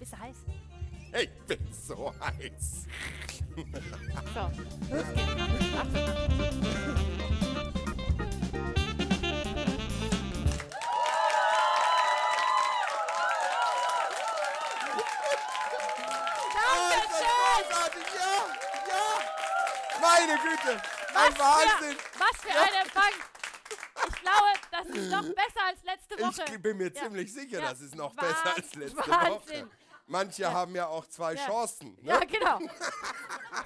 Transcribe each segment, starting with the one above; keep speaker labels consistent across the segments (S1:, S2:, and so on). S1: du heiß?
S2: Ich bin so heiß.
S1: So.
S2: Großartig, ja, ja. Meine Güte, ein Wahnsinn.
S1: Für, was für ein Empfang! Ich glaube, das ist noch besser als letzte Woche.
S2: Ich bin mir
S1: Ja.
S2: ziemlich sicher,
S1: Ja.
S2: das ist noch
S1: Wahnsinn,
S2: besser als letzte
S1: Wahnsinn.
S2: Woche. Manche haben ja auch zwei
S1: Ja.
S2: Chancen. Ne?
S1: Ja, genau.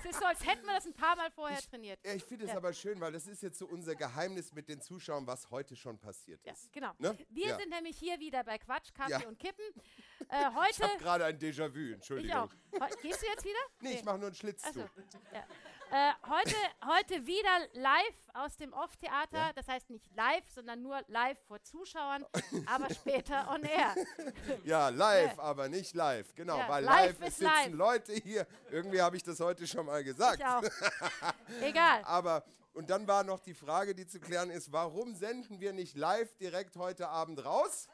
S1: Es ist so, als hätten wir das ein paar Mal vorher trainiert.
S2: Ja, ich finde es
S1: Ja.
S2: aber schön, weil das ist jetzt so unser Geheimnis mit den Zuschauern, was heute schon passiert
S1: Ja,
S2: ist.
S1: genau.
S2: Ne?
S1: Wir
S2: Ja.
S1: sind nämlich hier wieder bei Quatsch, Kaffee
S2: Ja.
S1: und Kippen. Äh,
S2: Ich habe
S1: heute.
S2: gerade ein Déjà-vu,
S1: Ich,
S2: Entschuldigung.
S1: auch. Also, Heu- Gehst du jetzt wieder?
S2: Nee, ich mache nur einen Schlitz
S1: Achso.
S2: zu.
S1: Ja. Äh, heute, heute wieder live aus dem Off-Theater.
S2: Ja.
S1: Das heißt nicht live, sondern nur live vor Zuschauern, aber später on air.
S2: Ja, live, aber nicht live. Genau,
S1: Ja,
S2: weil
S1: live
S2: live,
S1: ist
S2: es sitzen
S1: live.
S2: Leute hier. Irgendwie habe ich das heute schon mal
S1: Ich
S2: gesagt.
S1: auch. Egal.
S2: Aber, und dann war noch die Frage, die zu klären ist, warum senden wir nicht live direkt heute Abend raus?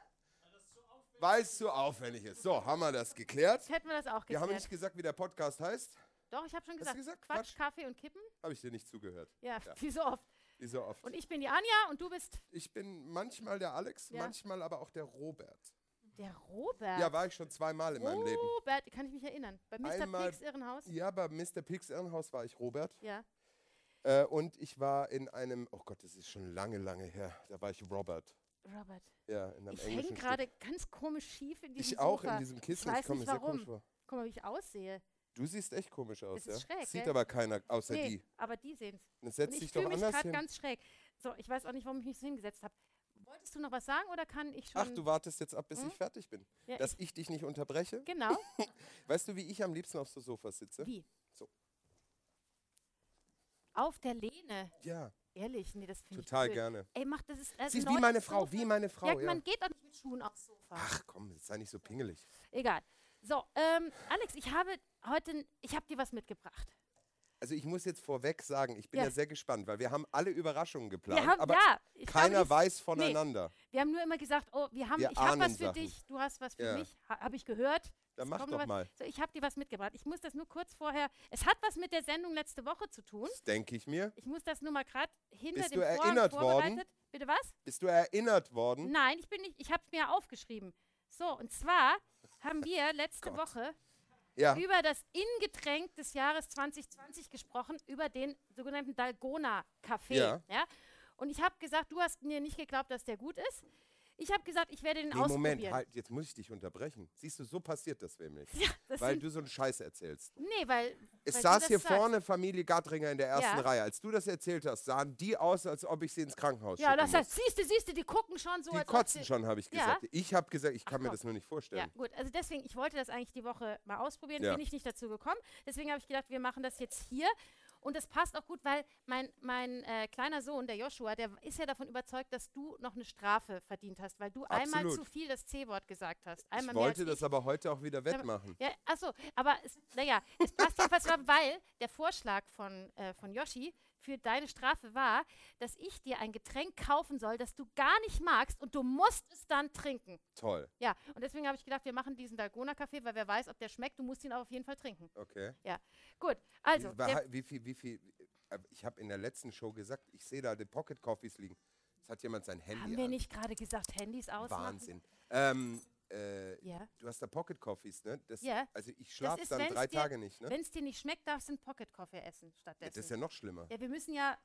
S2: Weil es zu aufwendig ist. So, haben wir das geklärt.
S1: Hätten wir das auch
S2: Wir haben
S1: geklärt.
S2: nicht gesagt, wie der Podcast heißt.
S1: Doch, ich habe schon
S2: du
S1: gesagt,
S2: gesagt?
S1: Quatsch,
S2: Quatsch.
S1: Kaffee und Kippen.
S2: Habe ich dir nicht zugehört.
S1: Ja, wie so oft.
S2: Wie so oft.
S1: Und ich bin die Anja und du bist
S2: Ich bin manchmal der Alex,
S1: Ja.
S2: manchmal aber auch der Robert.
S1: der Robert.
S2: Ja, war ich schon zweimal in
S1: Uh.
S2: meinem Leben.
S1: Robert, kann ich mich erinnern. Bei Mr.
S2: Einmal-
S1: Pigs Irrenhaus.
S2: Ja, bei Mr. Pigs Irrenhaus war ich Robert.
S1: Ja.
S2: Äh, und ich war in einem, oh Gott, das ist schon lange, lange her. Da war ich Robert.
S1: Robert.
S2: Ja, in einem
S1: Ich hänge
S2: englischen
S1: gerade ganz komisch schief in diesem
S2: Ich auch
S1: Sofa.
S2: in diesem Kissen.
S1: Ich
S2: Ich
S1: weiß
S2: komm
S1: nicht
S2: mir sehr
S1: warum.
S2: komisch vor.
S1: Guck mal, wie ich aussehe.
S2: Du siehst echt komisch aus,
S1: Das ist
S2: ja?
S1: schräg,
S2: Sieht
S1: gell?
S2: aber keiner außer
S1: nee,
S2: die.
S1: aber die sehen es.
S2: Dann
S1: Und
S2: setz
S1: ich
S2: dich doch
S1: fühle mich
S2: anders
S1: gerade
S2: hin.
S1: ganz schräg. So, ich weiß auch nicht, warum ich mich so hingesetzt habe. Wolltest du noch was sagen oder kann ich schon? Hm?
S2: Ach, du wartest jetzt ab, bis ich fertig bin.
S1: Ja,
S2: Dass ich dich nicht unterbreche.
S1: Genau.
S2: Weißt du, wie ich am liebsten auf so Sofas sitze?
S1: Wie?
S2: So.
S1: Auf der Lehne.
S2: Ja.
S1: Ehrlich, nee, das finde ich
S2: Total
S1: blöd.
S2: gerne.
S1: Ey, mach, das ist. Also
S2: Sie ist
S1: neues
S2: wie meine Frau,
S1: Sofa.
S2: wie meine Frau,
S1: Ja,
S2: ja.
S1: man geht doch nicht mit Schuhen aufs Sofa.
S2: Ach komm, jetzt sei nicht so pingelig.
S1: Egal. So, ähm, Alex, ich habe heute, n- ich habe dir was mitgebracht.
S2: Also ich muss jetzt vorweg sagen, ich bin
S1: Ja.
S2: ja, sehr gespannt, weil wir haben alle Überraschungen geplant,
S1: haben-
S2: aber
S1: ja, ich glaube,
S2: keiner
S1: das-
S2: weiß
S1: nee.
S2: voneinander.
S1: Wir haben nur immer gesagt, oh, wir haben,
S2: Wir
S1: ich habe
S2: ahnen
S1: was für
S2: Sachen.
S1: dich, du hast was für
S2: Ja.
S1: mich, ha, habe ich gehört.
S2: Dann
S1: Es
S2: mach
S1: kommt
S2: doch
S1: was.
S2: mal.
S1: So, ich habe dir was mitgebracht. Ich muss das nur kurz vorher. Es hat was mit der Sendung letzte Woche zu tun.
S2: Das denke ich mir.
S1: Ich muss das nur mal gerade hinter
S2: Bist
S1: dem
S2: du
S1: Vorhang
S2: erinnert worden? Hm?
S1: vorbereitet. Bitte was?
S2: Bist du erinnert worden?
S1: Nein, ich bin nicht. Ich habe es mir aufgeschrieben. So, und zwar haben wir letzte
S2: Gott.
S1: Woche
S2: Ja.
S1: über das Ingetränk des Jahres 2020 gesprochen, über den sogenannten Dalgona-Kaffee.
S2: Ja.
S1: Ja? Und ich habe gesagt, du hast mir nicht geglaubt, dass der gut ist. Ich habe gesagt, ich werde den
S2: Nee,
S1: ausprobieren.
S2: Moment, halt, jetzt muss ich dich unterbrechen. Siehst du, so passiert das nämlich.
S1: Ja, das
S2: weil
S1: sind-
S2: du so einen Scheiß erzählst.
S1: Nee, weil.
S2: Es
S1: weil du
S2: saß
S1: das
S2: hier
S1: sagst.
S2: vorne Familie Gadringer in der ersten
S1: Ja.
S2: Reihe. Als du das erzählt hast, sahen die aus, als ob ich sie ins Krankenhaus
S1: Ja,
S2: schicken
S1: das heißt,
S2: muss.
S1: siehst du, siehst du, die gucken schon so.
S2: Die
S1: als ob
S2: kotzen
S1: sie-
S2: schon, habe ich
S1: Ja.
S2: gesagt. Ich habe gesagt, ich kann mir
S1: komm.
S2: das nur nicht
S1: Ja,
S2: vorstellen.
S1: gut. Also deswegen, ich wollte das eigentlich die Woche mal ausprobieren,
S2: Ja.
S1: bin ich nicht dazu gekommen. Deswegen habe ich gedacht, wir machen das jetzt hier. Und das passt auch gut, weil mein, mein äh, kleiner Sohn, der Joshua, der ist ja davon überzeugt, dass du noch eine Strafe verdient hast, weil du einmal zu
S2: Absolut.
S1: viel das C-Wort gesagt hast.
S2: Ich
S1: Einmal
S2: wollte
S1: mehr als
S2: das aber heute auch wieder wettmachen.
S1: ja, achso, aber es, naja, es passt jedenfalls zusammen, weil der Vorschlag von, äh, von Yoshi für deine Strafe war, dass ich dir ein Getränk kaufen soll, das du gar nicht magst und du musst es dann trinken.
S2: Toll.
S1: Ja, und deswegen habe ich gedacht, wir machen diesen Dalgona-Kaffee, weil wer weiß, ob der schmeckt, du musst ihn auch auf jeden Fall trinken.
S2: Okay.
S1: Ja, gut, also,
S2: Wie- wa-
S1: der,
S2: wie viel, wie viel, äh, ich habe in der letzten Show gesagt, ich sehe da die Pocket Coffees liegen. Jetzt hat jemand sein Handy
S1: haben wir
S2: an.
S1: nicht gerade gesagt, Handys ausmachen?
S2: Wahnsinn. Ähm, äh,
S1: Ja.
S2: Du hast da Pocket Coffees, ne? Das,
S1: Ja.
S2: Also ich
S1: Das
S2: schlafe
S1: ist,
S2: dann
S1: wenn's
S2: drei
S1: dir,
S2: Tage nicht, ne?
S1: Wenn es dir nicht schmeckt, darfst du einen Pocket-Kaffee essen stattdessen.
S2: Das ist ja noch schlimmer.
S1: ja, wir müssen ja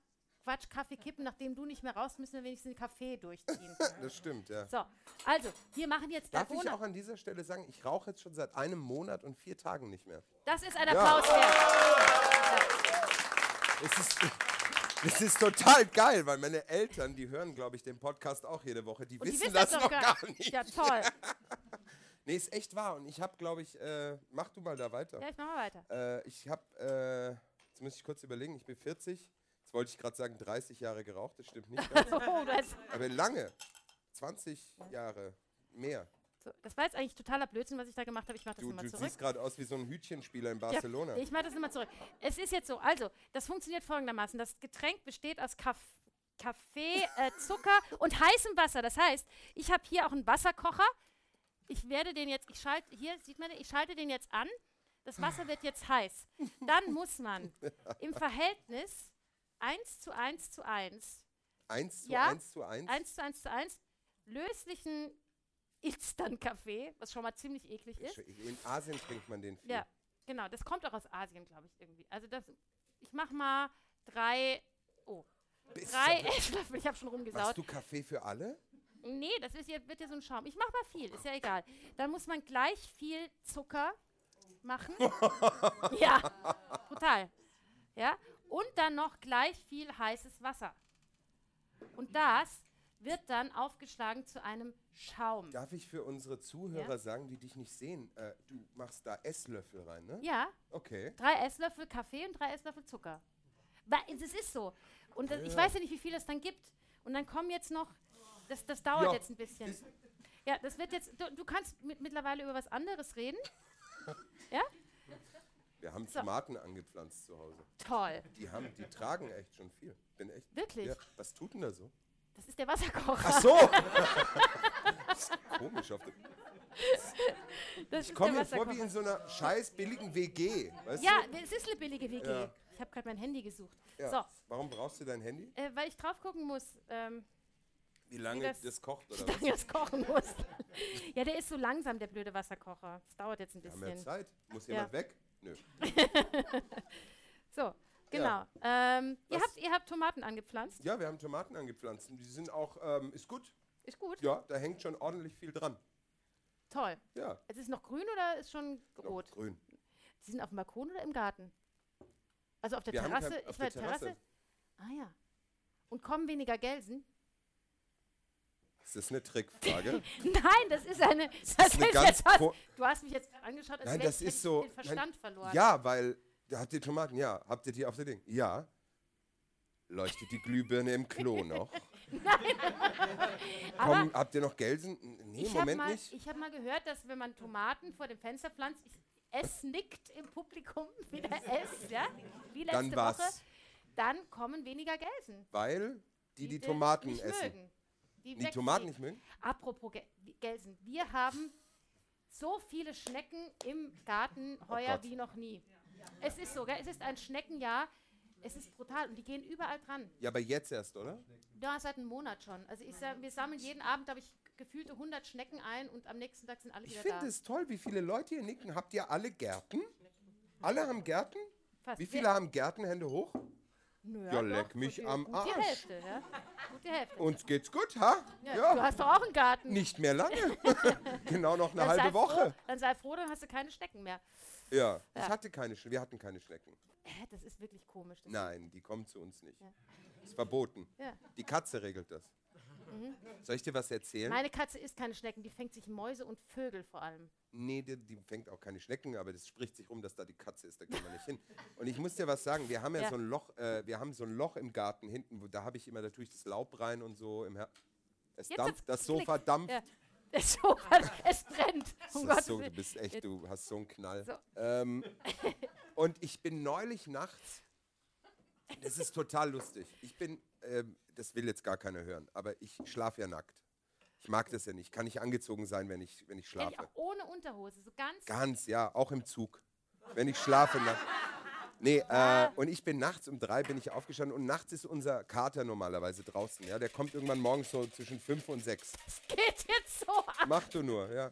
S1: Quatsch, Kaffee kippen, nachdem du nicht mehr raus, müssen wir wenigstens einen Kaffee durchziehen.
S2: Das stimmt, ja.
S1: So, also, wir machen jetzt
S2: Darf ich
S1: Dalgona.
S2: auch an dieser Stelle sagen, ich rauche jetzt schon seit einem Monat und vier Tagen nicht mehr.
S1: Das ist ein Applaus wert.
S2: Es ist, es ist total geil, weil meine Eltern, die hören, glaube ich, den Podcast auch jede Woche, die,
S1: Und
S2: wissen,
S1: die wissen
S2: das noch gar, nicht.
S1: Ja, toll.
S2: Nee, ist echt wahr. Und ich habe, glaube ich, äh, mach du mal da weiter.
S1: Ja, ich mach mal weiter.
S2: Äh, ich habe, äh, jetzt muss ich kurz überlegen, ich bin 40. Jetzt wollte ich gerade sagen, 30 Jahre geraucht, das stimmt nicht. ganz.
S1: Oh, du hast,
S2: Aber lange. 20 Jahre. Mehr.
S1: so, das war jetzt eigentlich totaler Blödsinn, was ich da gemacht habe. Ich mache das
S2: Du,
S1: nochmal
S2: du
S1: zurück.
S2: siehst gerade aus wie so ein Hütchenspieler in
S1: Ja,
S2: Barcelona.
S1: Ich mache das immer zurück. Es ist jetzt so, also, das funktioniert folgendermaßen. Das Getränk besteht aus Kaff Kaffee, äh, Zucker und heißem Wasser. Das heißt, ich habe hier auch einen Wasserkocher. Ich werde den jetzt, ich schalte, hier sieht man, den, ich schalte den jetzt an. Das Wasser wird jetzt heiß. Dann muss man im Verhältnis 1 zu 1 zu 1,
S2: 1 zu
S1: Ja.
S2: 1 zu 1.
S1: 1 zu 1 zu 1, löslichen Instant-Kaffee, was schon mal ziemlich eklig ist.
S2: In Asien trinkt man den viel.
S1: Ja, genau. Das kommt auch aus Asien, glaube ich, irgendwie. Also das, ich mache mal drei, oh,
S2: Bist
S1: drei
S2: du verrückt?
S1: Esslöffel. Ich habe schon rumgesaut.
S2: Machst du Kaffee für alle?
S1: Nee, das ist jetzt, wird ja so ein Schaum. Ich mache mal viel, ist ja egal. Dann muss man gleich viel Zucker machen. ja, brutal. Ja, und dann noch gleich viel heißes Wasser. Und das wird dann aufgeschlagen zu einem Schaum.
S2: Darf ich für unsere Zuhörer
S1: Ja.
S2: sagen, die dich nicht sehen, äh, du machst da Esslöffel rein, ne?
S1: Ja,
S2: Okay.
S1: drei Esslöffel Kaffee und drei Esslöffel Zucker. Weil es es ist so. Und das, ich weiß ja nicht, wie viel es dann gibt. Und dann kommen jetzt noch, das, das dauert
S2: Ja.
S1: jetzt ein bisschen. Ja, das wird jetzt, du, du kannst mit, mittlerweile über was anderes reden.
S2: Wir haben
S1: So.
S2: Tomaten angepflanzt zu Hause.
S1: Toll,
S2: Die, haben, die tragen echt schon viel. Bin echt.
S1: wirklich.
S2: Ja, Ah, was tut denn da so?
S1: Das ist der Wasserkocher.
S2: Ach so! das ist komisch. Auf der-
S1: Das ist
S2: ich komme
S1: der
S2: mir vor wie
S1: Wasserkocher.
S2: in so einer scheiß billigen WG. Weißt
S1: Ja,
S2: du?
S1: es ist eine billige WG.
S2: Ja.
S1: Ich habe gerade mein Handy gesucht.
S2: Ja.
S1: So,
S2: Warum brauchst du dein Handy?
S1: äh, weil ich drauf gucken muss, ähm,
S2: Wie lange
S1: Wie das-
S2: das, kocht oder
S1: wie
S2: was?
S1: lange das kochen muss. ja, der ist so langsam, der blöde Wasserkocher. Das dauert jetzt ein
S2: Wir haben ja
S1: bisschen.
S2: Zeit. Muss
S1: Ja.
S2: jemand weg? Nö.
S1: So, genau.
S2: Ja.
S1: Ähm, ihr,
S2: Was-
S1: habt, ihr habt Tomaten angepflanzt.
S2: Ja, wir haben Tomaten angepflanzt. und Die sind auch, ähm, ist gut.
S1: Ist gut.
S2: Ja, da hängt schon ordentlich viel dran.
S1: Toll.
S2: Ja.
S1: Es ist noch grün oder ist schon
S2: Noch
S1: rot?
S2: Grün.
S1: Sie sind auf dem Balkon oder im Garten? Also auf der
S2: Wir haben kein-
S1: Terrasse?
S2: auf
S1: ich war
S2: der Terrasse.
S1: Ah ja. Und kommen weniger Gelsen?
S2: Ist das eine Trickfrage?
S1: Nein, das ist eine. Das
S2: eine
S1: ist
S2: ganz
S1: jetzt was,
S2: ko-
S1: du hast mich jetzt angeschaut, als
S2: Nein,
S1: wär-
S2: das
S1: hätte
S2: ist
S1: ich
S2: so-
S1: den
S2: nein,
S1: Verstand verloren.
S2: ja, weil, da habt ihr Tomaten, ja. Habt ihr die auf der Ding? Ja. Leuchtet die Glühbirne im Klo noch?
S1: Aber
S2: Komm, habt ihr noch Gelsen? N- Nee,
S1: ich
S2: im
S1: habe
S2: Moment
S1: mal,
S2: nicht.
S1: ich hab mal gehört, dass wenn man Tomaten vor dem Fenster pflanzt, ich, es nickt im Publikum wieder es, ja? Wie letzte
S2: Dann was?
S1: Woche. Dann kommen weniger Gelsen.
S2: Weil die die
S1: den
S2: Tomaten
S1: nicht
S2: essen.
S1: Mögen. Die,
S2: Die
S1: wegfliegen.
S2: Tomaten nicht mögen?
S1: Apropos Ge Gelsen, wir haben so viele Schnecken im Garten heuer
S2: Oh Gott.
S1: wie noch nie. Es ist so, gell? es ist ein Schneckenjahr. Es ist brutal und die gehen überall dran.
S2: Ja, aber jetzt erst, oder?
S1: Ja, seit einem Monat schon. Also ich sag, wir sammeln jeden Abend, habe ich gefühlte 100 Schnecken ein und am nächsten Tag sind alle
S2: Ich
S1: wieder
S2: finde
S1: da.
S2: es toll, wie viele Leute hier nicken. Habt ihr alle Gärten? Alle haben Gärten?
S1: Fast.
S2: Wie viele haben Gärten? Hände hoch.
S1: Nö,
S2: Ja, leck
S1: gut,
S2: mich
S1: die-
S2: am
S1: gut Die
S2: Arsch.
S1: Hälfte, ja? Gut die Hälfte.
S2: Uns geht's gut, ha?
S1: Ja, Du hast doch auch einen Garten.
S2: Nicht mehr lange. genau noch eine
S1: Dann sei
S2: halbe Woche.
S1: Froh, dann sei froh, dann hast du keine Schnecken mehr.
S2: Ja, ich
S1: Ja.
S2: hatte keine Schnecken. Wir hatten keine Schnecken.
S1: Hä, das ist wirklich komisch. Das
S2: Nein, die kommen zu uns nicht. Ist verboten.
S1: Ja. Mhm.
S2: Die Katze regelt das. Soll ich dir was erzählen?
S1: Meine Katze isst keine Schnecken, die fängt sich Mäuse und Vögel vor allem.
S2: Nee, die, die fängt auch keine Schnecken, aber das spricht sich rum, dass da die Katze ist, da kann man nicht hin. Und ich muss dir was sagen, wir haben ja,
S1: Ja.
S2: so ein Loch, äh, wir haben so ein Loch im Garten hinten, wo, da habe ich immer, da tue ich das Laub rein und so im Her es
S1: Jetzt
S2: dampft,
S1: hat's
S2: das
S1: Klick.
S2: Sofa dampft.
S1: Ja. Es, so, was, es brennt. Um
S2: Das
S1: Gottes
S2: ist so, du
S1: Willen.
S2: bist echt, du hast so einen Knall.
S1: So.
S2: Ähm, und ich bin neulich nachts, das ist total lustig. Ich bin, ähm, das will jetzt gar keiner hören, aber ich schlafe ja nackt. Ich mag das ja nicht. Kann nicht angezogen sein, wenn ich, wenn ich
S1: Ja,
S2: schlafe.
S1: die auch ohne Unterhose, so ganz.
S2: Ganz, ja, auch im Zug. Wenn ich schlafe. Na nee, äh, und ich bin nachts um drei bin ich aufgestanden und nachts ist unser Kater normalerweise draußen. Ja, der kommt irgendwann morgens so zwischen fünf und sechs.
S1: Es geht jetzt so ab.
S2: Mach du nur, ja.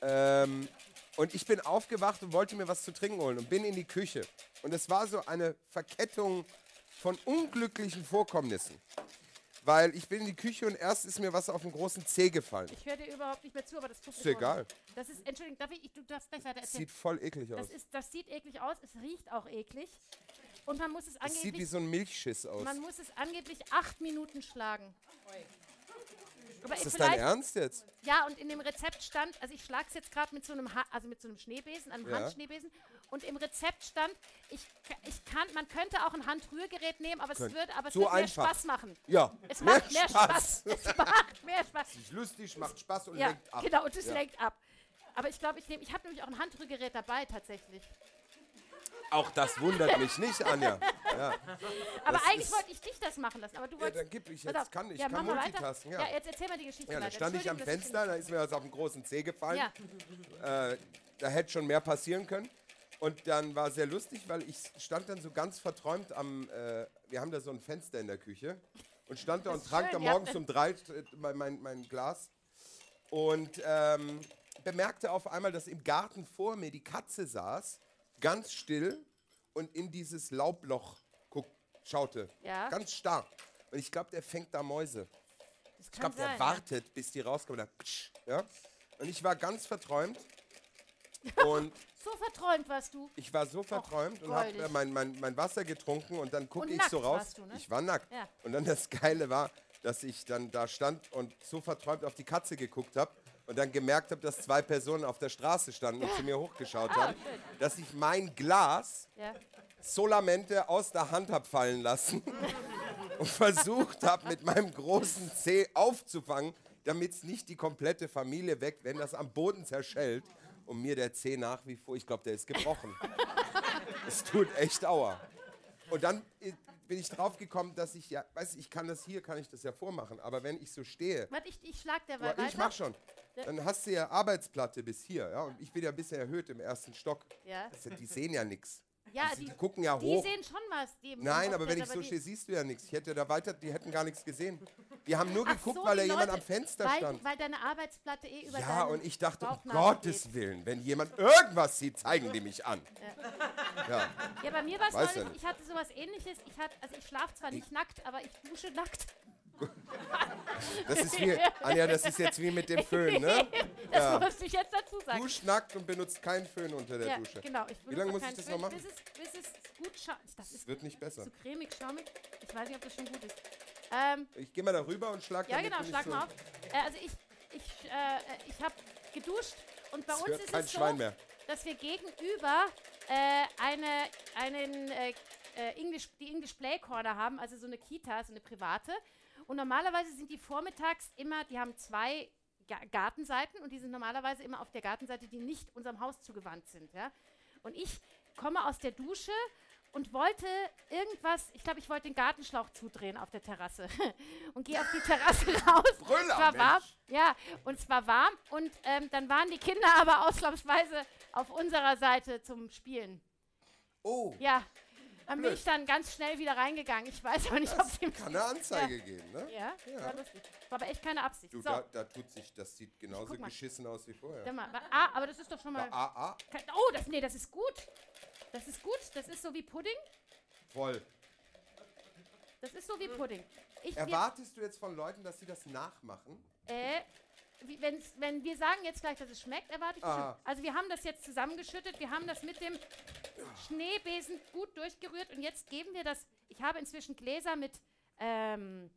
S2: Ähm, und ich bin aufgewacht und wollte mir was zu trinken holen und bin in die Küche. Und es war so eine Verkettung von unglücklichen Vorkommnissen. Weil ich bin in die Küche und erst ist mir was auf den großen Zeh gefallen.
S1: Ich höre dir überhaupt nicht mehr zu, aber das tut
S2: Ist egal.
S1: Das ist, Entschuldigung, darf ich, ich- du darfst gleich weiter erzählen.
S2: Sieht voll eklig aus.
S1: Das, ist, das sieht eklig aus, es riecht auch eklig. Und man muss es
S2: Es sieht wie
S1: angeblich,
S2: so ein Milchschiss aus.
S1: man muss es angeblich acht Minuten schlagen. Aber
S2: Ist das dein
S1: vielleicht-
S2: Ernst jetzt?
S1: Ja, und in dem Rezept stand, also ich schlage es jetzt gerade mit so einem ha also mit so einem Schneebesen, einem
S2: Ja.
S1: Handschneebesen. Und im Rezept stand, ich, k- ich kann, man könnte auch ein Handrührgerät nehmen, aber es
S2: Könnt-
S1: wird, aber es
S2: so
S1: wird mehr
S2: einfach.
S1: Spaß machen.
S2: Ja.
S1: Es macht mehr Spaß. Es macht mehr Spaß.
S2: Ist lustig, macht Spaß und
S1: Ja,
S2: lenkt ab.
S1: genau, und es
S2: Ja.
S1: lenkt ab. Aber ich glaube, ich nehme, ich habe nämlich auch ein Handrührgerät dabei tatsächlich.
S2: Auch das wundert mich nicht, Anja. Ja,
S1: Aber
S2: das
S1: eigentlich
S2: ist-
S1: wollte ich dich das machen lassen, aber du
S2: ja
S1: wolltest.
S2: dann gib ich
S1: Pass
S2: jetzt.
S1: auf.
S2: Kann, ich
S1: ja,
S2: kann
S1: mach mal weiter.
S2: multitasken. Ja.
S1: Ja,
S2: Ja,
S1: jetzt erzähl mal die Geschichte.
S2: da
S1: weiter.
S2: stand ich am
S1: Entschuldigung,
S2: Fenster, da ist mir was auf den großen Zeh gefallen.
S1: dass ich-
S2: äh, da hätte schon mehr passieren können. Und dann war sehr lustig, weil ich stand dann so ganz verträumt am, äh, wir haben da so ein Fenster in der Küche und stand da und trank
S1: schön,
S2: da
S1: ja.
S2: morgens um drei äh, mein, mein, mein Glas und ähm, bemerkte auf einmal, dass im Garten vor mir die Katze saß, ganz still und in dieses Laubloch guck, schaute.
S1: Ja.
S2: Ganz starr. Und ich glaube, der fängt da Mäuse.
S1: Ja, das
S2: Ich
S1: kann
S2: glaube, der
S1: sein.
S2: wartet, bis die rauskommen. Dann, psch, ja? Und ich war ganz verträumt. Und
S1: So verträumt warst du.
S2: ich war so verträumt und habe
S1: goldig.
S2: äh, mein, mein, mein Wasser getrunken und dann gucke
S1: Und
S2: ich
S1: nackt
S2: so raus.
S1: warst du, ne?
S2: Ich war nackt.
S1: Ja.
S2: Und dann das Geile war, dass ich dann da stand und so verträumt auf die Katze geguckt habe und dann gemerkt habe, dass zwei Personen auf der Straße standen und zu mir hochgeschaut
S1: Ah,
S2: haben, dass ich mein Glas
S1: Ja.
S2: Solamente aus der Hand habe fallen lassen und versucht habe, mit meinem großen Zeh aufzufangen, damit es nicht die komplette Familie weckt, wenn das am Boden zerschellt und mir der Zeh nach wie vor, ich glaube, der ist gebrochen. es tut echt Aua. Und dann äh, bin ich draufgekommen, dass ich ja, weiß ich kann das hier, kann ich das ja vormachen, aber wenn ich so stehe,
S1: Warte, ich, ich schlag derweil
S2: aber
S1: weiter.
S2: ich mach schon, dann hast du ja Arbeitsplatte bis hier, ja, und ich bin ja ein bisschen erhöht im ersten Stock.
S1: Ja,
S2: Das- Die sehen ja nichts.
S1: ja
S2: Die
S1: Ah, die,
S2: gucken ja
S1: die
S2: hoch.
S1: sehen schon was. Die im
S2: Nein,
S1: Hochbett,
S2: aber wenn ich so
S1: die-
S2: stehe, siehst du ja nichts. Ich hätte da weiter, die hätten gar nichts gesehen. Die haben nur
S1: Ach
S2: geguckt,
S1: so,
S2: weil
S1: die
S2: da jemand
S1: Leute-
S2: am Fenster
S1: weil,
S2: stand.
S1: Weil deine Arbeitsplatte eh über
S2: Ja,
S1: deinen
S2: und ich dachte, um
S1: Bauchnabel
S2: Gottes Willen, wenn jemand irgendwas sieht, zeigen die mich an.
S1: Ja, bei mir war es
S2: Weiß
S1: neulich,
S2: er
S1: ich hatte sowas ähnliches. Ich hatte, also ich schlafe zwar nicht nackt, aber ich dusche nackt.
S2: Das ist wie, Anja, das ist jetzt wie mit dem Föhn, ne?
S1: Das musste ich jetzt dazu sagen.
S2: Dusch nackt und benutzt keinen Föhn unter der
S1: ja,
S2: Dusche.
S1: genau. Ich benutze
S2: lange
S1: auch
S2: muss ich
S1: keinen
S2: das
S1: Föhn,
S2: noch machen?
S1: Bis es, bis es gut schaut. Das
S2: Es
S1: ist
S2: wird nicht besser.
S1: so cremig, schaumig. Ich weiß nicht, ob das schon gut ist. Ähm,
S2: Ich gehe mal da rüber und schlag
S1: ja,
S2: damit
S1: genau,
S2: nicht
S1: schlag
S2: so-
S1: mal auf. Äh, also ich, ich, äh, ich habe geduscht und bei
S2: Das
S1: uns
S2: hört
S1: ist
S2: kein
S1: es so,
S2: Schwein mehr.
S1: dass wir gegenüber äh, eine, einen, äh, äh, English, die English Play Corner haben, also so eine Kita, so eine private. Und normalerweise sind die vormittags immer, die haben zwei Ga- Gartenseiten und die sind normalerweise immer auf der Gartenseite, die nicht unserem Haus zugewandt sind. Ja? Und ich komme aus der Dusche und wollte irgendwas, ich glaube, ich wollte den Gartenschlauch zudrehen auf der Terrasse und gehe auf die Terrasse raus.
S2: Brüller,
S1: es war warm,
S2: Mensch.
S1: ja, und es war warm und ähm, dann waren die Kinder aber ausnahmsweise auf unserer Seite zum Spielen.
S2: Oh,
S1: Ja, dann bin
S2: Blöd.
S1: ich dann ganz schnell wieder reingegangen. Ich weiß aber nicht, ob sie im
S2: kann eine Anzeige geben, ne?
S1: Ja, ja. War, lustig. war aber echt keine Absicht.
S2: Du,
S1: so,
S2: da, da tut sich, das sieht genauso
S1: guck mal.
S2: geschissen aus wie vorher.
S1: dann mal. wa- Ah, aber das ist doch schon mal.
S2: Ah, ah,
S1: Kein- Oh, das, nee, das ist gut. Das ist gut. Das ist so wie Pudding.
S2: voll.
S1: Das ist so
S2: Hm.
S1: wie Pudding. Ich, wir,
S2: Erwartest du jetzt von Leuten, dass sie das nachmachen?
S1: äh, wie- wenn's, wenn wir sagen jetzt gleich, dass es schmeckt, erwarte ich das
S2: Ah.
S1: schon. Also wir haben das jetzt zusammengeschüttet. Wir haben das mit dem Schneebesen gut durchgerührt. Und jetzt geben wir das. Ich habe inzwischen Gläser mit, ähm,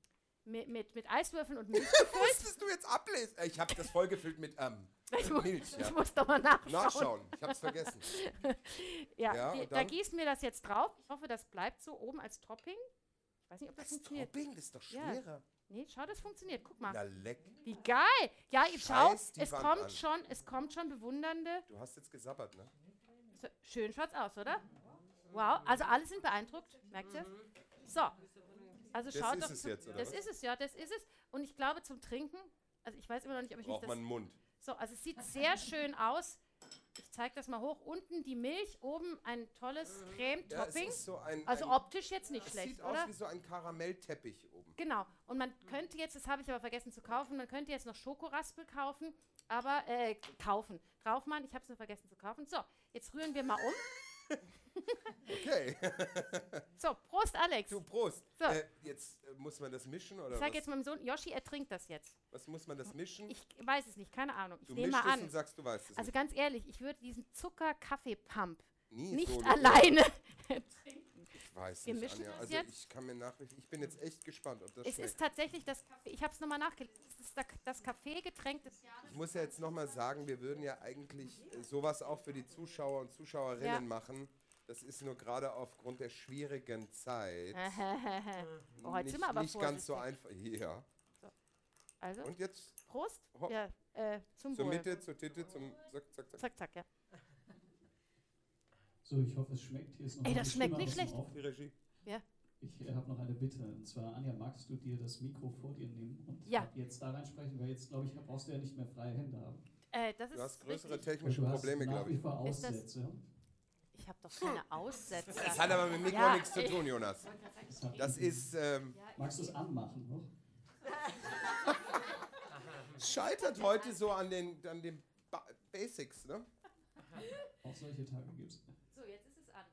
S1: mit, mit, mit Eiswürfeln und Milch.
S2: Musstest du jetzt ablesen? Äh, Ich habe das vollgefüllt mit ähm, Milch.
S1: Ich
S2: Ja.
S1: muss doch mal nachschauen.
S2: Nachschauen, ich habe es vergessen.
S1: Ja,
S2: Ja,
S1: die,
S2: und
S1: da
S2: dann?
S1: gießen wir das jetzt drauf. Ich hoffe, das bleibt so oben als Topping. Ich weiß nicht, ob das,
S2: Das
S1: funktioniert.
S2: Topping das ist doch
S1: Ja. Ah.
S2: schwerer.
S1: Nee, schau, das funktioniert. Guck mal.
S2: Na leck,
S1: Wie geil! Ja, ich schau,
S2: Scheiß die
S1: es
S2: Wand
S1: kommt
S2: an.
S1: schon, es kommt schon bewundernde.
S2: du hast jetzt gesabbert, ne?
S1: So, schön schaut's aus, oder? Wow, also alle sind beeindruckt, merkt ihr? So. Also
S2: Das
S1: schaut
S2: ist
S1: doch
S2: es
S1: zum-
S2: jetzt, oder
S1: Das
S2: was?
S1: ist es, ja, das ist es. Und ich glaube zum Trinken, also ich weiß immer noch nicht, ob ich mich
S2: Braucht
S1: das
S2: man einen Mund.
S1: So, also es sieht sehr schön aus. Ich zeige das mal hoch. Unten die Milch, oben ein tolles Creme-Topping.
S2: Mhm. es ist so ein,
S1: also
S2: ein,
S1: optisch jetzt nicht
S2: es
S1: schlecht,
S2: sieht
S1: oder?
S2: aus wie Hm. so ein Karamellteppich oben.
S1: Genau. Und man könnte jetzt, das habe ich aber vergessen zu kaufen, man könnte jetzt noch Schokoraspel kaufen, aber äh, kaufen. Draufmann, ich habe es nur vergessen zu kaufen. So, jetzt rühren wir mal um.
S2: Okay,
S1: So, Prost, Alex.
S2: du Prost.
S1: So.
S2: Äh, jetzt äh, muss man das mischen oder
S1: ich
S2: was?
S1: sage jetzt meinem Sohn, Yoshi, er trinkt das jetzt.
S2: was muss man das mischen?
S1: Ich weiß es nicht, keine Ahnung. Ich
S2: du
S1: nehme
S2: mischst
S1: mal
S2: es und
S1: an.
S2: sagst, du weißt es
S1: Also ganz ehrlich, ich würde diesen Zucker-Kaffee-Pump
S2: nicht. Nie
S1: nicht
S2: solo.
S1: alleine
S2: Ich weiß
S1: Wir
S2: nicht,
S1: mischen
S2: Anja.
S1: das
S2: Also
S1: jetzt?
S2: ich kann mir nach, ich bin jetzt echt gespannt, ob das
S1: Es
S2: schmeckt.
S1: ist tatsächlich das, Kaffee- ich habe es nochmal nachgelesen, es ist da- das Kaffeegetränk des Jahres.
S2: Ich muss ja jetzt nochmal sagen, wir würden ja eigentlich äh, sowas auch für die Zuschauer und Zuschauerinnen
S1: Ja.
S2: machen. Das ist nur gerade aufgrund der schwierigen Zeit
S1: oh, heute
S2: nicht,
S1: sind wir aber
S2: nicht ganz so
S1: vorsichtig.
S2: einfach. Ja.
S1: Also,
S2: Und jetzt
S1: Prost.
S2: Hopp.
S1: Ja, äh, zum
S2: zur
S1: Wohl.
S2: Mitte, zur Titte, zum Zack, zack, zack.
S1: Zack, zack, ja.
S3: So, ich hoffe, es schmeckt. Hier ist noch
S1: Ey,
S3: eine
S1: das schmeckt
S3: Stimme
S1: nicht
S3: aus dem
S1: schlecht.
S3: Off.
S2: Die Regie.
S3: Ich habe noch eine Bitte. Und zwar, Anja, magst du dir das Mikro vor dir nehmen und
S1: Ja.
S3: ab jetzt da reinsprechen? Weil jetzt, glaube ich, brauchst du ja nicht mehr freie Hände haben.
S1: Äh, das ist
S2: Du hast größere
S1: richtig.
S2: technische
S3: du hast
S2: Probleme,
S3: nach
S2: glaube
S3: wie
S2: ich.
S3: vor
S1: Ist das-
S3: Aussätze.
S1: Ich habe doch keine Aussätze.
S2: Das hat aber mit Mikro
S1: Ja,
S2: nichts zu
S1: ey.
S2: tun, Jonas.
S3: Das hat-
S2: Das ist ähm,
S3: Magst du es anmachen noch?
S2: scheitert heute so an den, an den ba Basics, ne?
S3: Auch solche Tage gibt es.
S1: So, jetzt ist es an.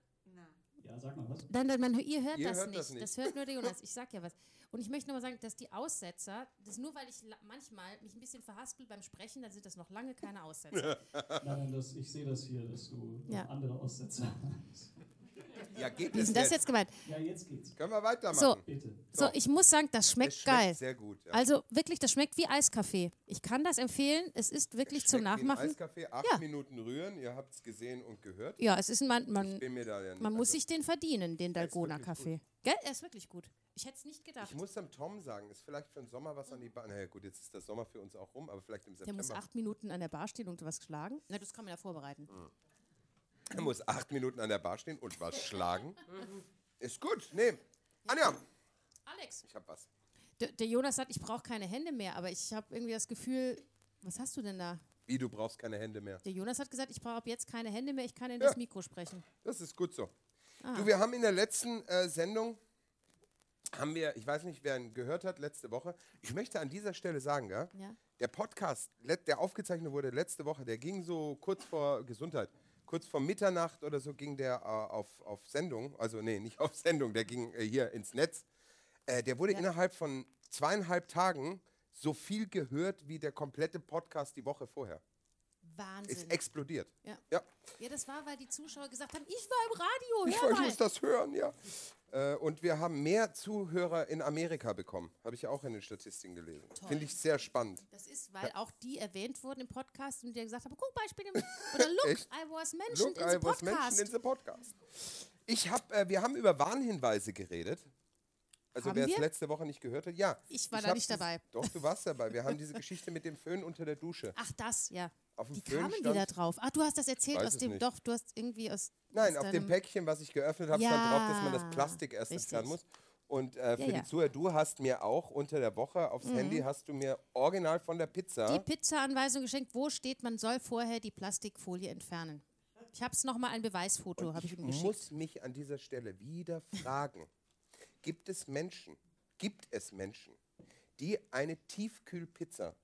S3: Ja, sag mal was.
S4: Nein, nein, man, ihr hört,
S2: Ihr
S4: das,
S2: hört
S4: nicht.
S2: das
S4: das
S2: nicht.
S4: hört nur der Jonas. Ich sag ja was. Und ich möchte nochmal sagen, dass die Aussetzer, das nur weil ich la- manchmal mich ein bisschen verhaspel beim Sprechen, dann sind das noch lange keine Aussetzer.
S3: Nein, nein, das, ich sehe das hier, dass du
S4: Ja.
S3: andere Aussätze hast.
S2: Ja, geht
S4: Wie ist
S2: es
S4: denn das
S2: jetzt?
S4: jetzt gemeint?
S3: Ja, jetzt geht's.
S2: Können wir weitermachen?
S4: So,
S3: Bitte.
S4: So,
S2: So.
S4: ich muss sagen, das schmeckt,
S2: es schmeckt
S4: geil.
S2: sehr gut. Ja.
S4: Also wirklich, das schmeckt wie Eiskaffee. Ich kann das empfehlen. Es ist wirklich zum
S2: Schmeckt wie ein
S4: Nachmachen.
S2: Eiskaffee, acht
S4: Ja.
S2: Minuten rühren, ihr habt es gesehen und gehört.
S4: Ja, es ist ein- man,
S2: Ich
S4: man,
S2: bin mir da ja nicht-
S4: man muss
S2: also,
S4: sich den verdienen, den
S2: ist wirklich
S4: Dalgona Kaffee. Gell? Er ist wirklich gut. Ich hätte es nicht gedacht.
S2: Ich muss dem Tom sagen, ist vielleicht für den Sommer was an die Bahn. Naja, gut, jetzt ist der Sommer für uns auch rum, aber vielleicht im
S4: Der
S2: September.
S4: muss acht Minuten an der Bar stehen und was schlagen. Na, das kann man ja vorbereiten.
S2: Mhm. Er muss acht Minuten an der Bar stehen und was schlagen. Ist gut, nee. Anja,
S4: Alex.
S2: ich hab was.
S4: Der, der Jonas sagt, ich brauche keine Hände mehr, aber ich habe irgendwie das Gefühl, was hast du denn da?
S2: Wie, du brauchst keine Hände mehr.
S4: Der Jonas hat gesagt, ich brauche ab jetzt keine Hände mehr, ich kann in
S2: Ja.
S4: das Mikro sprechen.
S2: Das ist gut so.
S4: Ah.
S2: Du, wir haben in der letzten äh, Sendung, haben wir, ich weiß nicht, wer ihn gehört hat, letzte Woche. Ich möchte an dieser Stelle sagen, gell?
S4: Ja.
S2: der Podcast, le- der aufgezeichnet wurde letzte Woche, der ging so kurz vor Gesundheit, kurz vor Mitternacht oder so ging der äh, auf, auf Sendung, also nee, nicht auf Sendung, der ging äh, hier ins Netz. Äh, der wurde innerhalb von zweieinhalb Tagen so viel gehört wie der komplette Podcast die Woche vorher. Ist
S4: Wahnsinn.
S2: explodiert.
S4: Ja.
S2: ja.
S4: Ja, das war, weil die Zuschauer gesagt haben, ich war im Radio,
S2: Ich
S4: hör
S2: wollte
S4: mal.
S2: uns das hören, ja. Äh, Und wir haben mehr Zuhörer in Amerika bekommen. Habe ich auch in den Statistiken gelesen. Finde ich sehr spannend.
S4: Das ist, weil auch die erwähnt wurden im Podcast und die gesagt haben, guck mal, ich bin im, oder look,
S2: Echt?
S4: I was mentioned
S2: Look,
S4: in the
S2: I was
S4: podcast.
S2: mentioned in the podcast. Ich hab, äh, wir haben über Warnhinweise geredet. Also
S4: Haben
S2: wer es
S4: wir?
S2: letzte Woche nicht gehört hat, ja.
S4: Ich war da
S2: hab
S4: nicht
S2: dies-
S4: dabei.
S2: Doch, du warst dabei. Wir haben diese Geschichte mit dem Föhn unter der Dusche.
S4: Ach, das, ja.
S2: Auf dem
S4: Wie
S2: Föhn
S4: kamen die
S2: stand-
S4: da drauf? Ach, du hast das erzählt
S2: Weiß
S4: aus
S2: es
S4: dem,
S2: nicht.
S4: doch, du hast irgendwie aus
S2: Nein,
S4: aus
S2: auf dem
S4: deinem-
S2: Päckchen, was ich geöffnet habe, stand drauf, dass man das
S4: Ja,
S2: Plastik erst
S4: richtig.
S2: entfernen muss. Und äh, für
S4: Ja,
S2: die
S4: ja.
S2: Zuhörer, du hast mir auch unter der Woche aufs Handy, hast du mir original von der Pizza,
S4: die Pizza-Anweisung geschenkt, wo steht, man soll vorher die Plastikfolie entfernen. Ich habe es nochmal ein Beweisfoto, habe ich ihm geschickt.
S2: muss mich an dieser Stelle wieder fragen, gibt es Menschen, gibt es Menschen, die eine Tiefkühlpizza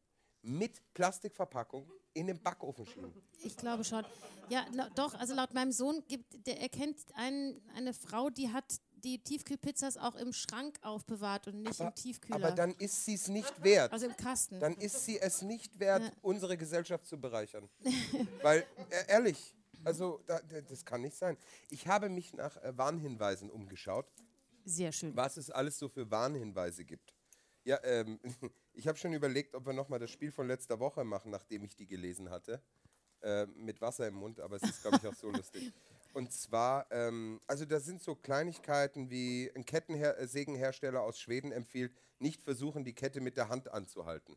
S2: mit Plastikverpackung in den Backofen schieben?
S4: Ich glaube schon. Ja, la- doch, also laut meinem Sohn gibt, der erkennt einen, eine Frau, die hat die Tiefkühlpizzas auch im Schrank aufbewahrt und nicht im Tiefkühler.
S2: Aber dann ist sie es nicht wert.
S4: also im Kasten.
S2: dann ist sie es nicht wert, unsere Gesellschaft zu bereichern. Weil, e- ehrlich, also da, da, das kann nicht sein. Ich habe mich nach äh, Warnhinweisen umgeschaut,
S4: Sehr schön.
S2: was es alles so für Warnhinweise gibt. Ja, ähm, ich habe schon überlegt, ob wir nochmal das Spiel von letzter Woche machen, nachdem ich die gelesen hatte. Äh, mit Wasser im Mund, aber es ist, glaube ich, auch so lustig. Und zwar, ähm, also da sind so Kleinigkeiten wie ein Kettensägenhersteller aus Schweden empfiehlt, nicht versuchen, die Kette mit der Hand anzuhalten.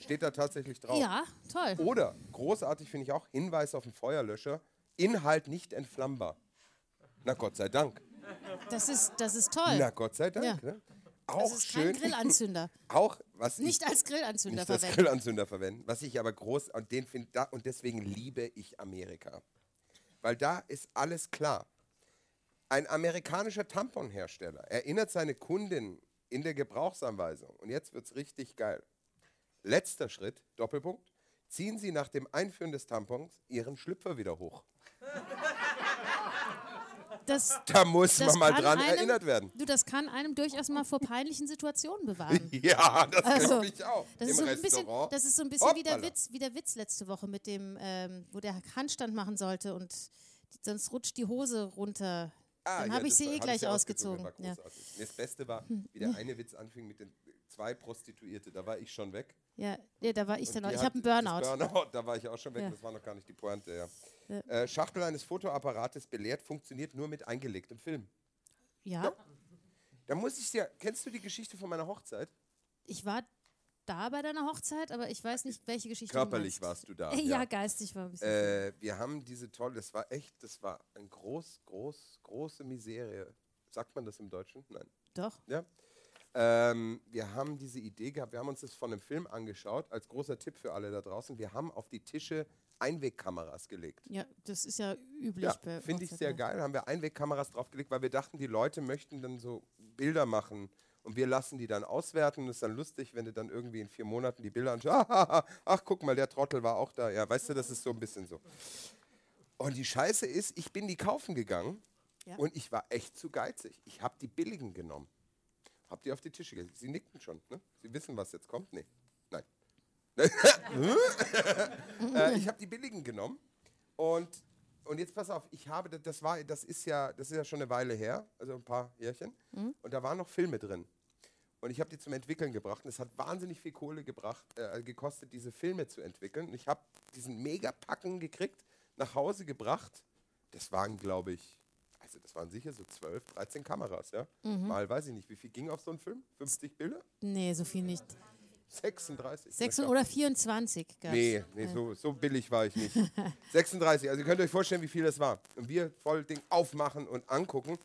S2: Steht da tatsächlich drauf.
S4: Ja, toll.
S2: Oder, großartig finde ich auch, Hinweis auf den Feuerlöscher, Inhalt nicht entflammbar. Na Gott sei Dank.
S4: Das ist, das ist toll.
S2: Na Gott sei Dank.
S4: Ja.
S2: Ne? Auch
S4: das ist
S2: schön.
S4: kein Grillanzünder.
S2: Auch was
S4: Nicht
S2: ich,
S4: als Grillanzünder
S2: nicht als
S4: verwenden.
S2: Grillanzünder verwenden. Was ich aber groß und den finde da und deswegen liebe ich Amerika, weil da ist alles klar. Ein amerikanischer Tamponhersteller erinnert seine Kundin in der Gebrauchsanweisung und jetzt wird's richtig geil. Letzter Schritt, Doppelpunkt. Ziehen Sie nach dem Einführen des Tampons Ihren Schlüpfer wieder hoch.
S4: Das,
S2: Da muss
S4: das
S2: man mal
S4: kann
S2: dran
S4: einem,
S2: erinnert werden.
S4: Du, das kann einem durchaus mal vor peinlichen Situationen bewahren.
S2: Ja, das
S4: Also,
S2: glaube ich auch.
S4: Das
S2: Im
S4: ist, so ein bisschen,
S2: Restaurant.
S4: das ist so ein bisschen wie der,
S2: Hoppala.
S4: Witz, wie der Witz letzte Woche mit dem, ähm, wo der Handstand machen sollte und die- sonst rutscht die Hose runter.
S2: Ah,
S4: Dann
S2: ja,
S4: habe ich
S2: das
S4: sie
S2: war-
S4: eh
S2: hab
S4: gleich
S2: ich ja
S4: ausgezogen.
S2: war
S4: Ja. Hm.
S2: großartig. Nee, Das Beste war, wie der eine Witz anfing mit den zwei Prostituierte, da war ich schon weg.
S4: Ja, nee, da war ich dann
S2: Die
S4: auch. Ich
S2: hat
S4: habe einen
S2: das
S4: Burnout.
S2: Burnout, da war ich auch schon weg,
S4: Ja.
S2: das war noch gar nicht die Pointe, ja. Äh, Schachtel eines Fotoapparates belehrt, funktioniert nur mit eingelegtem Film.
S4: Ja,
S2: Da muss ich dir, kennst du die Geschichte von meiner Hochzeit?
S4: ich war da bei deiner Hochzeit, aber ich weiß nicht, welche Geschichte
S2: Körperlich
S4: du meinst.
S2: warst du da.
S4: Ja,
S2: Ja,
S4: geistig war ein bisschen.
S2: äh, wir haben diese tolle, das war echt, das war eine groß, groß, große Miserie. Sagt man das im Deutschen? Nein.
S4: Doch.
S2: Ja. Ähm, wir haben diese Idee gehabt, wir haben uns das von einem Film angeschaut, als großer Tipp für alle da draußen. Wir haben auf die Tische Einwegkameras gelegt.
S4: Ja, das ist ja üblich.
S2: Ja,
S4: bei
S2: finde ich
S4: Hochzeiten.
S2: sehr geil. Haben wir Einwegkameras draufgelegt, weil wir dachten, die Leute möchten dann so Bilder machen. Und wir lassen die dann auswerten. Und ist dann lustig, wenn du dann irgendwie in vier Monaten die Bilder anschaust. Ach, guck mal, der Trottel war auch da. Ja, weißt du, das ist so ein bisschen so. Und die Scheiße ist, ich bin die kaufen gegangen
S4: Ja.
S2: und ich war echt zu geizig. Ich habe die billigen genommen. Hab die auf die Tische gelegt. Sie nickten schon, ne? Sie wissen, was jetzt kommt? Nee. Nein. äh, ich habe die billigen genommen und, und jetzt pass auf, ich habe, das- das war, das ist ja, das ist ja schon eine Weile her, also ein paar Jährchen. Und da waren noch Filme drin. Und ich habe die zum Entwickeln gebracht. Und es hat wahnsinnig viel Kohle gebracht, äh, gekostet, diese Filme zu entwickeln. Und ich habe diesen Mega-Packen gekriegt, nach Hause gebracht. Das waren, glaube ich, also das waren sicher so 12, 13 Kameras, ja. Mal weiß ich nicht, wie viel ging auf so einen Film? 50 Bilder?
S4: Nee, so viel nicht.
S2: 36.
S4: 6 oder 24 gab's.
S2: Nee, nee so, so billig war ich nicht. 36, also ihr könnt euch vorstellen, wie viel das war. Und wir voll Ding aufmachen und angucken.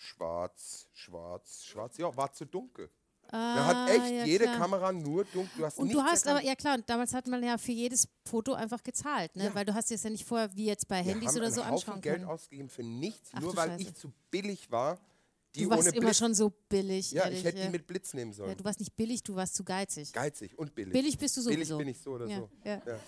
S2: Schwarz, schwarz, schwarz. Ja, war zu dunkel. da hat echt
S4: Ah, ja,
S2: jede
S4: klar.
S2: Kamera nur dunkel. Du hast
S4: Und
S2: nichts
S4: du hast aber,
S2: erkannt.
S4: ja klar, und damals hat man ja für jedes Foto einfach gezahlt, ne? Weil du hast jetzt ja nicht vorher, wie jetzt bei
S2: wir
S4: Handys
S2: haben
S4: oder so
S2: einen Haufen
S4: anschauen
S2: Geld
S4: können.
S2: ausgegeben für nichts,
S4: Ach
S2: nur
S4: du
S2: weil
S4: Scheiße.
S2: ich zu billig war. Die
S4: Du warst
S2: ohne
S4: immer
S2: Blitz.
S4: schon so billig,
S2: ja,
S4: ehrlich.
S2: ich hätte
S4: ja.
S2: die mit Blitz nehmen sollen.
S4: ja, du warst nicht billig, du warst zu geizig.
S2: Geizig und billig.
S4: Billig bist du
S2: Billig
S4: sowieso.
S2: bin ich so oder
S4: ja,
S2: so.
S4: Ja.
S2: Ja.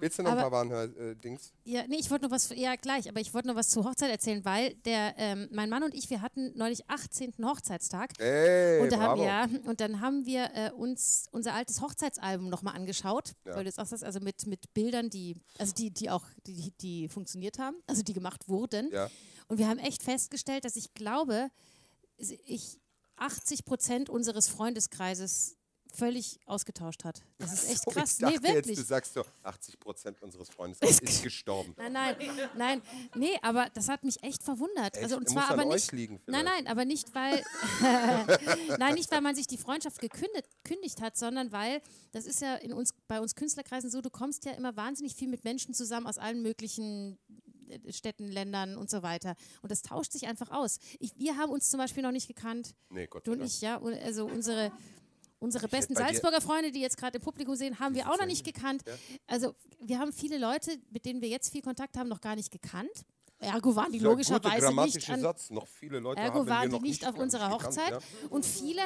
S2: Willst du noch ein paar äh,
S4: Aber-
S2: Warnhör-Dings?
S4: Ja, nee, ich wollte noch was, ja gleich, aber ich wollte noch was zur Hochzeit erzählen, weil der, ähm, mein Mann und ich, wir hatten neulich 18. Hochzeitstag.
S2: Ey,
S4: und, da haben,
S2: bravo.
S4: ja, und dann haben wir äh, uns unser altes Hochzeitsalbum nochmal angeschaut, weil du jetzt auch sagst, also mit, mit Bildern, die, also die, die auch, die, die funktioniert haben, also die gemacht wurden.
S2: Ja.
S4: Und wir haben echt festgestellt, dass ich glaube, ich 80 Prozent unseres Freundeskreises völlig ausgetauscht hat. Das ist echt
S2: Oh,
S4: krass.
S2: Ich dachte
S4: Nee, wirklich.
S2: jetzt, du sagst so, 80 Prozent unseres Freundeskreises ist gestorben.
S4: Nein, nein, nein, nee, aber das hat mich echt verwundert.
S2: Echt?
S4: Also und
S2: Muss
S4: zwar
S2: an
S4: aber
S2: euch
S4: nicht.
S2: liegen
S4: nein,
S2: vielleicht.
S4: nein, aber nicht weil, nein, nicht weil man sich die Freundschaft gekündigt kündigt hat, sondern weil das ist ja in uns bei uns Künstlerkreisen so. Du kommst ja immer wahnsinnig viel mit Menschen zusammen aus allen möglichen äh, Städten, Ländern und so weiter. Und das tauscht sich einfach aus. Ich, wir haben uns zum Beispiel noch nicht gekannt.
S2: Nee, Gott
S4: Du
S2: sei
S4: und
S2: Dank.
S4: ich, ja, und also unsere, unsere besten
S2: bei dir-
S4: Salzburger Freunde, die jetzt gerade im Publikum sehen, haben wir auch noch nicht gekannt.
S2: Ja.
S4: Also wir haben viele Leute, mit denen wir jetzt viel Kontakt haben, noch gar nicht gekannt. Ergo waren die
S2: Ja, guter
S4: logischerweise nicht
S2: grammatischer
S4: an,
S2: Satz. Noch viele Leute haben
S4: Ergo
S2: wir
S4: waren
S2: noch
S4: die nicht auf
S2: gar
S4: unserer
S2: gekannt,
S4: Hochzeit.
S2: ja.
S4: Und viele,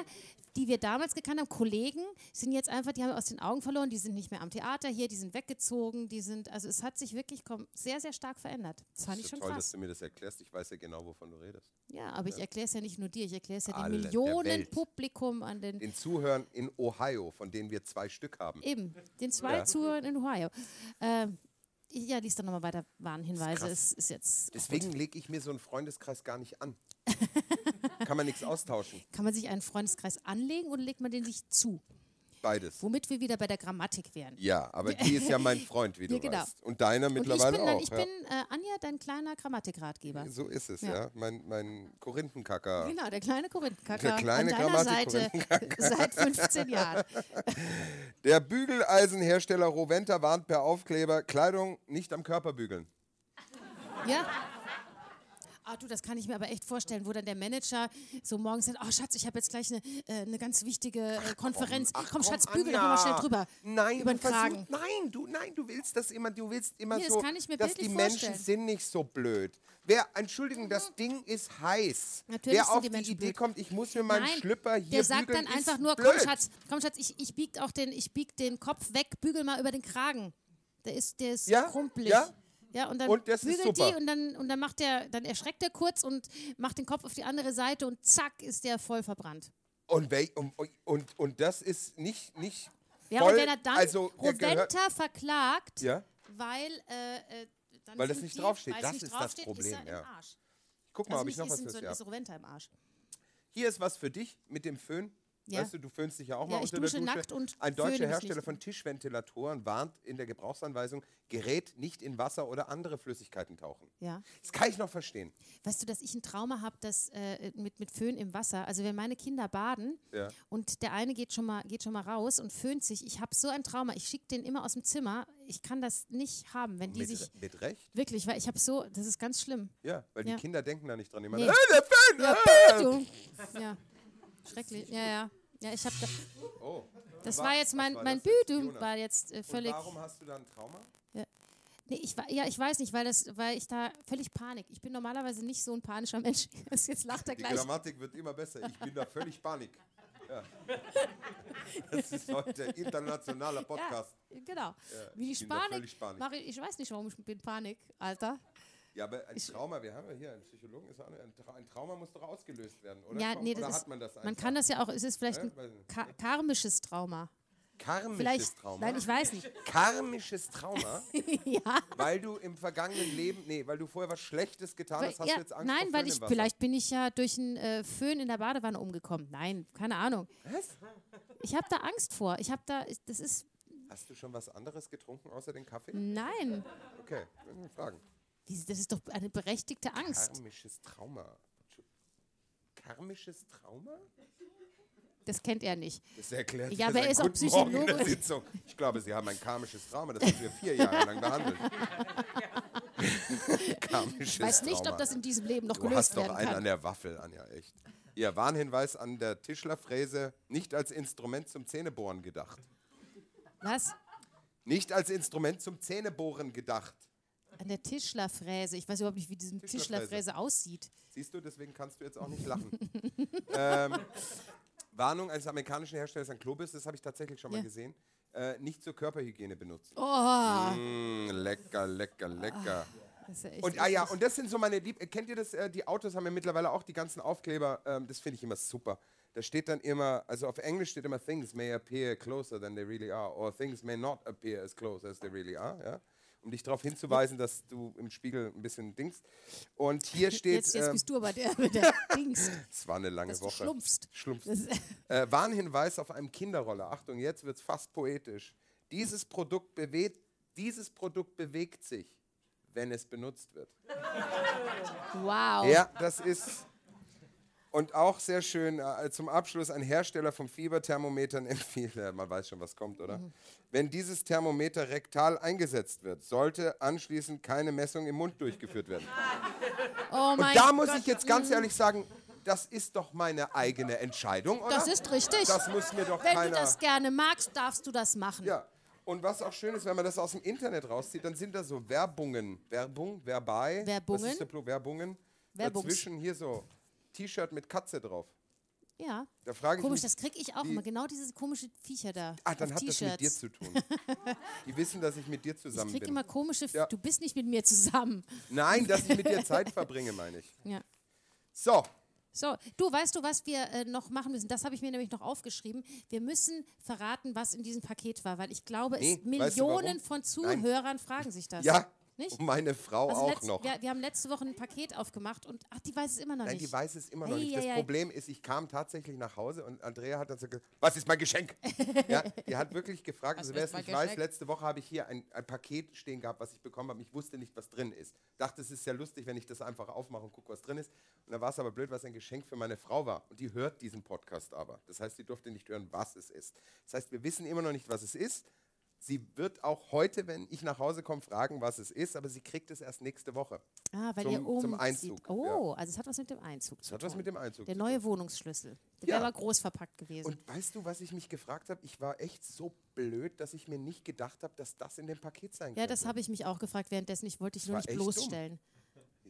S4: die wir damals gekannt haben, Kollegen, sind jetzt einfach, die haben wir aus den Augen verloren, die sind nicht mehr am Theater hier, die sind weggezogen, die sind, also es hat sich wirklich kom- sehr, sehr stark verändert. Das fand
S2: Ist
S4: ich
S2: so
S4: schon
S2: toll, dass
S4: krass.
S2: du mir das erklärst. Ich weiß ja genau, wovon du redest.
S4: Ja, aber ich erkläre es ja nicht nur dir, ich erkläre es ja
S2: Alle
S4: dem
S2: der
S4: Millionen
S2: Welt.
S4: Publikum an den
S2: Den Zuhörern in Ohio, von denen wir zwei Stück haben.
S4: Eben, den zwei
S2: Ja.
S4: Zuhörern in Ohio. Ähm, ja, lies doch nochmal weiter Warnhinweise.
S2: krass.
S4: Es ist jetzt.
S2: Deswegen lege ich mir so einen Freundeskreis gar nicht an. Kann man nichts austauschen.
S4: Kann man sich einen Freundeskreis anlegen oder legt man den sich zu?
S2: Beides.
S4: Womit wir wieder bei der Grammatik wären.
S2: Ja, aber die ist ja mein Freund, wie du
S4: Ja, genau.
S2: weißt. Und deiner
S4: Und ich bin,
S2: mittlerweile
S4: dann,
S2: auch.
S4: ich
S2: ja.
S4: bin äh, Anja, dein kleiner Grammatikratgeber.
S2: so ist es, ja.
S4: Ja.
S2: Mein, mein Korinthenkacker.
S4: Genau, der kleine Korinthenkacker
S2: Der kleine
S4: an deiner Seite seit 15 Jahren.
S2: Der Bügeleisenhersteller Roventa warnt per Aufkleber, Kleidung nicht am Körper bügeln.
S4: Ja. Ah, du, das kann ich mir aber echt vorstellen, wo dann der Manager so morgens sagt, oh Schatz, ich habe jetzt gleich eine äh, eine ganz wichtige äh, Konferenz. komm, Schatz, bügel doch nochmal schnell drüber.
S2: Nein,
S4: über
S2: du
S4: den Kragen.
S2: versuch- nein, du, nein, du willst das immer, du willst immer
S4: Nee, das
S2: so,
S4: kann ich mir
S2: dass die
S4: bildlich
S2: Menschen
S4: vorstellen.
S2: sind nicht so blöd. Wer, Entschuldigung, das Ding ist heiß.
S4: Natürlich
S2: Wer
S4: sind
S2: auf
S4: die
S2: die,
S4: Menschen
S2: Idee
S4: blöd.
S2: kommt, ich muss mir meinen
S4: Nein,
S2: Schlüpper hier
S4: der sagt
S2: bügeln,
S4: dann einfach
S2: ist
S4: nur,
S2: blöd.
S4: komm Schatz, komm Schatz, ich, ich bieg auch den, ich bieg den Kopf weg, bügel mal über den Kragen. Der ist, der ist
S2: Ja,
S4: krumpelig.
S2: ja.
S4: Ja, und dann
S2: Und das ist
S4: bügelt die
S2: super.
S4: und dann, und dann macht der, dann erschreckt er kurz und macht den Kopf auf die andere Seite und zack ist der voll verbrannt.
S2: Und, wel- und, und, und das ist nicht, nicht
S4: Ja,
S2: voll,
S4: und wenn er dann
S2: also, der gehört,
S4: Roventa verklagt,
S2: ja?
S4: weil äh, äh, dann
S2: Weil das
S4: sind
S2: nicht
S4: die,
S2: draufsteht.
S4: weil's
S2: Das
S4: nicht
S2: ist das
S4: draufsteht,
S2: Problem,
S4: Ist er
S2: ja.
S4: im Arsch.
S2: Guck mal,
S4: Also
S2: ob ich
S4: nicht
S2: noch
S4: ist,
S2: was
S4: ein-
S2: fürs
S4: ist Roventa im Arsch.
S2: Hier ist was für dich mit dem Föhn.
S4: Ja.
S2: Weißt du, du föhnst dich ja auch
S4: Ja,
S2: mal
S4: ich
S2: unter
S4: dusche
S2: der Dusche.
S4: nackt und
S2: Ein
S4: föhne
S2: deutscher
S4: mich
S2: Hersteller
S4: nicht.
S2: von Tischventilatoren warnt in der Gebrauchsanweisung, Gerät nicht in Wasser oder andere Flüssigkeiten tauchen.
S4: Ja.
S2: Das kann ich noch verstehen.
S4: Weißt du, dass ich ein Trauma habe, dass äh, mit, mit Föhn im Wasser, also wenn meine Kinder baden
S2: Ja.
S4: und der eine geht schon mal, geht schon mal raus und föhnt sich, ich habe so ein Trauma, ich schicke den immer aus dem Zimmer, ich kann das nicht haben, wenn die
S2: Mit,
S4: sich
S2: Re- mit Recht?
S4: wirklich, weil ich habe so, das ist ganz schlimm.
S2: Ja, weil
S4: Ja.
S2: die Kinder denken da nicht dran. Die
S4: Nee.
S2: meinen, äh, der Föhn!
S4: Ja,
S2: äh!
S4: du. ja. schrecklich, ja, ja. Ja, ich habe da,
S2: Oh.
S4: das
S2: Wa-
S4: war jetzt
S2: was
S4: mein,
S2: war
S4: mein
S2: das jetzt,
S4: Büdum
S2: Jonas?
S4: war jetzt äh, völlig.
S2: Und warum hast du da ein Trauma?
S4: Nee, ich, wa- ja, ich weiß nicht, weil, das, weil ich da völlig Panik. Ich bin normalerweise nicht so ein panischer Mensch. Also Jetzt lacht er
S2: Die
S4: gleich.
S2: Grammatik wird immer besser. Ich bin da völlig Panik. Ja. Das ist heute internationaler Podcast.
S4: Ja, genau. Wie
S2: ich bin
S4: ich
S2: da
S4: Panik,
S2: völlig Panik.
S4: Mach ich, ich weiß nicht, warum ich bin Panik, Alter.
S2: Ja, aber ein Trauma, wir haben ja hier einen Psychologen, ist ja auch- ein, Tra ein Trauma muss doch ausgelöst werden, oder?
S4: Ja,
S2: Komm,
S4: nee,
S2: oder
S4: das ist,
S2: hat man das einfach?
S4: man kann das ja auch, es ist vielleicht
S2: Ja, weiß
S4: ein
S2: nicht.
S4: ka karmisches Trauma.
S2: Karmisches
S4: Vielleicht,
S2: Trauma.
S4: nein, ich weiß nicht.
S2: Karmisches Trauma,
S4: ja,
S2: weil du im vergangenen Leben, nee, weil du vorher was Schlechtes getan Ah, hast, hast
S4: ja
S2: du jetzt Angst
S4: nein,
S2: vor
S4: weil
S2: Föhn
S4: ich,
S2: im Wasser.
S4: vielleicht bin ich ja durch einen äh, Föhn in der Badewanne umgekommen. Nein, keine Ahnung.
S2: Was?
S4: Ich habe da Angst vor. Ich habe da, ich- das ist,
S2: Hast du schon was anderes getrunken außer den Kaffee?
S4: Hm. nein.
S2: Okay, hm, Fragen.
S4: Diese- Das ist doch eine berechtigte Angst.
S2: Karmisches Trauma. Tschu- Karmisches Trauma?
S4: Das kennt er nicht.
S2: Das erklärt
S4: Ja, aber
S2: wer
S4: er ist auch
S2: In der
S4: Psychologe.
S2: Sitzung. Ich glaube, Sie haben ein karmisches Trauma, das haben wir vier Jahre lang behandelt. karmisches
S4: Ich weiß nicht,
S2: Trauma.
S4: ob das in diesem Leben noch
S2: Du
S4: gelöst
S2: hast doch
S4: werden
S2: einen an
S4: kann.
S2: der Waffel, Anja, echt. Ihr Warnhinweis an der Tischlerfräse, nicht als Instrument zum Zähnebohren gedacht.
S4: Was?
S2: Nicht als Instrument zum Zähnebohren gedacht.
S4: An der Tischlerfräse. Ich weiß überhaupt nicht, wie diese
S2: Tischlerfräse.
S4: Tischlerfräse aussieht.
S2: Siehst du, deswegen kannst du jetzt auch nicht lachen. ähm, Warnung eines amerikanischen Herstellers an Klobis, das habe ich tatsächlich schon mal
S4: Ja.
S2: gesehen. Äh, nicht zur Körperhygiene benutzen.
S4: Oh,
S2: Mm, lecker, lecker, lecker.
S4: das ist ja echt
S2: Und, ah ja,
S4: eklig.
S2: und das sind so meine Lieb... äh, Kennt ihr das? Äh, die Autos haben ja mittlerweile auch die ganzen Aufkleber. Ähm, das finde ich immer super. Da steht dann immer, also auf Englisch steht immer, things may appear closer than they really are. Or things may not appear as close as they really are. Ja? Um dich darauf hinzuweisen, dass du im Spiegel ein bisschen dingst. Und hier steht...
S4: jetzt, jetzt
S2: ähm,
S4: bist du aber der, der Dings,
S2: es war eine lange
S4: dass du
S2: Woche.
S4: schlumpfst.
S2: Schlumpf.
S4: Das,
S2: Äh, Warnhinweis auf einem Kinderroller. Achtung, jetzt wird es fast poetisch. Dieses Produkt, bewegt, dieses Produkt bewegt sich, wenn es benutzt wird.
S4: wow.
S2: Ja, das ist. Und auch sehr schön äh, zum Abschluss ein Hersteller von Fieberthermometern empfiehlt, ja, man weiß schon, was kommt, oder?
S4: Mhm.
S2: Wenn dieses Thermometer rektal eingesetzt wird, sollte anschließend keine Messung im Mund durchgeführt werden.
S4: Oh
S2: Und
S4: mein
S2: da muss
S4: Gott.
S2: ich jetzt ganz ehrlich sagen, das ist doch meine eigene Entscheidung, oder?
S4: Das ist richtig.
S2: Das muss mir doch
S4: Wenn
S2: keiner.
S4: du das gerne magst, darfst du das machen.
S2: Ja. Und was auch schön ist, wenn man das aus dem Internet rauszieht, dann sind da so Werbungen. Werbung, Werbei.
S4: Werbungen?
S2: Was ist der Plu Werbungen.
S4: Werbungs.
S2: Dazwischen hier so T-Shirt mit Katze drauf.
S4: Ja.
S2: Da frage ich
S4: Komisch,
S2: mich,
S4: das krieg ich auch
S2: Wie-
S4: immer. Genau diese komische Viecher da.
S2: ah, dann
S4: auf
S2: hat das mit dir
S4: T-Shirts.
S2: zu tun. Die wissen, dass ich mit dir
S4: Ich
S2: zusammen
S4: krieg
S2: bin.
S4: immer komische. F
S2: Ja.
S4: Du bist nicht mit mir zusammen.
S2: Nein, dass ich mit dir Zeit verbringe, meine ich.
S4: Ja.
S2: So,
S4: So, du, weißt du, was wir äh, noch machen müssen? Das habe ich mir nämlich noch aufgeschrieben. Wir müssen verraten, was in diesem Paket war, weil ich glaube,
S2: Nee,
S4: es
S2: weißt du
S4: Millionen
S2: warum?
S4: von Zuhörern fragen sich das.
S2: ja,
S4: Nicht?
S2: und meine Frau
S4: Also
S2: auch
S4: letzt-
S2: noch.
S4: Wir, wir haben letzte Woche ein Paket aufgemacht und ach, die weiß es immer noch
S2: Nein,
S4: nicht.
S2: die weiß es immer noch nicht. Das
S4: Eieiei.
S2: Problem ist, ich kam tatsächlich nach Hause und Andrea hat dann so gesagt, was ist mein Geschenk? ja, die hat wirklich gefragt, also wer es
S4: ist mein
S2: nicht weiß,
S4: Geschenk?
S2: letzte Woche habe ich hier ein, ein Paket stehen gehabt, was ich bekommen habe. Ich wusste nicht, was drin ist. Dachte, es ist ja lustig, wenn ich das einfach aufmache und gucke, was drin ist. Und dann war es aber blöd, was ein Geschenk für meine Frau war. Und die hört diesen Podcast aber. Das heißt, sie durfte nicht hören, was es ist. Das heißt, wir wissen immer noch nicht, was es ist. Sie wird auch heute, wenn ich nach Hause komme, fragen, was es ist, aber sie kriegt es erst nächste Woche.
S4: ah, weil
S2: zum-
S4: ihr
S2: zum
S4: umzieht.
S2: Einzug,
S4: Oh, also es hat was mit dem Einzug
S2: Das
S4: zu
S2: hat was
S4: tun.
S2: mit dem Einzug
S4: Der
S2: zu tun.
S4: neue Wohnungsschlüssel. Der
S2: Ja.
S4: wäre aber groß verpackt gewesen.
S2: Und weißt du, was ich mich gefragt habe? Ich war echt so blöd, dass ich mir nicht gedacht habe, dass das in dem Paket sein
S4: ja,
S2: könnte.
S4: das habe ich mich auch gefragt währenddessen. Ich wollte dich nur
S2: war
S4: nicht
S2: echt dumm.
S4: bloßstellen.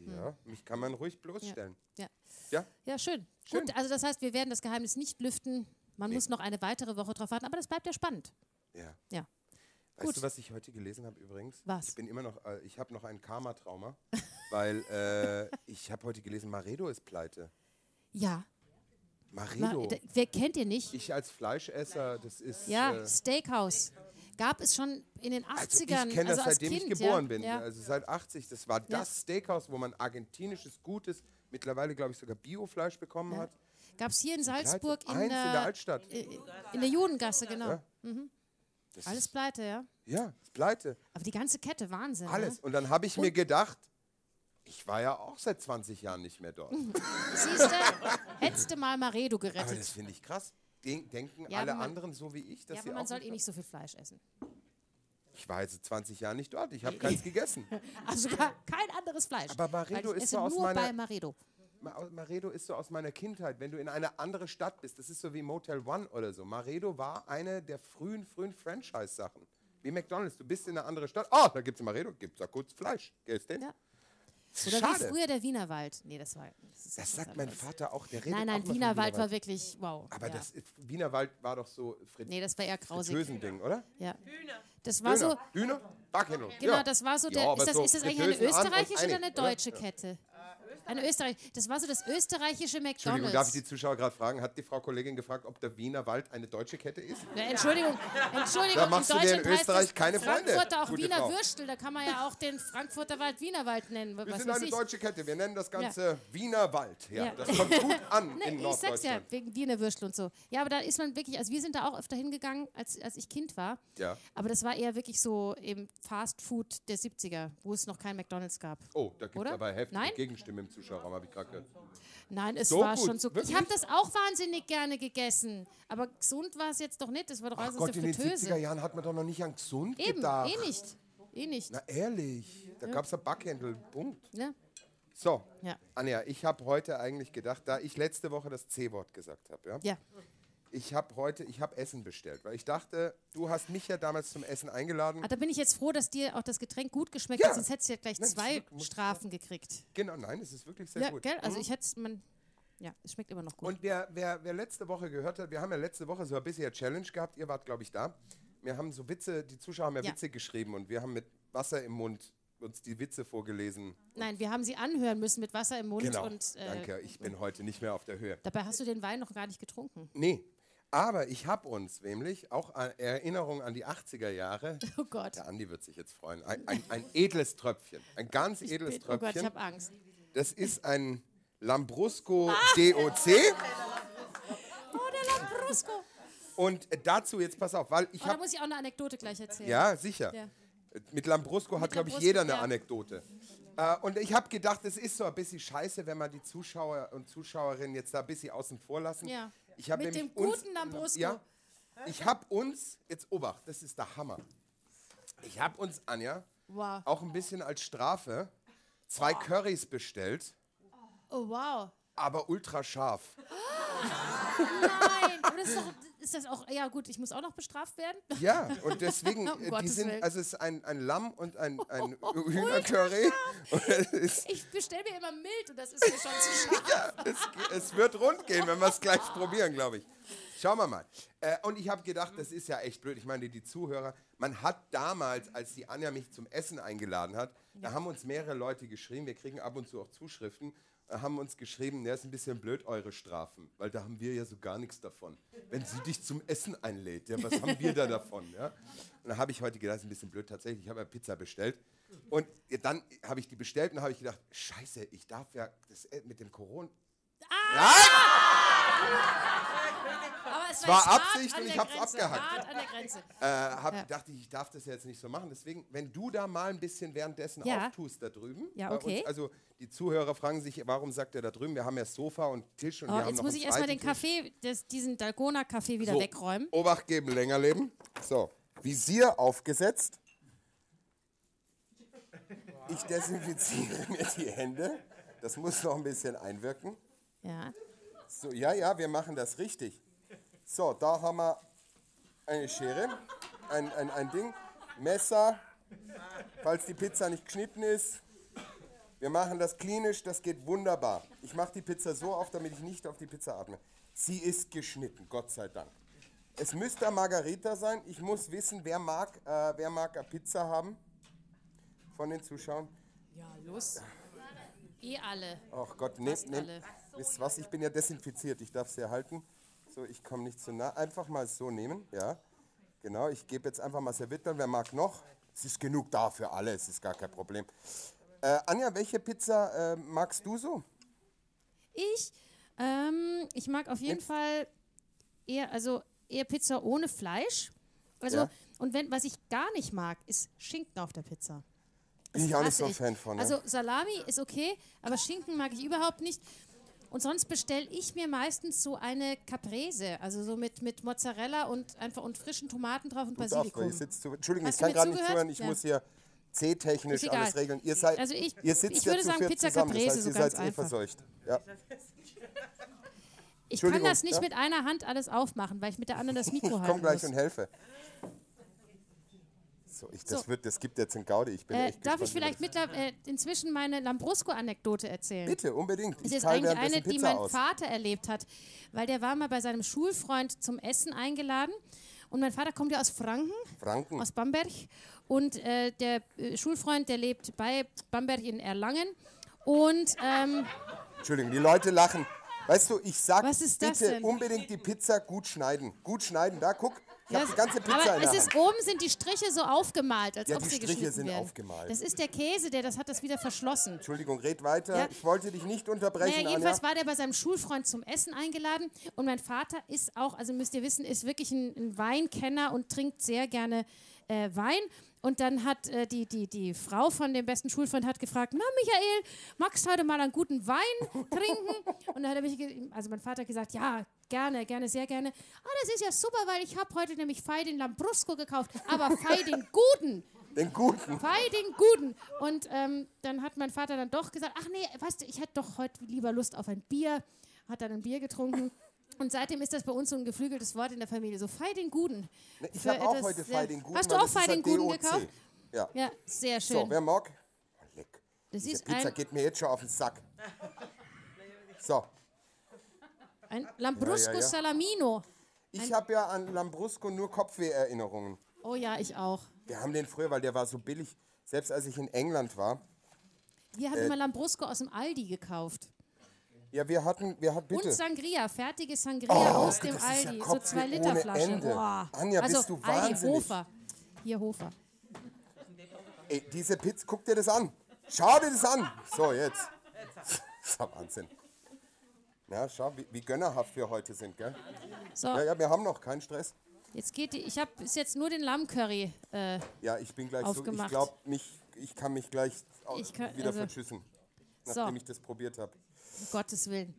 S2: Ja, mich kann man ruhig bloßstellen.
S4: Hm. Ja.
S2: Ja.
S4: Ja, schön.
S2: Schön.
S4: Gut, also das heißt, wir werden das Geheimnis nicht lüften. Man muss noch eine weitere Woche drauf warten, aber das bleibt ja spannend.
S2: Ja.
S4: Ja.
S2: Weißt
S4: Gut.
S2: du, was ich heute gelesen habe übrigens?
S4: Was?
S2: Ich bin immer noch, äh, ich habe noch ein Karma-Trauma, weil äh, ich habe heute gelesen, Maredo ist pleite.
S4: Ja. Ma-
S2: Maredo.
S4: d- Wer kennt ihr nicht?
S2: Ich als Fleischesser, das ist.
S4: ja,
S2: äh,
S4: Steakhouse. Gab es schon in den 80ern.
S2: also ich kenne das,
S4: also als
S2: seitdem
S4: kind,
S2: ich geboren
S4: ja,
S2: bin.
S4: Ja.
S2: Also seit 80. Das war das Steakhouse, wo man argentinisches, gutes, mittlerweile glaube ich sogar Biofleisch bekommen hat.
S4: Gab es hier in Salzburg in
S2: Eins in der
S4: der,
S2: Altstadt.
S4: äh, in der Judengasse, genau.
S2: Ja.
S4: Mhm.
S2: Das
S4: Alles
S2: ist-
S4: pleite, ja.
S2: Ja, ist pleite.
S4: Aber die ganze Kette, Wahnsinn.
S2: Alles.
S4: Ne?
S2: Und dann habe ich mir gedacht, ich war ja auch seit 20 Jahren nicht mehr dort.
S4: Mhm. Siehst du, hättest du mal Maredo
S2: Aber das
S4: gerettet.
S2: finde ich krass. Den, denken
S4: Ja,
S2: alle
S4: aber man-
S2: anderen so wie ich, dass
S4: Ja,
S2: sie
S4: aber
S2: auch
S4: man soll
S2: nicht-
S4: eh nicht so viel Fleisch essen.
S2: Ich war jetzt 20 Jahre nicht dort. Ich habe keins gegessen.
S4: Also gar kein anderes Fleisch.
S2: Aber Maredo
S4: weil
S2: ist
S4: ich esse
S2: so aus
S4: nur
S2: meiner-
S4: bei Maredo.
S2: Ma- aus- Maredo ist so aus meiner Kindheit, wenn du in eine andere Stadt bist. Das ist so wie Motel One oder so. Maredo war eine der frühen, frühen Franchise-Sachen. Wie McDonalds. Du bist in eine andere Stadt. Ah, da gibt es Maredo. Gibt es da kurz Fleisch. Gehst den?
S4: Ja.
S2: Das ist
S4: Oder wie
S2: Schade.
S4: früher der Wienerwald. Nee, das war. Das, ist
S2: Das
S4: was
S2: sagt mein
S4: anderes.
S2: Vater auch. Der redet
S4: Nein,
S2: auch
S4: nein,
S2: mal von
S4: Wienerwald war
S2: Wienerwald.
S4: wirklich wow.
S2: Aber
S4: ja.
S2: das ist- Wienerwald war doch so Fritz.
S4: Nee, das war eher grausig.
S2: Fritösen-Ding, oder?
S4: Ja. Das war so,
S2: Döner. Döner? Backhändler.
S4: genau,
S2: ja.
S4: das war so
S2: Ja,
S4: der.
S2: aber
S4: ist, das,
S2: so
S4: ist das
S2: mit
S4: eigentlich eine
S2: Dösen an und
S4: österreichische oder eine
S2: einig, oder?
S4: deutsche Kette? Eine österreichische. Das war so das österreichische
S2: Entschuldigung, darf ich
S4: McDonalds.
S2: die Zuschauer gerade fragen? Hat die Frau Kollegin gefragt, ob der Wienerwald eine deutsche Kette ist?
S4: Na, Entschuldigung, Entschuldigung.
S2: Da machst
S4: in
S2: du dir in
S4: Deutschland heißt
S2: Österreich
S4: das
S2: keine Freunde,
S4: Frankfurter auch
S2: gute
S4: Wiener
S2: Frau.
S4: Würstel, da kann man ja auch den Frankfurter Wald Wienerwald nennen.
S2: Wir
S4: was
S2: sind
S4: weiß
S2: eine
S4: ich.
S2: deutsche Kette. Wir nennen das Ganze Wienerwald. Ja,
S4: Ja.
S2: Das kommt gut an
S4: Ne,
S2: in
S4: ich sag's ja,
S2: Norddeutschland.
S4: wegen Wiener Würstel und so. Ja, aber da ist man wirklich, also wir sind da auch öfter hingegangen, als, als ich Kind war.
S2: Ja.
S4: Aber das war eher wirklich so eben Fast Food der 70er, wo es noch kein McDonalds gab.
S2: Oh, da gibt es
S4: Oder?
S2: aber heftige
S4: Nein?
S2: Gegenstimmen im Zuschauerraum, habe ich gerade gehört.
S4: Nein, es
S2: So
S4: war
S2: gut,
S4: schon so.
S2: wirklich?
S4: Ich habe das auch wahnsinnig gerne gegessen. Aber gesund war es jetzt doch nicht. Das war doch
S2: Ach
S4: alles aus
S2: Gott,
S4: der
S2: in den 70er
S4: Fritteuse.
S2: Jahren hat man doch noch nicht an gesund
S4: Eben,
S2: gedacht.
S4: eh nicht. Eh nicht.
S2: Na ehrlich, da gab es ein Backhändel. Punkt.
S4: Ne?
S2: So,
S4: Ja.
S2: Anja, ich habe heute eigentlich gedacht, da ich letzte Woche das C-Wort gesagt habe, ja?
S4: Ja.
S2: Ich habe heute, ich habe Essen bestellt, weil ich dachte, du hast mich ja damals zum Essen eingeladen.
S4: Ah, da bin ich jetzt froh, dass dir auch das Getränk gut geschmeckt
S2: Ja.
S4: hat, sonst hättest du ja gleich
S2: Nein,
S4: zwei
S2: zurück muss-
S4: Strafen gekriegt.
S2: Genau, nein, es ist wirklich sehr
S4: Ja,
S2: gut.
S4: gell? Also
S2: Mhm.
S4: ich hätte man. Ja, es schmeckt immer noch gut.
S2: Und wer, wer, wer letzte Woche gehört hat, wir haben ja letzte Woche so ein bisschen eine Challenge gehabt, ihr wart, glaube ich, da. Wir haben so Witze, die Zuschauer haben ja,
S4: Ja.
S2: Witze geschrieben und wir haben mit Wasser im Mund uns die Witze vorgelesen.
S4: Nein, wir haben sie anhören müssen mit Wasser im Mund
S2: genau.
S4: und äh,
S2: Danke, ich bin heute nicht mehr auf der Höhe.
S4: dabei hast du den Wein noch gar nicht getrunken.
S2: Nee, aber ich habe uns nämlich auch an Erinnerung an die 80er Jahre.
S4: Oh Gott.
S2: Der Andi wird sich jetzt freuen. Ein, ein, ein edles Tröpfchen, ein ganz edles
S4: oh Gott, ich
S2: Tröpfchen.
S4: habe Angst. Ah.
S2: Das ist ein Lambrusco DOC.
S4: Oh, der Lambrusco.
S2: Und dazu jetzt pass auf, weil ich
S4: Oh, da
S2: habe
S4: muss ich auch eine Anekdote gleich erzählen.
S2: ja sicher.
S4: Ja.
S2: Mit Lambrusco hat,
S4: Mit
S2: glaube ich,
S4: Lambrusco,
S2: jeder eine
S4: ja.
S2: Anekdote. Äh, und ich habe gedacht, es ist so ein bisschen scheiße, wenn man die Zuschauer und Zuschauerinnen jetzt da ein bisschen außen vor lassen.
S4: Ja.
S2: Ich hab
S4: Mit
S2: nämlich
S4: dem
S2: uns-
S4: guten Lambrusco.
S2: Ja, ich habe uns, jetzt Obacht, das ist der Hammer. Ich habe uns, Anja,
S4: Wow.
S2: auch ein bisschen als Strafe zwei Currys bestellt,
S4: Oh, wow.
S2: aber ultra scharf.
S4: Nein. Aber das ist, doch, ist das auch, ja gut, ich muss auch noch bestraft werden?
S2: Ja, und deswegen,
S4: Um
S2: äh, die
S4: Gottes
S2: sind,
S4: Willen.
S2: also es ist ein, ein Lamm und ein, ein Hühnercurry. Und es, ist,
S4: Ich bestelle mir immer mild und das ist mir schon zu scharf.
S2: es, es wird rund gehen, wenn wir es gleich probieren, glaube ich. Schauen wir mal. Äh, und ich habe gedacht, das ist ja echt blöd. Ich meine, die Zuhörer, man hat damals, als die Anja mich zum Essen eingeladen hat, da haben uns mehrere Leute geschrieben, wir kriegen ab und zu auch Zuschriften, äh, haben uns geschrieben, der ist ein bisschen blöd, eure Strafen, weil da haben wir ja so gar nichts davon. Wenn sie dich zum Essen einlädt, ja, was haben wir da davon? Ja? Und da habe ich heute gedacht, ist ein bisschen blöd tatsächlich, ich habe ja Pizza bestellt. Und dann habe ich die bestellt und habe ich gedacht, scheiße, ich darf ja das äh, mit dem Corona...
S4: Aber es
S2: war
S4: jetzt hart
S2: Absicht
S4: an
S2: und
S4: der
S2: ich hab's
S4: Grenze,
S2: abgehackt.
S4: Hart an der Grenze.
S2: äh, hab,
S4: Ja.
S2: dachte ich, ich darf das jetzt nicht so machen. Deswegen, wenn du da mal ein bisschen währenddessen
S4: Ja.
S2: auftust da drüben.
S4: Ja,
S2: bei
S4: okay.
S2: Uns, also die Zuhörer fragen sich, warum sagt er da drüben? Wir haben ja Sofa und Tisch und wir
S4: Oh,
S2: haben
S4: jetzt
S2: noch
S4: muss
S2: einen
S4: ich erstmal den
S2: zweiten Tisch.
S4: Kaffee, das, diesen Dalgona-Kaffee wieder
S2: So,
S4: wegräumen.
S2: Obacht geben, länger leben. So, Visier aufgesetzt. Ich desinfiziere mir die Hände. Das muss noch ein bisschen einwirken.
S4: Ja.
S2: So, ja, ja, wir machen das richtig. So, da haben wir eine Schere, ein, ein, ein Ding, Messer, falls die Pizza nicht geschnitten ist. Wir machen das klinisch, das geht wunderbar. Ich mache die Pizza so auf, damit ich nicht auf die Pizza atme. Sie ist geschnitten, Gott sei Dank. Es müsste eine Margarita sein. Ich muss wissen, wer mag, äh, wer mag eine Pizza haben von den Zuschauern.
S4: Ja, los. Eh alle.
S2: Ach Gott, nehmt,
S4: Fast
S2: nehmt.
S4: alle.
S2: Wisst ihr was? Ich bin ja desinfiziert, ich darf es ja halten. So, ich komme nicht zu nah. Einfach mal so nehmen, ja. Genau, ich gebe jetzt einfach mal Servietten, wer mag noch? Es ist genug da für alle, es ist gar kein Problem. Äh, Anja, welche Pizza äh, magst du so?
S4: Ich? Ähm, ich mag auf jeden
S2: Nimmst-
S4: Fall eher, also eher Pizza ohne Fleisch. Also,
S2: Ja.
S4: und wenn, was ich gar nicht mag, ist Schinken auf der Pizza.
S2: Bin ich auch nicht
S4: hasse
S2: so ein
S4: ich.
S2: Fan von. Ne?
S4: Also Salami ist okay, aber Schinken mag ich überhaupt nicht. Und sonst bestelle ich mir meistens so eine Caprese, also so mit, mit Mozzarella und einfach und frischen Tomaten drauf und
S2: Gut auf, weil
S4: Basilikum.
S2: ich sitz zu, Entschuldigung,
S4: Hast
S2: ich
S4: du
S2: kann
S4: mir
S2: gerade nicht zuhören.
S4: zugehört?
S2: Ich
S4: Ja.
S2: muss hier C-technisch
S4: Ist egal.
S2: alles regeln. Ihr seid,
S4: Also ich-
S2: ihr sitzt
S4: ich
S2: ja
S4: würde
S2: zu
S4: sagen,
S2: viert
S4: Pizza
S2: zusammen. Das
S4: Caprese,
S2: heißt,
S4: so
S2: ihr
S4: ganz
S2: seid eh
S4: einfach.
S2: verseucht. Ja.
S4: Ich kann
S2: Entschuldigung,
S4: das nicht
S2: ja?
S4: mit einer Hand alles aufmachen, weil ich mit der anderen das Mikro
S2: Ich
S4: halten
S2: komme gleich
S4: muss. Äh,
S2: und helfe. So, ich, das,
S4: So.
S2: Wird, das gibt jetzt einen Gaudi. Ich bin
S4: Äh,
S2: echt
S4: darf
S2: gespannt,
S4: ich
S2: wie
S4: vielleicht
S2: das-
S4: mittler- äh, inzwischen meine Lambrusco-Anekdote erzählen?
S2: Bitte, unbedingt.
S4: Das
S2: Ich
S4: ist
S2: teile
S4: eigentlich
S2: währenddessen
S4: eine, die
S2: Pizza
S4: mein
S2: aus.
S4: Vater erlebt hat, weil der war mal bei seinem Schulfreund zum Essen eingeladen. Und mein Vater kommt ja aus Franken,
S2: Franken.
S4: aus Bamberg. Und äh, der äh, Schulfreund, der lebt bei Bamberg in Erlangen. Und ähm,
S2: Entschuldigung, die Leute lachen. Weißt du, ich sag,
S4: Was ist das
S2: bitte
S4: denn?
S2: unbedingt die Pizza gut schneiden. Gut schneiden, da guck. Ich habe
S4: das-
S2: die ganze Pizza
S4: aber
S2: in der
S4: es
S2: Hand.
S4: ist oben sind die Striche so aufgemalt, als
S2: Ja,
S4: ob
S2: die
S4: sie
S2: Striche
S4: geschnitten
S2: sind
S4: werden.
S2: aufgemalt.
S4: Das ist der Käse, der das hat das wieder verschlossen.
S2: Entschuldigung, red weiter.
S4: Ja.
S2: Ich wollte dich nicht unterbrechen,
S4: Naja,
S2: Anja.
S4: jedenfalls war der bei seinem Schulfreund zum Essen eingeladen und mein Vater ist auch, also müsst ihr wissen, ist wirklich ein, ein Weinkenner und trinkt sehr gerne äh, Wein. Und dann hat äh, die, die, die Frau von dem besten Schulfreund hat gefragt, na Michael, magst du heute mal einen guten Wein trinken? und dann hat er mich, ge- also mein Vater gesagt, ja, gerne, gerne, sehr gerne. Ah, das ist ja super, weil ich habe heute nämlich Fei den Lambrusco gekauft, aber Fei den guten.
S2: Den guten.
S4: Bei den Guten. Und ähm, dann hat mein Vater dann doch gesagt, ach nee, weißt du, ich hätte doch heute lieber Lust auf ein Bier. Hat dann ein Bier getrunken. Und seitdem ist das bei uns so ein geflügeltes Wort in der Familie. So fei den Guten.
S2: Ne, Ich
S4: Für
S2: habe auch
S4: etwas
S2: heute
S4: sehr-
S2: Fei den Guten.
S4: Hast du
S2: weil
S4: auch
S2: das ist
S4: Fei den
S2: ein
S4: Guten
S2: DOC.
S4: gekauft?
S2: Ja.
S4: Ja, sehr schön.
S2: So, wer mag? Oh, leck.
S4: das
S2: Diese
S4: ist
S2: Pizza
S4: ein,
S2: geht mir jetzt schon auf den Sack. So,
S4: ein Lambrusco
S2: Ja, Äh. ja, ja.
S4: Salamino.
S2: ich habe ja an Lambrusco nur Kopfweh-Erinnerungen.
S4: Oh ja, ich auch.
S2: Wir haben den früher, weil der war so billig. Selbst als ich in England war.
S4: Wir
S2: Äh.
S4: haben immer Lambrusco aus dem Aldi gekauft.
S2: Ja, wir hatten, wir hatten, bitte. Oh,
S4: Und Sangria, fertige Sangria aus dem
S2: das ist ja
S4: Aldi. so
S2: Kopfweh
S4: zwei Liter
S2: ohne
S4: Flasche.
S2: Ende.
S4: Boah.
S2: Anja,
S4: also
S2: bist du
S4: Aldi
S2: wahnsinnig.
S4: Hofer. Hier Hofer.
S2: Ey, diese Pizza, guck dir das an. Schau dir das an. So, jetzt. Das ist ja Wahnsinn. Ja, schau, wie, wie gönnerhaft wir heute sind, gell?
S4: So,
S2: Ja, ja, wir haben noch keinen Stress.
S4: Jetzt geht die, ich habe bis jetzt nur den Lammcurry. Äh,
S2: Ja, ich bin gleich so, ich
S4: Aufgemacht.
S2: glaube, mich, ich kann mich gleich au-
S4: Ich kann-
S2: wieder
S4: also-
S2: verschüssen,
S4: So.
S2: nachdem ich das probiert habe.
S4: um Gottes Willen.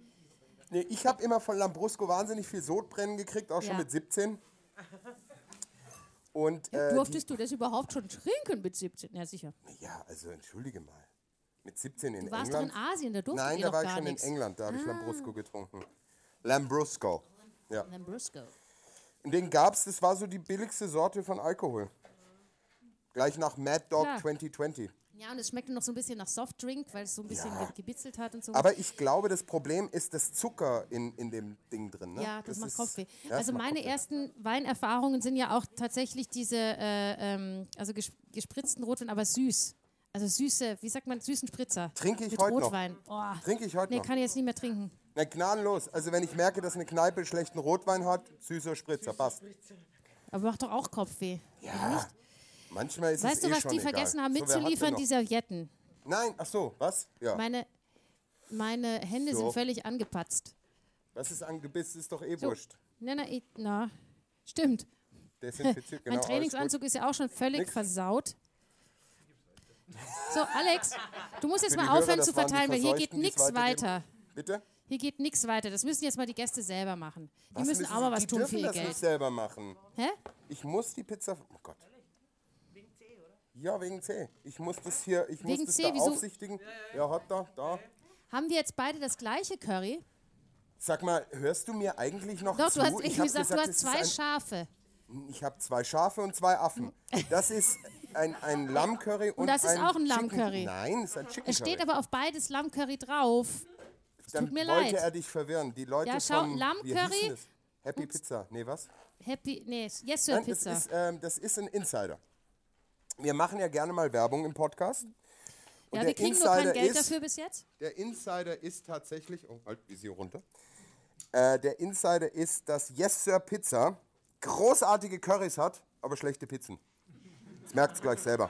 S2: Nee, ich habe immer von Lambrusco wahnsinnig viel Sodbrennen gekriegt, auch schon
S4: Ja.
S2: mit 17. Und äh,
S4: Durftest du das überhaupt schon trinken mit 17? Ja, sicher.
S2: die, ja, also entschuldige mal. Mit 17 in
S4: Du warst doch in
S2: England.
S4: Asien, da durftet
S2: Nein,
S4: ihr
S2: da
S4: doch
S2: war ich
S4: gar Ah.
S2: schon
S4: nichts.
S2: in England, da habe ich Lambrusco getrunken. Lambrusco. Ja.
S4: Lambrusco.
S2: Und den gab's, das war so die billigste Sorte von Alkohol. Gleich nach Mad Dog
S4: Klar.
S2: 2020.
S4: Ja, und es schmeckte noch so ein bisschen nach Softdrink, weil es so ein bisschen
S2: Ja.
S4: ge- gebitzelt hat und so.
S2: Aber ich glaube, das Problem ist das Zucker in, in dem Ding drin. Ne?
S4: ja, das, macht
S2: ist-
S4: Kopfweh.
S2: Ja, das
S4: also
S2: macht
S4: meine
S2: Kopfweh.
S4: ersten Weinerfahrungen sind ja auch tatsächlich diese, äh, ähm, also ges gespritzten Rotwein, aber süß. Also süße, wie sagt man, süßen Spritzer.
S2: Trinke ich
S4: mit
S2: heute noch.
S4: Rotwein. Oh.
S2: Trinke ich heute
S4: Nee,
S2: noch.
S4: kann ich jetzt nicht mehr trinken.
S2: Na, gnadenlos. Also wenn ich merke, dass eine Kneipe schlechten Rotwein hat, süßer Spritzer, passt.
S4: Aber macht doch auch Kopfweh.
S2: Ja. Manchmal ist es
S4: Weißt
S2: eh
S4: du, was
S2: schon
S4: die
S2: egal.
S4: vergessen haben
S2: So, wer hat denn
S4: mitzuliefern?
S2: noch?
S4: die Servietten.
S2: Nein, ach so, was? Ja.
S4: Meine, meine Hände
S2: So.
S4: sind völlig angepatzt.
S2: was ist angebiss, ist doch eh wurscht.
S4: Na, na, ich, na. Stimmt.
S2: Desinfiziert, genau.
S4: mein
S2: alles
S4: Trainingsanzug ist ja auch schon völlig
S2: Nix.
S4: versaut. So, Alex, du musst jetzt
S2: Für die
S4: mal
S2: Hörer,
S4: aufhören
S2: das
S4: zu
S2: waren die
S4: verteilen, weil hier geht
S2: Verseuchten, die's
S4: nichts weiter.
S2: weitergeben. Gut. Bitte?
S4: Hier geht nichts weiter. Das müssen jetzt mal die Gäste selber machen. Die
S2: Was
S4: müssen auch mal was
S2: die
S4: tun
S2: dürfen
S4: für ihr
S2: das
S4: Geld.
S2: nicht selber machen.
S4: Hä?
S2: Ich muss die Pizza. Oh Gott. Ja, wegen C. Ich muss das hier, ich
S4: Wegen
S2: muss das
S4: C,
S2: da
S4: wieso?
S2: aufsichtigen. Ja, hat da, da.
S4: Haben wir jetzt beide das gleiche Curry?
S2: Sag mal, hörst du mir eigentlich noch
S4: Doch,
S2: zu?
S4: du hast
S2: Ich
S4: irgendwie
S2: hab
S4: gesagt, du
S2: es
S4: hast
S2: ist
S4: zwei
S2: ein
S4: Schafe.
S2: Ich habe zwei Schafe und zwei Affen. Das ist ein, ein Lammcurry und,
S4: Und das ist
S2: ein
S4: auch
S2: Chicken-
S4: ein Lammcurry.
S2: Nein, es ist ein Chicken
S4: Es steht
S2: Curry.
S4: aber auf beides Lammcurry drauf.
S2: Dann
S4: tut mir
S2: wollte
S4: leid.
S2: er dich verwirren. Die Leute
S4: Ja, schau,
S2: vom, wie
S4: Lammcurry-
S2: hießen das? Happy Pizza. Nee, was?
S4: Happy, nee, Yes Sir
S2: Nein,
S4: Pizza.
S2: Das ist, ähm, das ist ein Insider. Wir machen ja gerne mal Werbung im Podcast. Und
S4: Ja,
S2: der
S4: wir kriegen
S2: Insider
S4: nur kein Geld
S2: ist,
S4: dafür bis jetzt.
S2: Der Insider ist tatsächlich. Oh, halt, wie sie runter. Äh, der Insider ist, dass Yes Sir Pizza großartige Currys hat, aber schlechte Pizzen. Das merkt es gleich selber.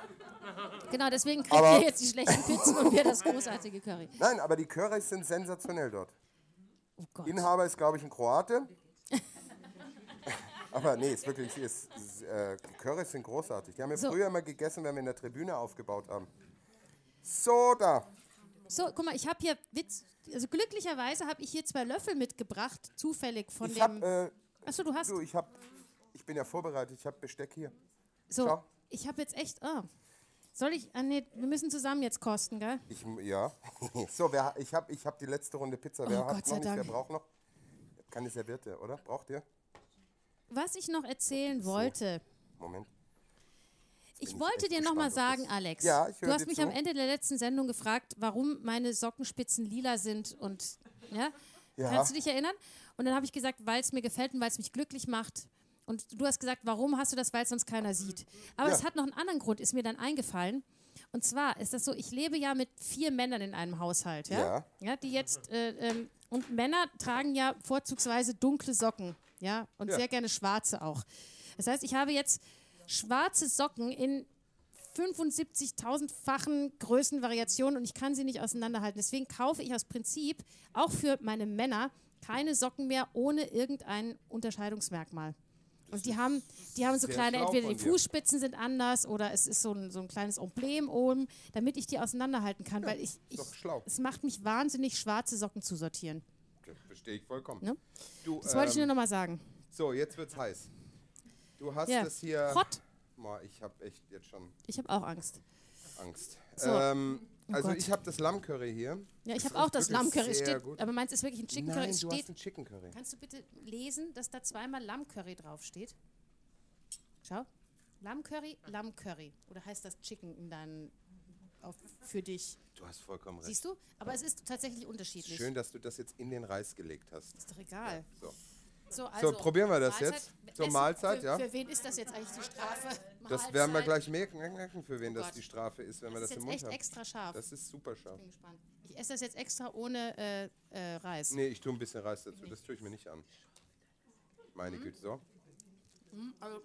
S4: Genau, deswegen kriegt
S2: Aber-
S4: ihr jetzt die schlechten Pizzen und wir das großartige Curry.
S2: Nein, aber die Currys sind sensationell dort.
S4: Oh Gott.
S2: Inhaber ist, glaube ich, ein Kroate. Aber nee, ist wirklich, ist, ist, äh, Currys sind großartig. Die haben wir
S4: So.
S2: früher immer gegessen, wenn wir in der Tribüne aufgebaut haben. Soda.
S4: So, guck mal, ich habe hier Witz. Also glücklicherweise habe ich hier zwei Löffel mitgebracht, zufällig von
S2: Ich
S4: dem.
S2: hab, äh,
S4: Achso, du hast.
S2: du, ich hab, ich bin ja vorbereitet, ich hab Besteck hier.
S4: so,
S2: schau.
S4: ich habe jetzt echt. ah. Soll ich? Ah, nee, wir müssen zusammen jetzt kosten, gell?
S2: Ich, ja. so, wer, ich hab, ich hab die letzte Runde Pizza. Wer
S4: Oh,
S2: hat
S4: Gott sei
S2: noch nicht, wer
S4: Dank.
S2: braucht noch? Kann es ja Wirte, oder? Braucht ihr?
S4: Was ich noch erzählen wollte.
S2: Moment.
S4: Ich
S2: bin ich
S4: wollte
S2: echt
S4: dir nochmal
S2: gespannt, ob
S4: sagen,
S2: das-
S4: Alex.
S2: Ja, ich
S4: du
S2: hör
S4: hast
S2: dir
S4: mich
S2: zu.
S4: am Ende der letzten Sendung gefragt, warum meine Sockenspitzen lila sind und ja,
S2: Ja.
S4: kannst du dich erinnern? Und dann habe ich gesagt, weil es mir gefällt und weil es mich glücklich macht. Und du hast gesagt, warum hast du das, weil es sonst keiner sieht. Aber
S2: Ja.
S4: es hat noch einen anderen Grund, ist mir dann eingefallen. Und zwar ist das so, ich lebe ja mit vier Männern in einem Haushalt, ja?
S2: Ja.
S4: die jetzt äh, ähm, und Männer tragen ja vorzugsweise dunkle Socken, ja, und
S2: Ja.
S4: sehr gerne schwarze auch. Das heißt, ich habe jetzt schwarze Socken in 75.000-fachen Größenvariationen und ich kann sie nicht auseinanderhalten. Deswegen kaufe ich aus Prinzip auch für meine Männer keine Socken mehr ohne irgendein Unterscheidungsmerkmal. Und die haben, die haben so
S2: sehr
S4: kleine,
S2: schlau
S4: entweder
S2: von
S4: die
S2: dir.
S4: Fußspitzen sind anders oder es ist so ein, so ein kleines Emblem oben, damit ich die auseinanderhalten kann, weil ich, ich
S2: doch schlau.
S4: es macht mich wahnsinnig, schwarze Socken zu sortieren.
S2: Das verstehe ich vollkommen.
S4: Ne?
S2: Du,
S4: Das wollte ich nur
S2: ähm,
S4: nochmal sagen.
S2: So, jetzt wird's heiß. Du hast
S4: Ja.
S2: das hier.
S4: Hot.
S2: Boah, ich habe echt jetzt schon
S4: Ich habe auch Angst.
S2: Angst.
S4: So. Oh
S2: Ähm, also
S4: Gott.
S2: ich habe das Lammcurry hier.
S4: Ja, ich
S2: Das
S4: habe auch
S2: ist
S4: das
S2: wirklich
S4: Lammcurry.
S2: sehr
S4: Steht,
S2: gut.
S4: aber meins ist wirklich ein Chicken Curry.
S2: Nein,
S4: Es
S2: du
S4: steht
S2: hast ein Chicken Curry.
S4: Kannst du bitte lesen, dass da zweimal Lammcurry draufsteht? Schau. Lammcurry, Lammcurry. Oder heißt das Chicken in deinen, auf, für dich?
S2: Du hast vollkommen recht.
S4: Siehst du? Aber es ist tatsächlich unterschiedlich.
S2: Schön, dass du das jetzt in den Reis gelegt hast.
S4: Ist doch egal.
S2: So.
S4: So, also,
S2: probieren wir das jetzt. So,
S4: Essen.
S2: Mahlzeit,
S4: für,
S2: ja.
S4: Für wen ist das jetzt eigentlich die Strafe?
S2: Das
S4: Mahlzeit.
S2: werden wir gleich merken, merken für wen
S4: Oh
S2: das
S4: Gott.
S2: die Strafe ist, wenn wir
S4: Das
S2: das, im
S4: ist jetzt
S2: Mund
S4: echt
S2: haben.
S4: extra scharf.
S2: Das ist super scharf.
S4: ich bin gespannt. Ich esse das jetzt extra ohne äh, äh, Reis.
S2: Nee, ich tue ein bisschen Reis dazu. Das tue ich mir nicht an. Meine
S4: Mhm.
S2: Güte, so.
S4: Also,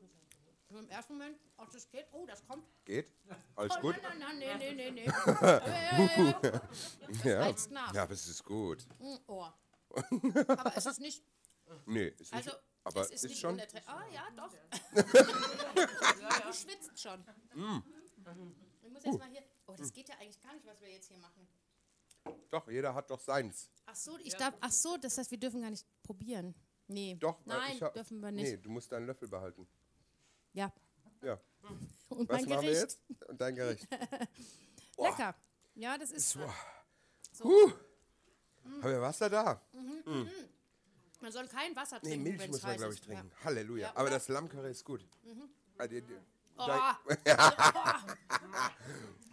S4: so im ersten Moment, auch das geht. Oh, das kommt.
S2: Geht? Alles
S4: Oh,
S2: gut?
S4: Nein, nein, nein, nee, nee, nee. nee.
S2: Ja.
S4: reizt nach.
S2: ja, aber es ist gut.
S4: Mm, Oh. Aber es ist nicht.
S2: Nee, ist
S4: Also,
S2: nicht, aber
S4: es ist, nicht
S2: schon.
S4: unerträglich. Ah, ja, doch. Du schwitzt schon. Ich muss jetzt mal hier. Oh, das geht ja eigentlich gar nicht, was wir jetzt hier machen.
S2: Doch, jeder hat doch seins.
S4: Ach so, ich darf. Ach so, das heißt, wir dürfen gar nicht probieren. Nee.
S2: Doch, weil
S4: Nein,
S2: ich hab-
S4: dürfen wir nicht.
S2: Nee, du musst deinen Löffel behalten.
S4: Ja.
S2: Ja.
S4: Und
S2: Was
S4: mein
S2: machen
S4: Mhm.
S2: wir
S4: Gericht.
S2: jetzt? Und dein Gericht.
S4: Lecker. Ja, das ist.
S2: Huh. Haben wir Wasser da?
S4: Man soll kein Wasser
S2: Nee,
S4: trinken.
S2: Milch
S4: wenn's
S2: muss man,
S4: heiß
S2: glaube
S4: ist.
S2: ich, trinken.
S4: Ja.
S2: Halleluja.
S4: Ja,
S2: Aber
S4: oder? Mhm.
S2: das Lammcurry ist gut. Ah, die- die-
S4: Oh,
S2: dein-
S4: das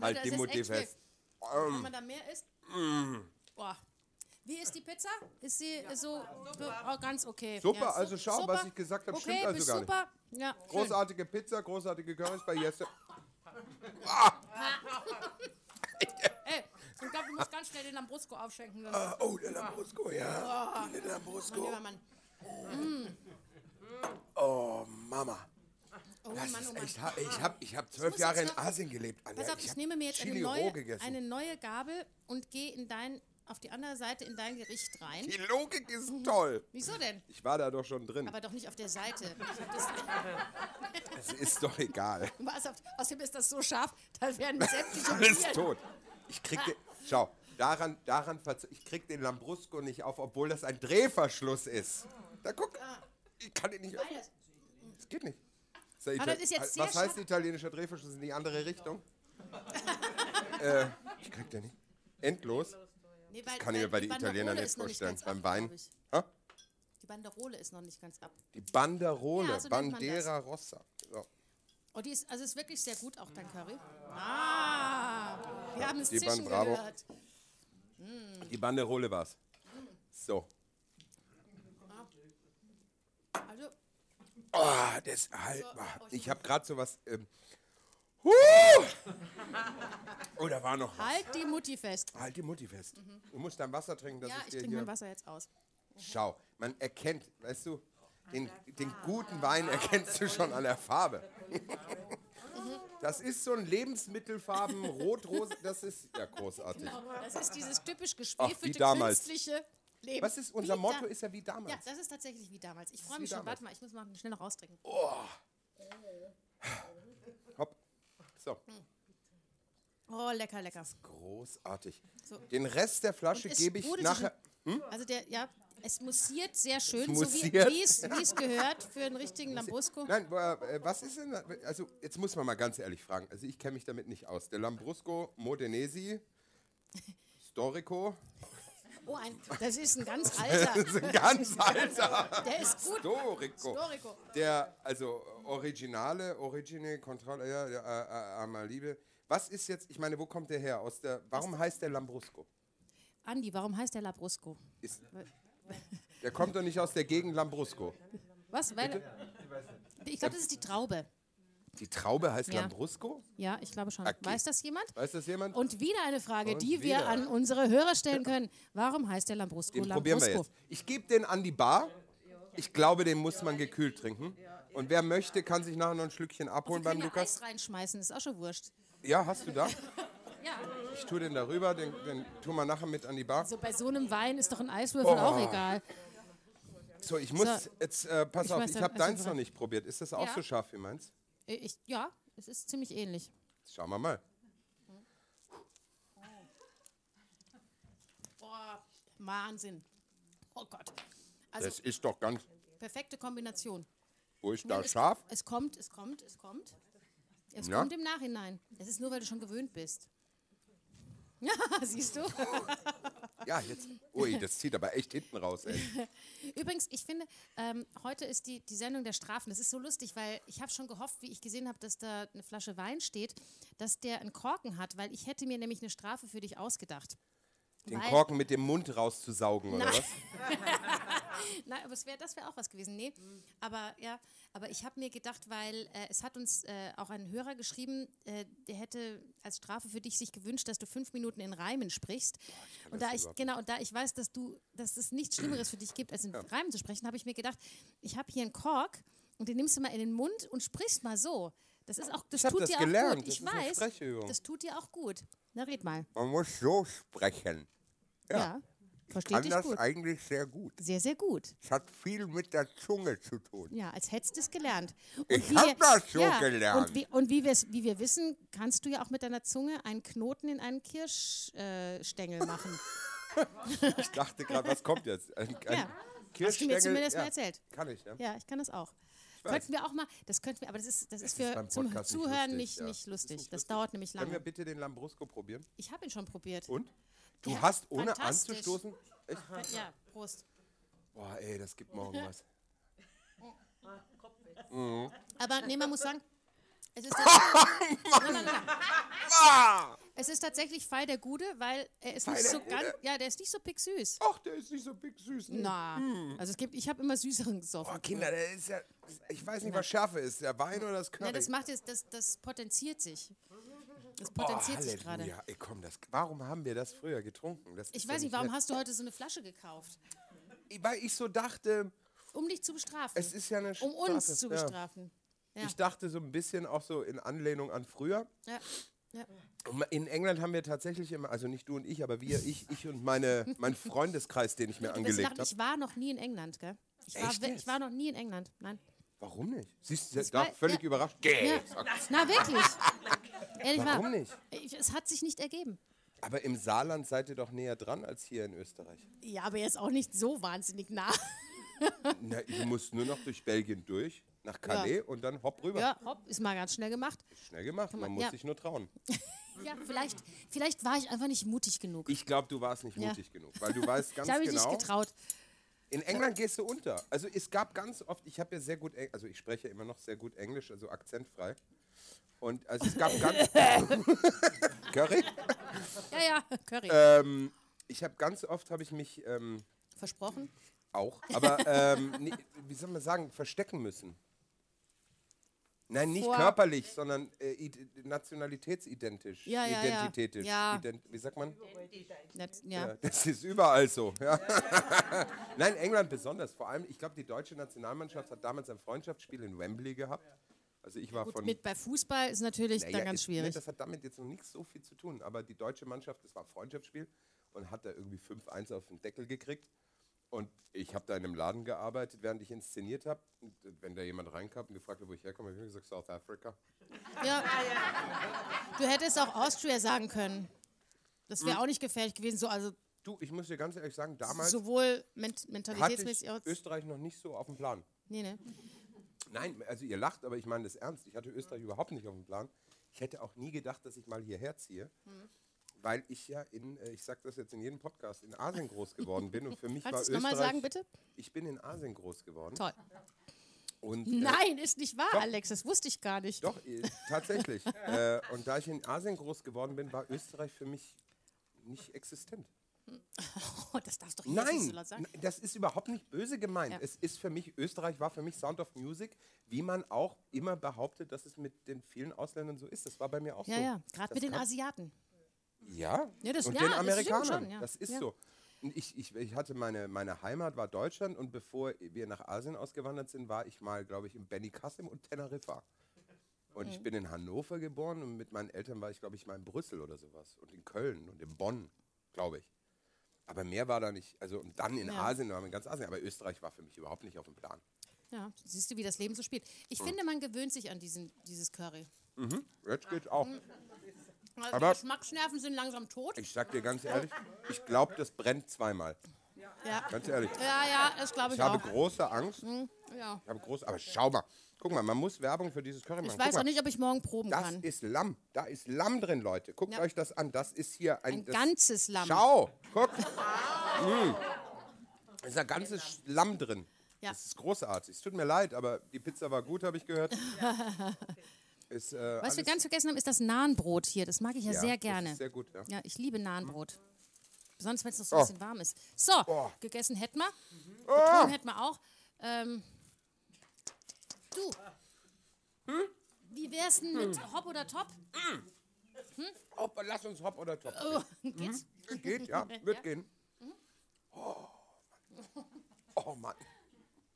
S2: halt die
S4: ist
S2: Mutti
S4: echt
S2: fest. Mm.
S4: Wenn man da mehr isst. Boah. Wie ist die Pizza? Ist sie so oh, ganz okay?
S2: Super,
S4: Ja, su-
S2: also schau,
S4: super.
S2: was ich gesagt habe,
S4: okay,
S2: stimmt also
S4: bist
S2: gar nicht.
S4: super. Ja, schön.
S2: Großartige Pizza, großartige Currys bei Jesse.
S4: Ey, ich glaube, du musst ganz schnell den Lambrusco aufschenken. Sonst,
S2: Oh, der Lambrusco, ja. Der
S4: mein
S2: Lambrusco.
S4: lieber Mann.
S2: Oh, Mama.
S4: Oh
S2: Das
S4: Mann, oh
S2: ist
S4: Mann.
S2: echt, ha- ich habe ich hab zwölf
S4: muss
S2: Jahre
S4: jetzt
S2: in
S4: noch-
S2: Asien gelebt, Alter.
S4: Pass auf,
S2: ich,
S4: ich,
S2: hab
S4: nehme mir jetzt eine
S2: Chili roh
S4: neue,
S2: gegessen.
S4: eine neue Gabel und gehe in dein, auf die andere Seite in dein Gericht rein.
S2: Die Logik ist toll.
S4: Wieso denn?
S2: Ich war da doch schon drin.
S4: Aber doch nicht auf der Seite. Ich hab das,
S2: Es ist doch egal.
S4: Was auf, außerdem ist das so scharf, da werden sämtliche
S2: Du bist
S4: Viren-
S2: tot. Ich krieg den. Schau, daran, daran verze- ich krieg den Lambrusco nicht auf, obwohl das ein Drehverschluss ist. Da guck.
S4: Ah.
S2: Ich kann ihn nicht öffnen.
S4: Beides.
S2: Das geht nicht. Ist ja
S4: Aber das ist jetzt sehr
S2: Was heißt
S4: schade.
S2: italienischer Drehverschluss in die andere Richtung? äh, ich krieg den nicht. Endlos.
S4: Nee, weil,
S2: Kann ich
S4: weil
S2: mir bei
S4: die
S2: den Italienern
S4: Banderole
S2: nicht
S4: ist noch
S2: vorstellen.
S4: ganz ab,
S2: Beim Wein. Ah?
S4: glaub ich.
S2: Hä?
S4: Die Banderole ist noch nicht ganz ab.
S2: Die Banderole,
S4: Ja, so nennt man
S2: Bandera Rossa. So.
S4: Oh, die ist, also ist wirklich sehr gut, auch dein Curry. Ah, wir haben es
S2: Die Ban-
S4: zwischen
S2: Bravo.
S4: gehört.
S2: Die Banderole war's. So.
S4: Also,
S2: Ah, das ist haltbar.
S4: oh,
S2: Ich habe gerade sowas. Ähm, huh! Oh, da war noch was.
S4: halt die Mutti fest.
S2: Halt die Mutti fest. Du musst dein Wasser trinken, das
S4: Mhm. Ja,
S2: ist
S4: ich
S2: dir
S4: trinke mein
S2: hier.
S4: Wasser jetzt aus.
S2: Schau, man erkennt, weißt du, den, den guten Wein erkennst du schon an der Farbe. Das ist so ein Lebensmittelfarben, rot, rot, das ist ja großartig.
S4: Genau. Das ist dieses typisch
S2: Ach, wie
S4: geschwefelte,
S2: damals.
S4: künstliche Leben.
S2: Was ist unser
S4: Wie
S2: Motto?
S4: da-
S2: Ist ja wie damals.
S4: Ja, das ist tatsächlich wie damals. Ich freue
S2: wie
S4: mich schon.
S2: damals.
S4: Warte mal, ich muss mal schnell noch raustrinken.
S2: Hopp. So,
S4: Oh, lecker, lecker.
S2: großartig.
S4: So.
S2: Den Rest der Flasche
S4: Und es
S2: gebe ich
S4: sprudelt
S2: nachher.
S4: Also der, ja, es mussiert sehr schön,
S2: Es
S4: so wie
S2: mussiert.
S4: wie es wie es gehört für einen richtigen Lambrusco.
S2: Nein, wo- äh, was ist denn, also jetzt muss man mal ganz ehrlich fragen, also ich kenne mich damit nicht aus. Der Lambrusco Modenesi, Storico,
S4: Oh, ein, das ist ein ganz alter.
S2: das ist ein ganz alter
S4: Der ist gut.
S2: Storico.
S4: Dorico.
S2: Der, also äh, Originale, Origine, Kontrolle, ja, ja, äh, äh, armer Liebe. Was ist jetzt, ich meine, wo kommt der her? Aus der, warum heißt der Lambrusco?
S4: Andi, warum heißt der Labrusco?
S2: Ist, der kommt doch nicht aus der Gegend Lambrusco.
S4: Was? Weil, ich glaube, das ist die Traube.
S2: Die Traube heißt
S4: Ja.
S2: Lambrusco?
S4: Ja, ich glaube schon.
S2: Okay.
S4: Weiß das jemand?
S2: Weiß das jemand?
S4: Und wieder eine Frage,
S2: Und
S4: die wir
S2: wieder.
S4: an unsere Hörer stellen können. Warum heißt der Lambrusco
S2: Den probieren wir
S4: Lambrusco?
S2: jetzt. Ich gebe den an die Bar. Ich glaube, den muss man gekühlt trinken. Und wer möchte, kann sich nachher noch ein Schlückchen abholen beim
S4: Können wir
S2: Lukas.
S4: Eis reinschmeißen, ist auch schon wurscht.
S2: Ja, hast du da?
S4: Ja,
S2: Ich tue den darüber, den, den tun wir nachher mit an die Bar.
S4: also bei so einem Wein ist doch ein Eiswürfel auch egal.
S2: So, ich muss
S4: So.
S2: jetzt, äh, pass
S4: Ich
S2: auf,
S4: weiß
S2: ich
S4: dann-
S2: habe
S4: also
S2: deins noch
S4: bereit.
S2: nicht probiert. Ist das auch
S4: Ja.
S2: so scharf wie meins?
S4: Äh, Ich, ja, es ist ziemlich ähnlich.
S2: Schauen wir mal.
S4: Boah, Wahnsinn. Oh Gott. Also
S2: Das ist doch ganz,
S4: perfekte Kombination.
S2: wo ist
S4: Nein,
S2: da scharf?
S4: Es, es kommt, es kommt, es kommt. Es
S2: Na?
S4: kommt im Nachhinein. Es ist nur, weil du schon gewöhnt bist. Ja, siehst du?
S2: Ja, jetzt, ui, das zieht aber echt hinten raus, ey.
S4: Übrigens, ich finde, ähm, heute ist die, die Sendung der Strafen. Das ist so lustig, weil ich habe schon gehofft, wie ich gesehen habe, dass da eine Flasche Wein steht, dass der einen Korken hat, weil ich hätte mir nämlich eine Strafe für dich ausgedacht.
S2: Den
S4: Weil-
S2: Korken mit dem Mund rauszusaugen, oder
S4: Nein.
S2: was?
S4: Nein, aber es wär, das wäre auch was gewesen. Nee,
S2: Mhm.
S4: aber ja, aber ich habe mir gedacht, weil äh, es hat uns äh, auch ein Hörer geschrieben, äh, der hätte als Strafe für dich sich gewünscht, dass du fünf Minuten in Reimen sprichst. und da
S2: das
S4: ich
S2: überhaupt
S4: genau und da ich weiß, dass du, dass es nichts Schlimmeres für dich gibt, als in Reimen zu sprechen, habe ich mir gedacht, ich habe hier einen Kork und den nimmst du mal in den Mund und sprichst mal so. Das ist auch, das
S2: hab
S4: tut
S2: das
S4: dir
S2: gelernt.
S4: auch gut.
S2: Das
S4: ich
S2: ist eine
S4: weiß,
S2: Sprechübung.
S4: das tut dir auch gut. Na red mal.
S2: Man muss so sprechen.
S4: Ja, versteht dich gut.
S2: eigentlich sehr gut.
S4: Sehr, sehr gut.
S2: Es hat viel mit der Zunge zu tun.
S4: Ja, als hättest du es gelernt. Und
S2: Ich
S4: wie-
S2: hab das so
S4: Und
S2: gelernt.
S4: wie, und wie, wir's, wie wir wissen, kannst du ja auch mit deiner Zunge einen Knoten in einen Kirschstängel äh, Stängel machen.
S2: Ich dachte gerade, was kommt jetzt? Ein, ein
S4: Ja. Hast du mir zumindest mal erzählt.
S2: Kann ich, ne?
S4: Ja, ich kann das auch.
S2: weiß.
S4: Könnten wir auch mal, das könnten wir, aber das ist, das ist
S2: ist
S4: für
S2: beim
S4: zum
S2: Podcast nicht
S4: Zuhören
S2: lustig,
S4: nicht,
S2: ja.
S4: nicht
S2: Ist
S4: lustig.
S2: nicht
S4: Das
S2: lustig.
S4: dauert nämlich
S2: Können wir
S4: lange.
S2: bitte den Lambrusco probieren?
S4: Ich habe ihn schon probiert.
S2: Und? Du
S4: Ja,
S2: hast ohne
S4: fantastisch.
S2: anzustoßen. Echt?
S4: Äh, Ja, Prost.
S2: Boah, ey, das gibt morgen was.
S4: Aber nee, man muss sagen, es
S2: Oh
S4: ist, tats- nein, nein, nein, nein. es ist tatsächlich Fei der Gude, weil er ist
S2: Fei
S4: nicht
S2: Ah! der
S4: so
S2: Gude?
S4: ganz, ja, der ist nicht so picksüß.
S2: Ach, der ist nicht so big süß. ne?
S4: Na, also es gibt, ich habe immer süßeren gesoffen.
S2: Boah, Oh, Kinder, der ist ja. Ich weiß nicht, was Schärfe ist. Der Wein oder das Curry? Oh,
S4: Ja, das macht jetzt, das, das potenziert sich. Das potenziert sich gerade.
S2: Halleluja. Ey, komm, das, warum haben wir das früher getrunken? Das
S4: Ich weiß nicht, warum hast du heute so eine Flasche gekauft?
S2: du. Weil ich so dachte,
S4: Um dich zu bestrafen.
S2: es ist ja eine
S4: um uns
S2: Strafe.
S4: zu
S2: Ja.
S4: bestrafen. Ja.
S2: Ich dachte so ein bisschen auch so in Anlehnung an früher.
S4: Ja. Ja.
S2: Und In England haben wir tatsächlich immer, also nicht du und ich, aber wir, ich, ich und meine, mein Freundeskreis, den ich mir
S4: Du bist
S2: angelegt
S4: nach,
S2: habe.
S4: ich war noch nie in England, gell? Ich war,
S2: ne? Echt
S4: we- ich
S2: jetzt?
S4: war noch nie in England. Nein.
S2: Warum nicht? Siehst du,
S4: Das
S2: da
S4: war-
S2: völlig
S4: ja.
S2: überrascht. Geh!
S4: Ja. Na wirklich. Ehrlich
S2: Warum
S4: wahr.
S2: nicht?
S4: Ich, es hat sich nicht ergeben.
S2: Aber im Saarland seid ihr doch näher dran als hier in Österreich.
S4: Ja, aber jetzt auch nicht so wahnsinnig nah.
S2: Na, du musst nur noch durch Belgien durch, nach Calais und dann hopp rüber.
S4: Ja, hopp, ist mal ganz schnell gemacht.
S2: Schnell gemacht, man,
S4: man-
S2: muss
S4: ja.
S2: sich nur trauen.
S4: Ja, vielleicht, vielleicht war ich einfach nicht mutig genug.
S2: Ich glaube, du warst nicht
S4: Ja.
S2: mutig genug, weil du weißt ganz
S4: ich habe mich
S2: genau.
S4: nicht getraut.
S2: In England gehst du unter. Also es gab ganz oft, ich habe ja sehr gut, Eng- also ich spreche immer noch sehr gut Englisch, also akzentfrei. Und also es gab ganz Curry.
S4: Ja, ja, Curry.
S2: Ähm, ich habe ganz oft habe ich mich ähm,
S4: Versprochen.
S2: auch, aber ähm, nee, wie soll man sagen, verstecken müssen. Nein, nicht
S4: Vor-
S2: körperlich, sondern äh, id- nationalitätsidentisch,
S4: Ja, ja, ja.
S2: identitätisch.
S4: Ja.
S2: Ident wie sagt man?
S4: Ja,
S2: Ja,
S4: ja.
S2: das ist überall so. Ja. Nein, England besonders. Vor allem, ich glaube, die deutsche Nationalmannschaft hat damals ein Freundschaftsspiel in Wembley gehabt. Also ich war
S4: Gut,
S2: von.
S4: mit bei Fußball ist natürlich
S2: Naja,
S4: dann ganz
S2: ist-
S4: schwierig.
S2: nee, Das hat damit jetzt noch nichts so viel zu tun. Aber die deutsche Mannschaft, das war ein Freundschaftsspiel und hat da irgendwie 5-1 auf den Deckel gekriegt. Und ich habe da in einem Laden gearbeitet, während ich inszeniert habe. Und äh, wenn da jemand reinkam und gefragt hat, wo ich herkomme, habe ich immer gesagt, South Africa.
S4: Ja. Du hättest auch Austria sagen können. Das
S2: Hm.
S4: wäre auch nicht gefährlich gewesen, so also
S2: Du, ich muss dir ganz ehrlich sagen, damals
S4: sowohl ment
S2: hatte ich
S4: mentalitätsmäßig als
S2: Österreich noch nicht so auf dem Plan.
S4: nee, nee.
S2: Nein, also ihr lacht, aber ich meine das ernst. Ich hatte Österreich
S4: Mhm.
S2: überhaupt nicht auf dem Plan. Ich hätte auch nie gedacht, dass ich mal hierher ziehe,
S4: Mhm.
S2: weil ich ja in, äh, ich sage das jetzt in jedem Podcast, in Asien groß geworden bin. Und für mich war
S4: Kannst du es
S2: Österreich...
S4: nochmal sagen, bitte?
S2: Ich bin in Asien groß geworden.
S4: Toll.
S2: Und, äh,
S4: Nein, ist nicht wahr,
S2: Doch.
S4: Alex. Das wusste ich gar nicht.
S2: Doch, eh, tatsächlich. äh, und da ich in Asien groß geworden bin, war Österreich für mich nicht existent.
S4: Oh, das darfst du doch jetzt nicht so
S2: Nein,
S4: laut sagen.
S2: n- das ist überhaupt nicht böse gemeint.
S4: Ja.
S2: Es ist für mich, Österreich war für mich Sound of Music, wie man auch immer behauptet, dass es mit den vielen Ausländern so ist. Das war bei mir auch
S4: Ja,
S2: so.
S4: ja. Gerade
S2: Das
S4: mit den
S2: kam-
S4: Asiaten.
S2: Ja,
S4: Ja, das-
S2: und
S4: ja,
S2: den
S4: das stimmt
S2: Amerikanern.
S4: schon, ja.
S2: Das ist
S4: Ja.
S2: so. Und ich, ich, ich hatte meine, meine Heimat war Deutschland und bevor wir nach Asien ausgewandert sind, war ich mal, glaube ich, in Benicassim und Teneriffa. Und
S4: Mhm.
S2: ich bin in Hannover geboren und mit meinen Eltern war ich, glaube ich, mal in Brüssel oder sowas. Und in Köln und in Bonn, glaube ich. Aber mehr war da nicht. Also und dann in
S4: Ja.
S2: Asien, da waren wir in ganz Asien. Aber Österreich war für mich überhaupt nicht auf dem Plan.
S4: Ja, siehst du, wie das Leben so spielt. Ich
S2: Hm.
S4: finde, man gewöhnt sich an diesen, dieses Curry.
S2: Jetzt geht's auch.
S4: Mhm. Also
S2: Aber-
S4: die Geschmacksnerven sind langsam tot.
S2: Ich sag dir ganz ehrlich, ich glaube, das brennt zweimal.
S4: Ja,
S2: Ganz ehrlich.
S4: ja, ja das glaube ich,
S2: Ich habe
S4: auch. Hm,
S2: große Angst.
S4: Ja.
S2: Ich habe groß, aber schau mal. Guck mal, man muss Werbung für dieses Curry machen.
S4: Ich weiß
S2: Guck mal,
S4: auch nicht, ob ich morgen proben
S2: das
S4: kann.
S2: ist Lamm. Da ist Lamm drin, Leute. Guckt
S4: Ja.
S2: euch das an. Das ist hier ein,
S4: Ein
S2: das,
S4: ganzes Lamm.
S2: Schau, guck. mm. Da ist ein ganzes Sch- Lamm drin.
S4: Ja.
S2: Das ist großartig. Es tut mir leid, aber die Pizza war gut, habe ich gehört. Ist, äh,
S4: Was wir
S2: alles-
S4: ganz vergessen haben, ist das Nahenbrot hier. Das mag ich ja,
S2: Ja,
S4: sehr
S2: Das
S4: gerne.
S2: ist sehr gut, ja.
S4: ja, ich liebe Nahenbrot. Besonders, wenn es noch so ein
S2: Oh.
S4: bisschen warm ist. So,
S2: Oh.
S4: gegessen hätten wir. Getrunken hätten wir auch. Ähm, du.
S2: Hm?
S4: Wie wär's denn mit Hop oder Top?
S2: Hopp, Oh, lass uns hopp oder top. Mhm.
S4: Oh, geht's? Mhm.
S2: Geht, ja, wird gehen. Oh Mann. oh Mann.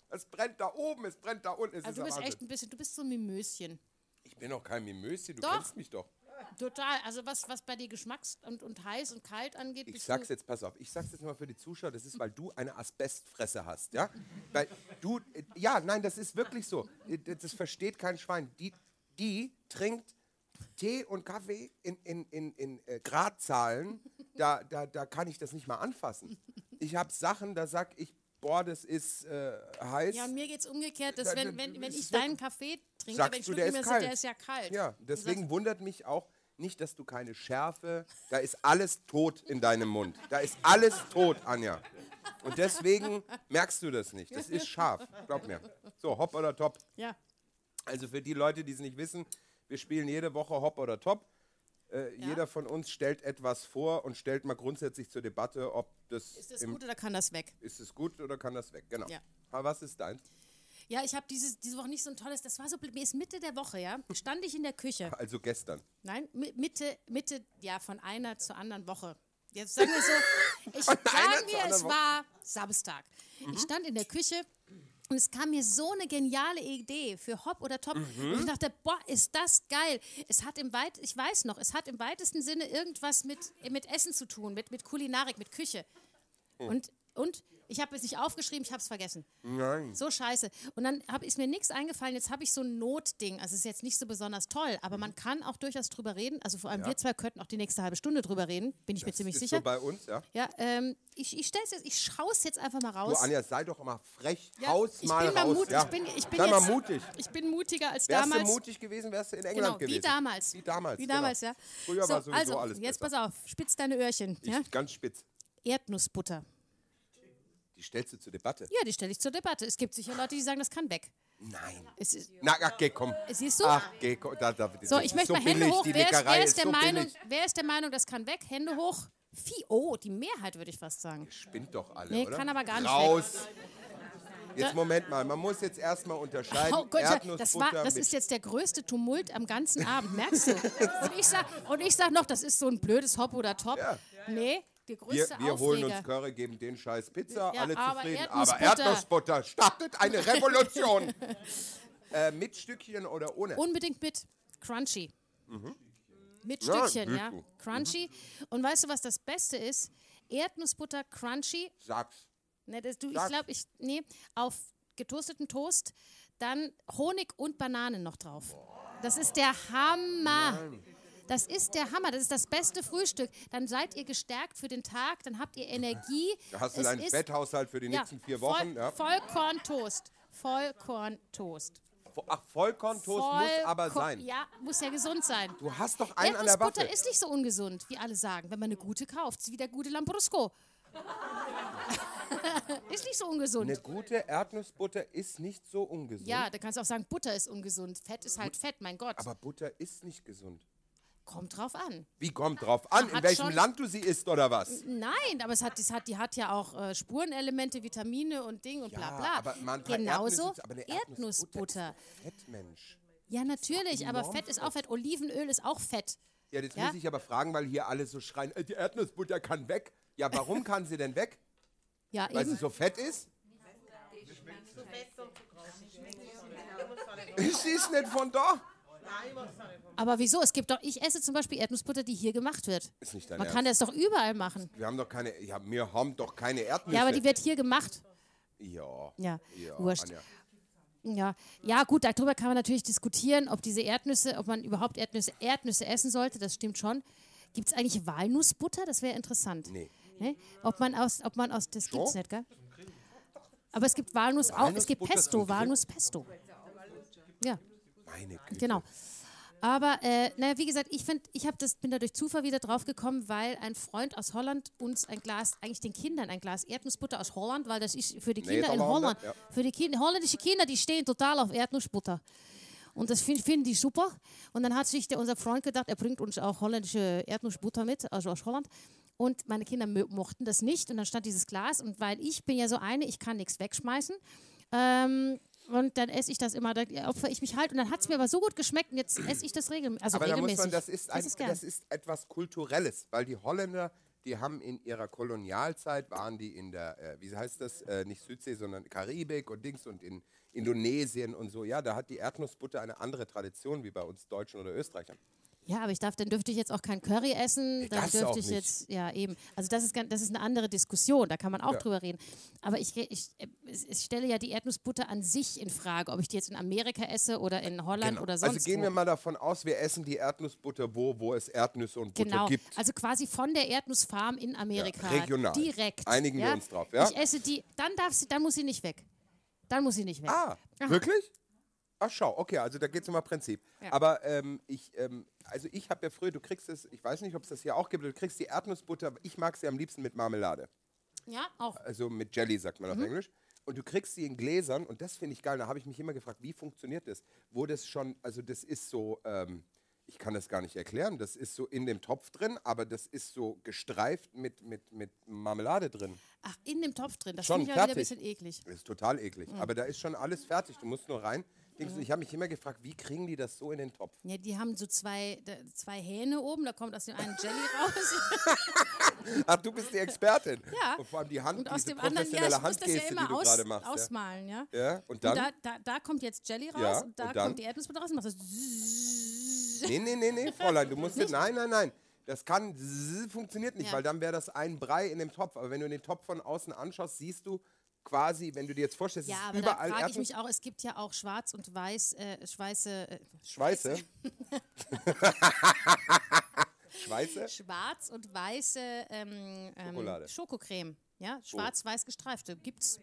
S2: Es brennt da oben, es brennt da unten. Es
S4: Also
S2: ist
S4: du bist
S2: der
S4: echt ein bisschen, du bist so ein Mimöschen.
S2: Ich bin doch kein Mimösi, du
S4: Doch.
S2: kennst mich doch.
S4: Total. Also was, was bei dir Geschmacks- und, und heiß und kalt angeht,
S2: Ich
S4: bist
S2: sag's
S4: du,
S2: jetzt, pass auf, ich sag's jetzt mal für die Zuschauer, das ist, weil du eine Asbestfresse hast, ja? Weil du, äh, ja, nein, das ist wirklich so. Äh, d- Das versteht kein Schwein. Die, die trinkt Tee und Kaffee in, in, in, in äh, Gradzahlen, da, da, da kann ich das nicht mal anfassen. Ich habe Sachen, da sag ich, boah, das ist äh, heiß.
S4: Ja, und mir geht's umgekehrt, dass
S2: Da-
S4: wenn,
S2: da-
S4: wenn, wenn
S2: es
S4: ich
S2: ist weg.
S4: deinen Kaffee trinke,
S2: Sagst
S4: wenn ich
S2: du,
S4: schlucke,
S2: der
S4: mir
S2: ist
S4: so, der
S2: kalt.
S4: ist ja kalt.
S2: Ja,
S4: Du sagst,
S2: deswegen wundert mich auch nicht, dass du keine Schärfe, da ist alles tot in deinem Mund. Da ist alles tot, Anja. Und deswegen merkst du das nicht. Das ist scharf, glaub mir. So, hopp oder top.
S4: Ja.
S2: Also für die Leute, die es nicht wissen, wir spielen jede Woche hopp oder top. Äh, Jeder von uns stellt etwas vor und stellt mal grundsätzlich zur Debatte, ob das,
S4: Ist das gut oder kann das weg?
S2: ist es gut oder kann das weg. Genau.
S4: Ja.
S2: Aber was ist deins?
S4: Ja, ich habe diese, diese Woche nicht so ein tolles, das war so, blöd. mir ist Mitte der Woche, ja, stand ich in der Küche.
S2: Also gestern.
S4: Nein, mi- Mitte, Mitte, ja, von einer zur anderen Woche. Jetzt sagen wir so, ich sagen
S2: einer zur
S4: wir, es
S2: anderen Woche. Mhm.
S4: war Samstag. Ich stand in der Küche und es kam mir so eine geniale Idee für Hop oder Top.
S2: Mhm.
S4: Und ich dachte, boah, ist das geil. Es hat im weit, ich weiß noch, es hat im weitesten Sinne irgendwas mit, mit Essen zu tun, mit, mit Kulinarik, mit Küche.
S2: Oh.
S4: Und, und ich habe es nicht aufgeschrieben, ich habe es vergessen.
S2: Nein.
S4: So scheiße. Und dann hab, ist mir nichts eingefallen. Jetzt habe ich so ein Notding. Also es ist jetzt nicht so besonders toll, aber
S2: Mhm.
S4: man kann auch durchaus drüber reden. Also vor allem wir zwei könnten auch die nächste halbe Stunde drüber reden. Bin ich mir ziemlich
S2: ist
S4: sicher.
S2: so bei uns, ja?
S4: ja, ähm, ich, ich stell's jetzt, ich schau's jetzt einfach mal
S2: Du,
S4: raus.
S2: Anja, sei doch mal frech.
S4: Ja,
S2: Haus
S4: ich
S2: mal
S4: bin mal
S2: raus.
S4: mut-
S2: ja.
S4: ich bin- ich bin
S2: sei mal
S4: jetzt-
S2: mutig.
S4: Ich bin mutiger als
S2: Wärst
S4: damals.
S2: du mutig gewesen, wärst du in England
S4: genau,
S2: gewesen.
S4: wie damals.
S2: Wie damals.
S4: Wie damals,
S2: genau.
S4: ja.
S2: Früher
S4: so,
S2: war sowieso
S4: also,
S2: alles
S4: jetzt
S2: besser.
S4: pass auf, spitz deine Öhrchen.
S2: Ich,
S4: Ja?
S2: Ganz spitz.
S4: Erdnussbutter.
S2: Die stellst du zur Debatte.
S4: Ja, die stelle ich zur Debatte. Es gibt sicher Leute, die sagen, das kann weg.
S2: Nein.
S4: Es ist,
S2: Na, ach, geh, komm.
S4: siehst du?
S2: Ach, geh, komm. Da, da, das
S4: So,
S2: ist
S4: ich möchte
S2: so
S4: mal Hände
S2: billig,
S4: hoch.
S2: Die
S4: Wer ist,
S2: Leckerei
S4: wer, ist der
S2: so
S4: Meinung,
S2: billig.
S4: wer ist der Meinung, das kann weg? Hände hoch. Vieh, oh, die Mehrheit würde ich fast sagen.
S2: Spinnt doch alle,
S4: Nee,
S2: oder?
S4: kann aber gar nicht
S2: Raus. Jetzt Moment mal, man muss jetzt erstmal unterscheiden.
S4: Oh Gott, ja, das, war,
S2: Erdnussbutter
S4: das
S2: mit
S4: ist jetzt der größte Tumult am ganzen Abend, merkst du? Und ich sag, und ich sag noch, das ist so ein blödes Hop oder Top.
S2: Ja.
S4: Nee, der
S2: Wir,
S4: größte
S2: wir holen uns
S4: Aufreger.
S2: Curry, geben den Scheiß Pizza,
S4: Ja,
S2: alle
S4: aber
S2: zufrieden. Aber
S4: Erdnussbutter.
S2: Erdnussbutter startet eine Revolution. äh, mit Stückchen oder ohne?
S4: Unbedingt mit. Crunchy. Mit
S2: Mhm. Ja, Mhm.
S4: Stückchen,
S2: willst
S4: ja.
S2: du.
S4: Crunchy. Und weißt du, was das Beste ist? Erdnussbutter crunchy
S2: Sag's.
S4: Ne, das, du, ich
S2: Sag.
S4: glaube, ich, nee, auf getoasteten Toast, dann Honig und Banane noch drauf. Das ist der Hammer. Das ist der Hammer. Das ist das beste Frühstück. Dann seid ihr gestärkt für den Tag, dann habt ihr Energie.
S2: Da hast du
S4: Es
S2: deinen
S4: ist-
S2: Betthaushalt für die nächsten vier Wochen.
S4: Voll,
S2: ja.
S4: Vollkorntoast. Vollkorntoast.
S2: Ach, Vollkorntoast muss aber
S4: Vollkorn-
S2: sein.
S4: Ja, muss ja gesund sein.
S2: Du hast doch einen an der Waffe.
S4: Erdnussbutter ist nicht so ungesund, wie alle sagen. Wenn man eine gute kauft, ist wie der gute Lambrusco. ist nicht so ungesund.
S2: Eine gute Erdnussbutter ist nicht so ungesund.
S4: Ja, da kannst du auch sagen, Butter ist ungesund. Fett ist halt Fett, mein Gott.
S2: Hm? Aber Butter ist nicht gesund.
S4: Kommt drauf an.
S2: Wie kommt drauf an, in
S4: Hat
S2: welchem
S4: schon-
S2: Land du sie isst oder was?
S4: Nein, aber es hat, es hat, die hat ja auch äh, Spurenelemente, Vitamine und Ding und bla
S2: Ja,
S4: bla.
S2: aber man- bei
S4: Genauso
S2: Erdnüssen- aber eine
S4: Erdnussbutter.
S2: Fettmensch.
S4: Ja, natürlich, aber
S2: enorm
S4: Fett ist auch Fett. Olivenöl ist auch Fett.
S2: Ja, jetzt
S4: Ja?
S2: muss ich aber fragen, weil hier alle so schreien, äh, die Erdnussbutter kann weg. Ja, warum kann sie denn weg?
S4: Ja,
S2: Weil sie
S4: eben.
S2: so fett ist? Sie ist nicht von da.
S4: Aber wieso? Es gibt doch, ich esse zum Beispiel Ernährungsbutter, die hier gemacht wird.
S2: Ist nicht dein
S4: Man
S2: Ernst.
S4: kann das doch überall machen.
S2: Wir haben doch keine, ja, wir haben doch keine Erdnüsse.
S4: Ja, aber die wird hier gemacht.
S2: ja,
S4: Ja,
S2: ja,
S4: wurscht.
S2: Anja.
S4: Ja. ja, gut, darüber kann man natürlich diskutieren, ob diese Erdnüsse, ob man überhaupt Erdnüsse, Erdnüsse essen sollte, das stimmt schon. Gibt es eigentlich Walnussbutter? Das wäre interessant.
S2: Nee.
S4: Ne? Ob man aus, ob man aus, das
S2: Schon?
S4: gibt's nicht, gell? Aber es gibt Walnuss auch, es gibt
S2: Walnussbutter zum
S4: Pesto,
S2: Grillen?
S4: Walnusspesto. Ja.
S2: Meine Güte.
S4: Genau. Aber äh, naja, wie gesagt, ich finde, ich hab das, bin da durch Zufall wieder drauf gekommen, weil ein Freund aus Holland uns ein Glas, eigentlich den Kindern ein Glas Erdnussbutter aus Holland, weil das ist für die
S2: Nee,
S4: Kinder
S2: ist
S4: in
S2: aber
S4: Holland,
S2: Holland, ja.
S4: für die Kin- holländische Kinder, die stehen total auf Erdnussbutter. Und das find, finden die super. Und dann hat sich der, unser Freund gedacht, er bringt uns auch holländische Erdnussbutter mit, also aus Holland. Und meine Kinder mö- mochten das nicht. Und dann stand dieses Glas. Und weil ich bin ja so eine, ich kann nichts wegschmeißen. Ähm, und dann esse ich das immer, da opfer ich mich halt. Und dann hat es mir aber so gut geschmeckt. Und jetzt esse ich das regelmäßig. Also
S2: Aber da muss
S4: regelmäßig.
S2: man, das ist, ein,
S4: ist gern.
S2: das ist etwas Kulturelles, weil die Holländer, die haben in ihrer Kolonialzeit, waren die in der, äh, wie heißt das, äh, nicht Südsee, sondern Karibik und Dings und in Indonesien und so. Ja, da hat die Erdnussbutter eine andere Tradition wie bei uns Deutschen oder Österreichern.
S4: Ja, aber ich darf, dann dürfte ich jetzt auch kein Curry essen, dann
S2: das auch
S4: dürfte ich
S2: nicht.
S4: jetzt, ja eben. Also das ist, gan- das ist eine andere Diskussion, da kann man auch
S2: Ja.
S4: drüber reden. Aber ich, ich, ich, ich stelle ja die Erdnussbutter an sich in Frage, ob ich die jetzt in Amerika esse oder in Holland oder sonst
S2: also gehen
S4: wo.
S2: wir mal davon aus, wir essen die Erdnussbutter wo, wo es Erdnüsse und Butter
S4: genau,
S2: gibt.
S4: also quasi von der Erdnussfarm in Amerika.
S2: regional.
S4: Direkt.
S2: Einigen wir uns drauf, ja?
S4: Ich esse die, dann darf sie, dann muss sie nicht weg. Dann muss sie nicht weg.
S2: Ah,
S4: Aha.
S2: wirklich? Ach schau, okay, also da geht es um ein Prinzip. Aber ähm, ich, ähm, also ich habe ja früher, du kriegst es, ich weiß nicht, ob es das hier auch gibt, du kriegst die Erdnussbutter, aber ich mag sie am liebsten mit Marmelade.
S4: Ja, auch.
S2: Also mit Jelly, sagt man auf Englisch. Und du kriegst sie in Gläsern und das finde ich geil. Da habe ich mich immer gefragt, wie funktioniert das? Wo das schon, also das ist so, ähm, ich kann das gar nicht erklären, das ist so in dem Topf drin, aber das ist so gestreift mit, mit, mit Marmelade drin.
S4: Ach, in dem Topf drin, das
S2: Schon
S4: finde ich ja wieder ein
S2: fertig.
S4: bisschen eklig.
S2: Das ist total eklig.
S4: Mhm.
S2: Aber da ist schon alles fertig. Du musst nur rein. Denkst du, ich habe mich immer gefragt, wie kriegen die das so in den Topf?
S4: Ja, die haben so zwei, da- zwei Hähne oben, da kommt aus dem einen Jelly raus.
S2: Ach, du bist die Expertin.
S4: Ja.
S2: Und vor allem die Hand,
S4: Und aus
S2: diese
S4: dem anderen, ja,
S2: professionelle
S4: ich muss das ja
S2: Handgeste, die
S4: immer
S2: du
S4: aus,
S2: gerade machst.
S4: ausmalen, ja.
S2: Ja. ja, und
S4: Und
S2: dann?
S4: da, da, da kommt jetzt Jelly raus
S2: Ja,
S4: und da
S2: und dann?
S4: kommt die Erdnussbutter raus und macht das. zzzz.
S2: Nee, nee, nee, nee, Fräulein, du musst nicht. Nein, nein, nein. Das kann, zzz, funktioniert nicht,
S4: Ja.
S2: weil dann wäre das ein Brei in dem Topf. Aber wenn du den Topf von außen anschaust, siehst du quasi, wenn du dir jetzt vorstellst,
S4: Ja,
S2: es
S4: aber
S2: ist
S4: da
S2: überall
S4: frage ich
S2: Erdnuss.
S4: mich auch, es gibt ja auch schwarz und weiß, äh, Schweiße, äh,
S2: Schweiße. Schweiße?
S4: schwarz und weiße ähm, ähm,
S2: Schokolade. Oh.
S4: Schokocreme. Ja, schwarz-weiß gestreifte. Gibt's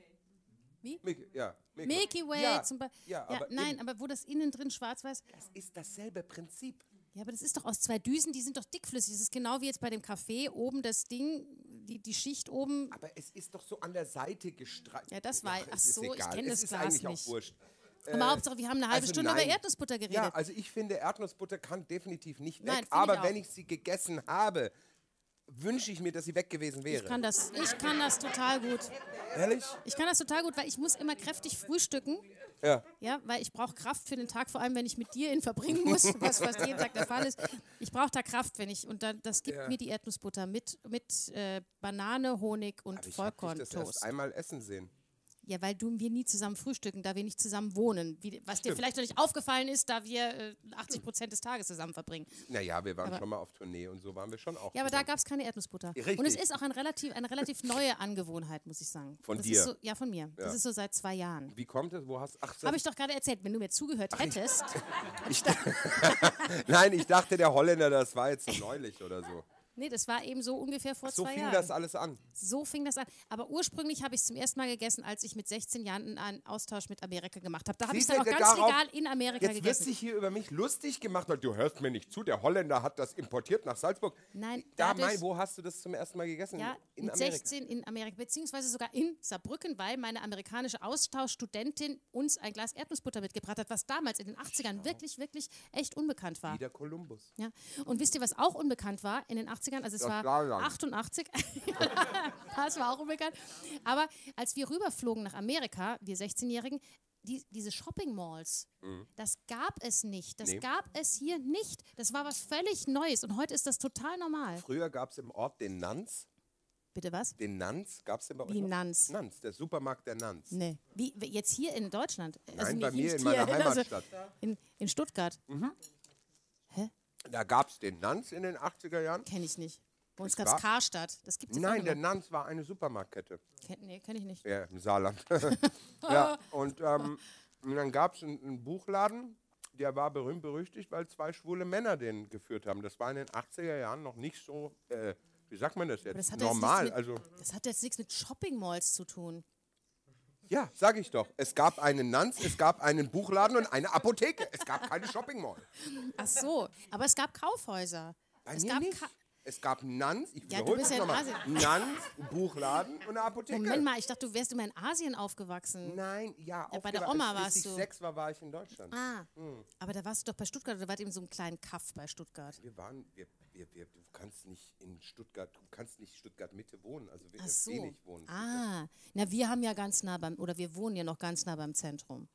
S2: Mik- Ja, Mikro.
S4: Milky Way
S2: ja,
S4: zum Beispiel.
S2: Ja, aber
S4: nein, aber wo das innen drin schwarz-weiß.
S2: Das ist dasselbe Prinzip.
S4: Ja, aber das ist doch aus zwei Düsen, die sind doch dickflüssig. Das ist genau wie jetzt bei dem Kaffee, oben das Ding, die, die Schicht oben
S2: Aber es ist doch so an der Seite gestreift.
S4: Ja, das war-
S2: es
S4: ach
S2: ist
S4: so, ich
S2: egal.
S4: kenn
S2: Es
S4: das
S2: ist
S4: Glas
S2: eigentlich
S4: nicht.
S2: Auch wurscht.
S4: Aber Hauptsache, wir haben eine halbe
S2: Äh, also
S4: Stunde
S2: nein.
S4: über Erdnussbutter geredet.
S2: Ja, also ich finde, Erdnussbutter kann definitiv nicht weg.
S4: Nein, finde ich
S2: aber
S4: auch.
S2: wenn ich sie gegessen habe, wünsche ich mir, dass sie weg gewesen wäre.
S4: ich, kann das, ich kann das total gut.
S2: Ehrlich?
S4: Ich kann das total gut, weil ich muss immer kräftig frühstücken.
S2: Ja.
S4: Ja, weil ich brauche Kraft für den Tag, vor allem wenn ich mit dir ihn verbringen muss, was fast jeden Tag der Fall ist. Ich brauche da Kraft, wenn ich und dann das gibt
S2: Ja.
S4: mir die Erdnussbutter mit mit äh, Banane, Honig und
S2: Aber ich habe dich das erst
S4: Vollkorntoast.
S2: einmal essen sehen.
S4: Ja, weil du und wir nie zusammen frühstücken, da wir nicht zusammen wohnen. Wie, was dir
S2: Stimmt.
S4: vielleicht noch nicht aufgefallen ist, da wir äh, 80 Prozent des Tages zusammen verbringen.
S2: Naja, wir waren
S4: Aber-
S2: schon mal auf Tournee und so waren wir schon auch.
S4: Ja, aber da
S2: zusammen.
S4: gab es keine Erdnussbutter.
S2: Richtig.
S4: Und es ist auch ein relativ, eine relativ neue Angewohnheit, muss ich sagen.
S2: Von
S4: das
S2: dir.
S4: Ist so, ja, von mir. Das ist so seit zwei Jahren.
S2: Wie kommt das? Wo hast ach, das-
S4: Habe ich doch gerade erzählt, wenn du mir zugehört hättest.
S2: ich Nein, ich dachte, der Holländer, das war jetzt neulich oder so.
S4: Nee, das war eben so ungefähr vor
S2: So
S4: zwei
S2: fing
S4: Jahren.
S2: das alles an.
S4: So fing das an. Aber ursprünglich habe ich es zum ersten Mal gegessen, als ich mit 16 Jahren einen Austausch mit Amerika gemacht habe. Da habe ich es
S2: Siehst
S4: dann auch
S2: du,
S4: ganz
S2: darauf-
S4: legal in Amerika
S2: Jetzt wird
S4: gegessen.
S2: sich hier über mich lustig gemacht. weil Du hörst mir nicht zu. Der Holländer hat das importiert nach Salzburg.
S4: Nein,
S2: da
S4: dadurch-
S2: mein, wo hast du das zum ersten Mal gegessen?
S4: ja,
S2: in
S4: mit
S2: Amerika.
S4: 16 in Amerika, beziehungsweise sogar in Saarbrücken, weil meine amerikanische Austauschstudentin uns ein Glas Erdnussbutter mitgebracht hat, was damals in den 80ern wirklich, wirklich echt unbekannt war.
S2: Wieder Kolumbus.
S4: Ja. Und wisst ihr, was auch unbekannt war in den 80ern? Also es
S2: Das
S4: war
S2: Saarland.
S4: 88. das war auch unbekannt. Aber als wir rüberflogen nach Amerika, wir 16-Jährigen, die, diese Shopping Malls, das gab es nicht. Das
S2: Mhm. Nee.
S4: gab es hier nicht. Das war was völlig Neues und heute ist das total normal.
S2: Früher gab es im Ort den Nanz.
S4: Bitte was?
S2: Den Nanz gab es denn bei euch?
S4: Wie
S2: noch?
S4: Nanz?
S2: Nanz, der Supermarkt der Nanz.
S4: Nee. Wie, wie- jetzt hier in Deutschland?
S2: Nein, bei
S4: nicht-
S2: mir
S4: nicht
S2: in meiner
S4: hier, also
S2: Heimatstadt.
S4: in, in Stuttgart.
S2: Da gab es den Nanz in den 80er Jahren.
S4: Kenne ich nicht. Bei uns
S2: Es
S4: gab es
S2: gab-
S4: Karstadt. Das gibt es
S2: Nein, der Nanz war eine Supermarktkette.
S4: Nee, kenne ich nicht.
S2: Ja, im Saarland. ja, und, ähm, und dann gab es einen, einen Buchladen, der war berühmt berüchtigt, weil zwei schwule Männer den geführt haben. Das war in den 80er Jahren noch nicht so, äh, wie sagt man das jetzt?
S4: Aber das hat ja jetzt
S2: Normal.
S4: nichts
S2: Also,
S4: mit, Das hat jetzt nichts mit Shopping Malls zu tun.
S2: ja, sage ich doch. Es gab einen Nanz, es gab einen Buchladen und eine Apotheke. Es gab keine Shopping Mall.
S4: Ach so, aber es gab Kaufhäuser.
S2: Bei
S4: es
S2: mir
S4: gab
S2: nicht.
S4: Ka-
S2: Es gab Nanz, ich
S4: Ja, du
S2: wiederhole
S4: bist
S2: das
S4: ja in
S2: nochmal.
S4: Asien.
S2: Nanz, ein Buchladen und eine Apotheke.
S4: Moment mal, ich dachte, du wärst immer in Asien aufgewachsen.
S2: Nein, ja,
S4: Ja, bei der
S2: aufgewacht.
S4: Oma
S2: Bis
S4: warst
S2: ich
S4: du.
S2: sechs war, war ich in Deutschland.
S4: Ah, aber da warst du doch bei Stuttgart oder wart ihr in so einem kleinen Kaff bei Stuttgart?
S2: Wir waren, wir, wir, wir, du kannst nicht in Stuttgart, du kannst nicht Stuttgart Mitte wohnen, also wir
S4: Ach so.
S2: wenig wohnen.
S4: Ah, na wir haben ja ganz nah beim, oder wir wohnen ja noch ganz nah beim Zentrum.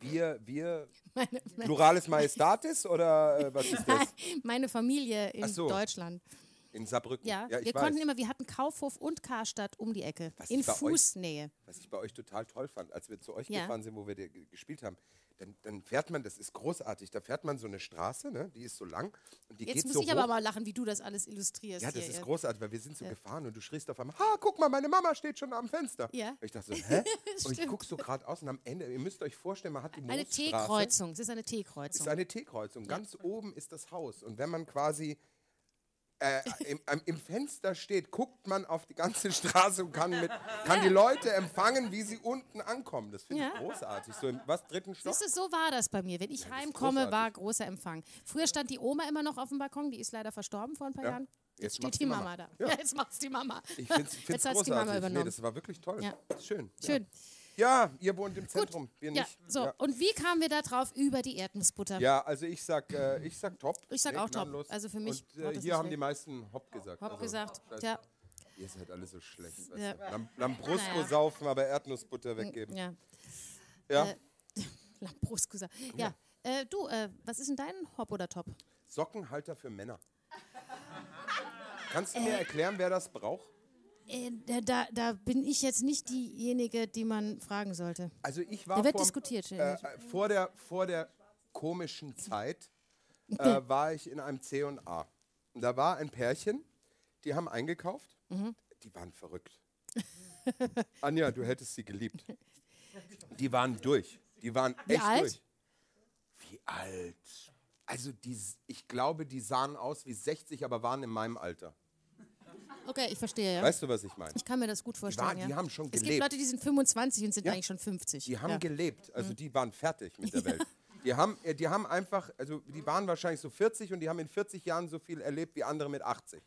S2: Wir, wir,
S4: Meine,
S2: Plurales Majestatis oder äh, was ist das?
S4: meine Familie in
S2: Ach so.
S4: Deutschland.
S2: In Saarbrücken.
S4: Ja,
S2: ich
S4: wir
S2: weiß.
S4: konnten immer, wir hatten Kaufhof und Karstadt um die Ecke.
S2: Was
S4: in
S2: ist bei euch?
S4: Fußnähe.
S2: Was ich bei euch total toll fand, als wir zu euch
S4: Ja.
S2: gefahren sind, wo wir de- ge- gespielt haben, dann, dann fährt man, das ist großartig, da fährt man so eine Straße, ne? die ist so lang und die
S4: Jetzt
S2: geht
S4: muss
S2: so
S4: ich
S2: hoch.
S4: aber mal lachen, wie du das alles illustrierst.
S2: ja, das
S4: hier.
S2: ist großartig, weil wir sind so gefahren und du schriest auf einmal, ha, guck mal, meine Mama steht schon am Fenster.
S4: Ja.
S2: Und ich dachte so, hä? und ich guck so gerade aus und am Ende, ihr müsst euch vorstellen, man hat die
S4: Eine
S2: Moosstraße.
S4: T-Kreuzung. Es ist eine T-Kreuzung.
S2: ist eine T-Kreuzung. Ganz oben ist das Haus. Und wenn man quasi äh, im, am- im Fenster steht, guckt man auf die ganze Straße und kann, mit, kann die Leute empfangen, wie sie unten ankommen. Das finde ich
S4: Ja.
S2: großartig. So im was, dritten Stock?
S4: Siehst du, so war das bei mir. Wenn ich heimkomme, war großer Empfang. Früher stand die Oma immer noch auf dem Balkon, die ist leider verstorben vor ein paar
S2: Ja.
S4: Jahren.
S2: Jetzt
S4: Jetzt,
S2: macht's
S4: steht die
S2: die
S4: Mama,
S2: Mama.
S4: da.
S2: Ja.
S4: Ja. Jetzt macht's die Mama.
S2: Ich finde es
S4: Jetzt hat's die Mama
S2: großartig. Nee,
S4: übernommen.
S2: das war wirklich toll.
S4: Ja.
S2: Schön.
S4: Schön.
S2: Ja. ja, ihr wohnt im Zentrum, wir
S4: Ja,
S2: nicht.
S4: so.
S2: Ja.
S4: Und wie kamen wir da drauf? Über die Erdnussbutter.
S2: Ja, also ich sag, äh, ich sag top.
S4: Ich sag auch top.
S2: gnadenlos.
S4: Also für mich
S2: Und,
S4: haut
S2: äh,
S4: das
S2: hier
S4: nicht
S2: haben
S4: weg.
S2: die meisten hopp gesagt.
S4: Hab
S2: also,
S4: gesagt.
S2: das-
S4: Ja.
S2: Ihr seid alle so schlecht. weißt
S4: Ja.
S2: du. Lam Lambrusco
S4: Naja.
S2: saufen, aber Erdnussbutter weggeben.
S4: ja.
S2: Ja.
S4: Äh, Lambruskusa. Ja. Äh, du, äh, was ist denn dein Hop oder Top?
S2: Sockenhalter für Männer. Kannst du mir erklären, wer das braucht?
S4: Äh, da, da bin ich jetzt nicht diejenige, die man fragen sollte.
S2: Also ich war
S4: Da wird
S2: vorm-
S4: diskutiert.
S2: äh, äh, vor, der, vor der komischen Zeit äh, war ich in einem C&A. Und da war ein Pärchen, die haben eingekauft.
S4: Mhm.
S2: Die waren verrückt. Anja, du hättest sie geliebt. Die waren durch. Die waren
S4: Wie
S2: echt
S4: alt?
S2: durch. Wie alt? Also die, s- ich glaube, die sahen aus wie 60, aber waren in meinem Alter.
S4: Okay, ich verstehe, ja.
S2: Weißt du, was ich meine?
S4: Ich kann mir das gut vorstellen.
S2: waren-
S4: ja.
S2: die haben schon
S4: Es
S2: gelebt.
S4: gibt Leute, die sind 25 und sind
S2: Ja.
S4: eigentlich schon 50.
S2: Die haben
S4: ja.
S2: gelebt, also die waren fertig mit der Welt. Die haben, äh, die haben einfach, also die waren wahrscheinlich so 40 und die haben in 40 Jahren so viel erlebt wie andere mit 80.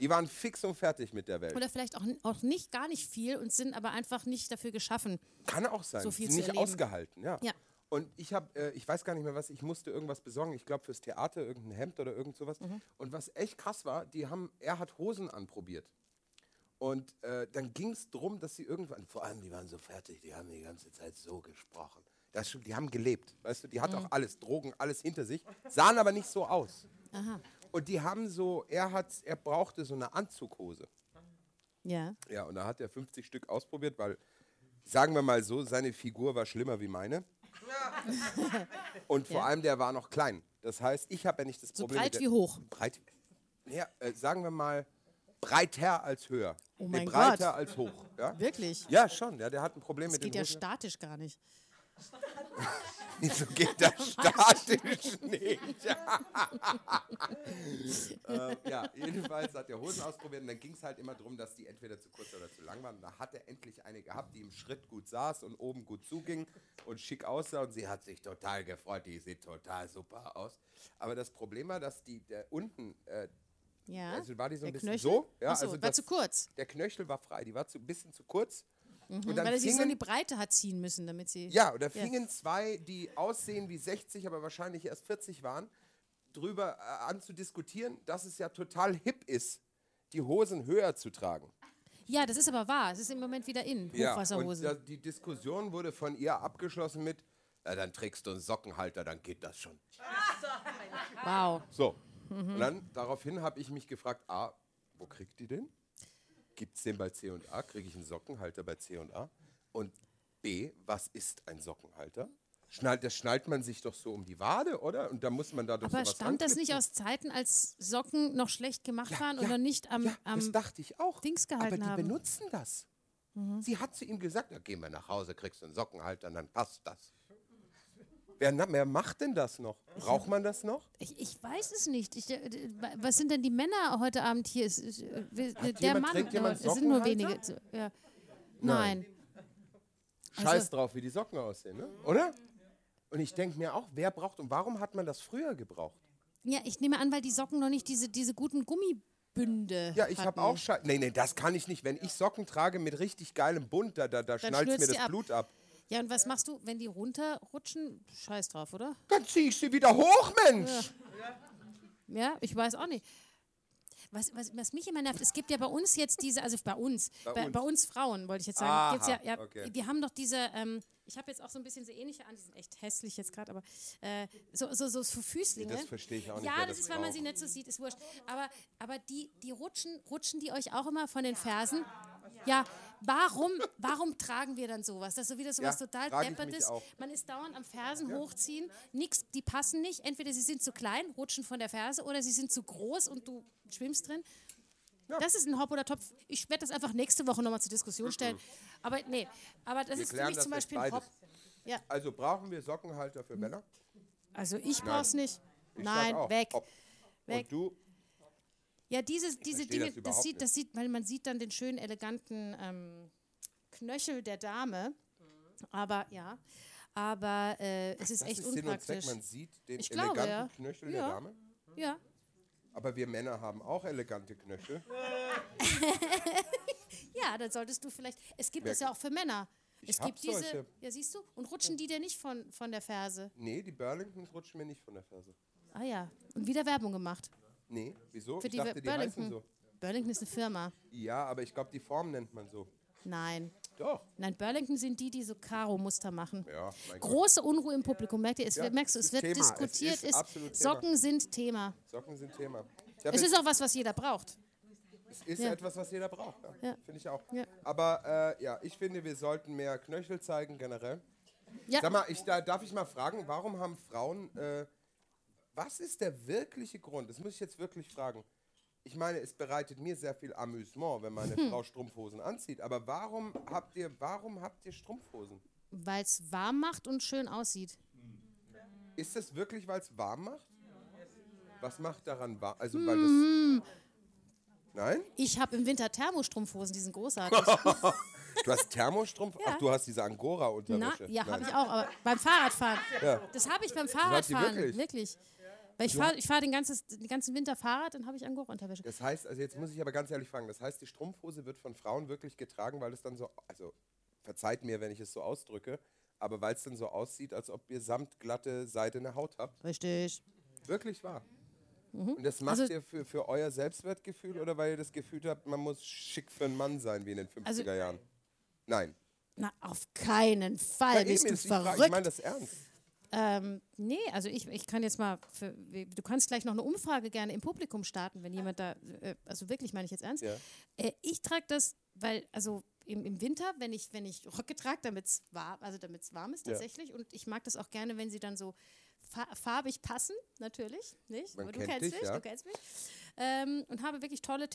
S2: Die waren fix und fertig mit der Welt.
S4: Oder vielleicht auch, auch nicht gar nicht viel und sind aber einfach nicht dafür geschaffen.
S2: Kann auch sein.
S4: so viel
S2: Sie sind
S4: zu
S2: nicht
S4: erleben.
S2: ausgehalten, ja.
S4: Ja.
S2: Und ich habe, äh, ich weiß gar nicht mehr was, ich musste irgendwas besorgen. Ich glaube fürs Theater, irgendein Hemd oder irgend sowas.
S4: Mhm.
S2: Und was echt krass war, die haben, er hat Hosen anprobiert. Und äh, dann ging es darum, dass sie irgendwann, vor allem die waren so fertig, die haben die ganze Zeit so gesprochen. Das, stimmt, die haben gelebt, weißt du, die
S4: Mhm.
S2: hatten auch alles, Drogen, alles hinter sich, sahen aber nicht so aus. Und die haben so, er hat, er brauchte so eine Anzughose.
S4: Ja.
S2: Ja, und da hat er 50 Stück ausprobiert, weil sagen wir mal so, seine Figur war schlimmer wie meine. Und vor
S4: Ja.
S2: allem, der war noch klein. Das heißt, ich habe ja nicht das
S4: So
S2: Problem. mit
S4: breit
S2: der-
S4: wie hoch.
S2: Breit. Ja, äh, sagen wir mal, breiter als höher.
S4: Oh
S2: Nee,
S4: mein
S2: breiter
S4: Gott.
S2: als hoch. Ja?
S4: Wirklich.
S2: ja, schon. Ja, der hat ein Problem
S4: Das
S2: mit
S4: geht
S2: den
S4: ja
S2: Hosen.
S4: statisch gar nicht.
S2: Wieso geht das statisch nicht? äh, ja, jedenfalls hat er Hosen ausprobiert und dann ging es halt immer darum, dass die entweder zu kurz oder zu lang waren. Da hat er endlich eine gehabt, die im Schritt gut saß und oben gut zuging und schick aussah und sie hat sich total gefreut. Die sieht total super aus. Aber das Problem war, dass die der unten, äh,
S4: Ja.
S2: also war die so ein
S4: Der
S2: bisschen
S4: Knöchel?
S2: so. Ja,
S4: Achso,
S2: also
S4: war
S2: das,
S4: zu kurz.
S2: der Knöchel war frei, die war zu, ein bisschen zu kurz. Und dann
S4: Mhm. Weil er sie so in
S2: fingen-
S4: die Breite hat ziehen müssen, damit sie.
S2: ja, und da
S4: Ja.
S2: fingen zwei, die aussehen wie 60, aber wahrscheinlich erst 40 waren, drüber äh, an zu diskutieren, dass es ja total hip ist, die Hosen höher zu tragen.
S4: Ja, das ist aber wahr. Es ist im Moment wieder in. Hochwasserhosen.
S2: Ja, und da, die Diskussion wurde von ihr abgeschlossen mit, ja, dann trägst du einen Sockenhalter, dann geht das schon.
S4: wow.
S2: So,
S4: Mhm.
S2: und dann daraufhin habe ich mich gefragt, ah, wo kriegt die den? Gibt es den bei C&A? Kriege ich einen Sockenhalter bei C&A? Und B, was ist ein Sockenhalter? Schnallt, das schnallt man sich doch so um die Wade, oder? Und da muss man da doch
S4: Aber
S2: sowas
S4: stammt das
S2: anknüpfen.
S4: nicht aus Zeiten, als Socken noch schlecht gemacht waren
S2: ja,
S4: oder nicht am,
S2: ja,
S4: am
S2: das dachte ich auch.
S4: Dings
S2: Aber
S4: gehalten
S2: die
S4: haben? Mhm.
S2: benutzen das. Sie hat zu ihm gesagt, na, geh mal nach Hause, kriegst du einen Sockenhalter, und dann passt das. Wer, na, wer macht denn das noch? Braucht man das noch?
S4: Ich, ich weiß es nicht. Ich, äh, d- wa- was sind denn die Männer heute Abend hier? Es ist, äh, wir- der
S2: jemand-
S4: Mann,
S2: trägt
S4: äh,
S2: jemand
S4: es sind nur
S2: Sockenhalter?
S4: wenige. So, Ja. Nein. Also
S2: Scheiß drauf, wie die Socken aussehen, ne? oder? Und ich denke mir auch, wer braucht und warum hat man das früher gebraucht?
S4: Ja, ich nehme an, weil die Socken noch nicht diese, diese guten Gummibünde.
S2: Ja, ich
S4: hatten.
S2: habe auch Scheiß. Nee, nee, das kann ich nicht. Wenn ich Socken trage mit richtig geilem Bund, da, da, da schnallt mir
S4: schnürzt
S2: das
S4: die ab.
S2: Blut ab.
S4: Ja, und was machst du, wenn die runterrutschen? Scheiß drauf, oder?
S2: Dann ziehe ich sie wieder hoch, Mensch.
S4: Ja, ich weiß auch nicht. Was, was, was mich immer nervt, es gibt ja bei uns jetzt diese, also bei uns, bei, bei,
S2: uns.
S4: uns. Frauen, wollte ich jetzt sagen,
S2: Aha,
S4: gibt's ja, ja,
S2: okay.
S4: wir haben doch diese, ähm, ich habe jetzt auch so ein bisschen so ähnliche an, die sind echt hässlich jetzt gerade, aber äh, so, so, so für Füßlinge.
S2: das verstehe ich auch nicht,
S4: Ja,
S2: wer
S4: das,
S2: das
S4: ist, weil man
S2: braucht.
S4: sie nicht so sieht, ist wurscht. Aber, aber die, die rutschen, rutschen die euch auch immer von den Fersen? Ja, warum, warum tragen wir dann sowas? Das ist so wieder sowas
S2: Ja,
S4: total
S2: frag ich mich
S4: deppertes.
S2: auch.
S4: Man ist dauernd am Fersen hochziehen, nix, die passen nicht. Entweder sie sind zu klein, rutschen von der Ferse, oder sie sind zu groß und du schwimmst drin. Das ist ein Hop oder Topf. Ich werde das einfach nächste Woche nochmal zur Diskussion stellen. Aber nee, aber das
S2: Wir
S4: ist für
S2: klären
S4: mich
S2: das
S4: zum
S2: jetzt
S4: Beispiel ein Hop.
S2: beides.
S4: Ja,
S2: Also brauchen wir Sockenhalter für Männer?
S4: also ich brauche es nicht.
S2: Ich sag
S4: Nein,
S2: auch,
S4: weg.
S2: hopp.
S4: Weg.
S2: Und du?
S4: Ja, dieses, diese
S2: verstehe
S4: Dinge,
S2: das
S4: das,
S2: überhaupt
S4: sieht, das sieht, weil man sieht dann den schönen, eleganten ähm, Knöchel der Dame. Aber ja, aber äh, es ist
S2: Das
S4: echt
S2: ist Sinn und
S4: unpraktisch.
S2: Zweck. Man sieht den
S4: Ich glaube,
S2: eleganten
S4: ja.
S2: Knöchel der
S4: Ja.
S2: Dame.
S4: ja.
S2: Aber wir Männer haben auch elegante Knöchel.
S4: ja, dann solltest du vielleicht. Es gibt
S2: Wer-
S4: es ja auch für Männer. es
S2: hab
S4: gibt diese.
S2: solche.
S4: Ja, siehst du? Und rutschen die dir nicht von, von der Ferse?
S2: Nee, die Burlingtons rutschen mir nicht von der Ferse.
S4: Ah ja. Und wieder Werbung gemacht.
S2: Nee, wieso?
S4: Für
S2: ich
S4: die
S2: dachte, die heißen
S4: Burlington.
S2: so.
S4: Burlington ist eine Firma.
S2: Ja, aber ich glaube, die Form nennt man so.
S4: Nein.
S2: Doch.
S4: Nein, Burlington sind die, die so Karo-Muster machen.
S2: Ja, mein Gott.
S4: Große Unruhe im Publikum. Merkt ihr, es,
S2: Ja,
S4: merkst du,
S2: es ist
S4: es wird
S2: Thema. Es
S4: diskutiert.
S2: ist
S4: ist
S2: absolut Thema.
S4: Socken sind Thema.
S2: Socken sind Thema. Ich hab
S4: Es
S2: jetzt-
S4: ist auch was, was jeder braucht.
S2: ist
S4: Ja.
S2: etwas, was jeder braucht. Ja.
S4: Ja.
S2: Finde ich auch.
S4: Ja.
S2: Aber äh, ja, ich finde, wir sollten mehr Knöchel zeigen generell.
S4: Ja.
S2: Sag mal, ich, da, darf ich mal fragen, warum haben Frauen, äh, was ist der wirkliche Grund? Das muss ich jetzt wirklich fragen. Ich meine, es bereitet mir sehr viel Amüsement, wenn meine Frau Strumpfhosen anzieht. Aber warum habt ihr, warum habt ihr Strumpfhosen?
S4: Weil es warm macht und schön aussieht.
S2: Ist das wirklich, weil es warm macht? Was macht daran warm? Also, weil das.
S4: Mhm.
S2: Nein?
S4: Ich habe im Winter Thermostrumpfhosen, die sind großartig.
S2: Du hast Thermostrumpf? Ach, du hast diese
S4: Na,
S2: Angora-Unterwäsche.
S4: ja, habe
S2: Nein.
S4: ich auch, aber beim Fahrradfahren.
S2: Ja.
S4: Das habe ich beim
S2: habt ihr
S4: Fahrradfahren,
S2: wirklich?
S4: wirklich? Weil ich fahre ich fahr den, ganzes, den ganzen Winter Fahrrad, dann habe ich Angora-Unterwäsche.
S2: Das heißt, also jetzt muss ich aber ganz ehrlich fragen, das heißt, die Strumpfhose wird von Frauen wirklich getragen, weil es dann so, also verzeiht mir, wenn ich es so ausdrücke, aber weil es dann so aussieht, als ob ihr samtglatte seidene Haut habt.
S4: Richtig.
S2: Wirklich wahr. Und das macht
S4: Also-
S2: ihr für, für euer Selbstwertgefühl oder weil ihr das Gefühl habt, man muss schick für einen Mann sein, wie in den 50er
S4: Also-
S2: Jahren? Nein.
S4: Na, auf keinen Fall.
S2: Ja, eben,
S4: Bist du
S2: jetzt- ich frage-
S4: verrückt?
S2: ich meine das ernst.
S4: Ähm, nee, also ich, ich kann jetzt mal, für, du kannst gleich noch eine Umfrage gerne im Publikum starten, wenn jemand da, äh, also wirklich meine ich jetzt ernst.
S2: Ja.
S4: Äh, ich trage das, weil, also im, im Winter, wenn ich, wenn ich Röcke trage, damit es warm, also damit's warm ist
S2: Ja.
S4: tatsächlich. Und ich mag das auch gerne, wenn sie dann so fa farbig passen, natürlich. Nicht?
S2: Man
S4: Aber du
S2: kennt
S4: kennst
S2: dich,
S4: mich,
S2: ja.
S4: du kennst mich. Ähm, und habe wirklich tolle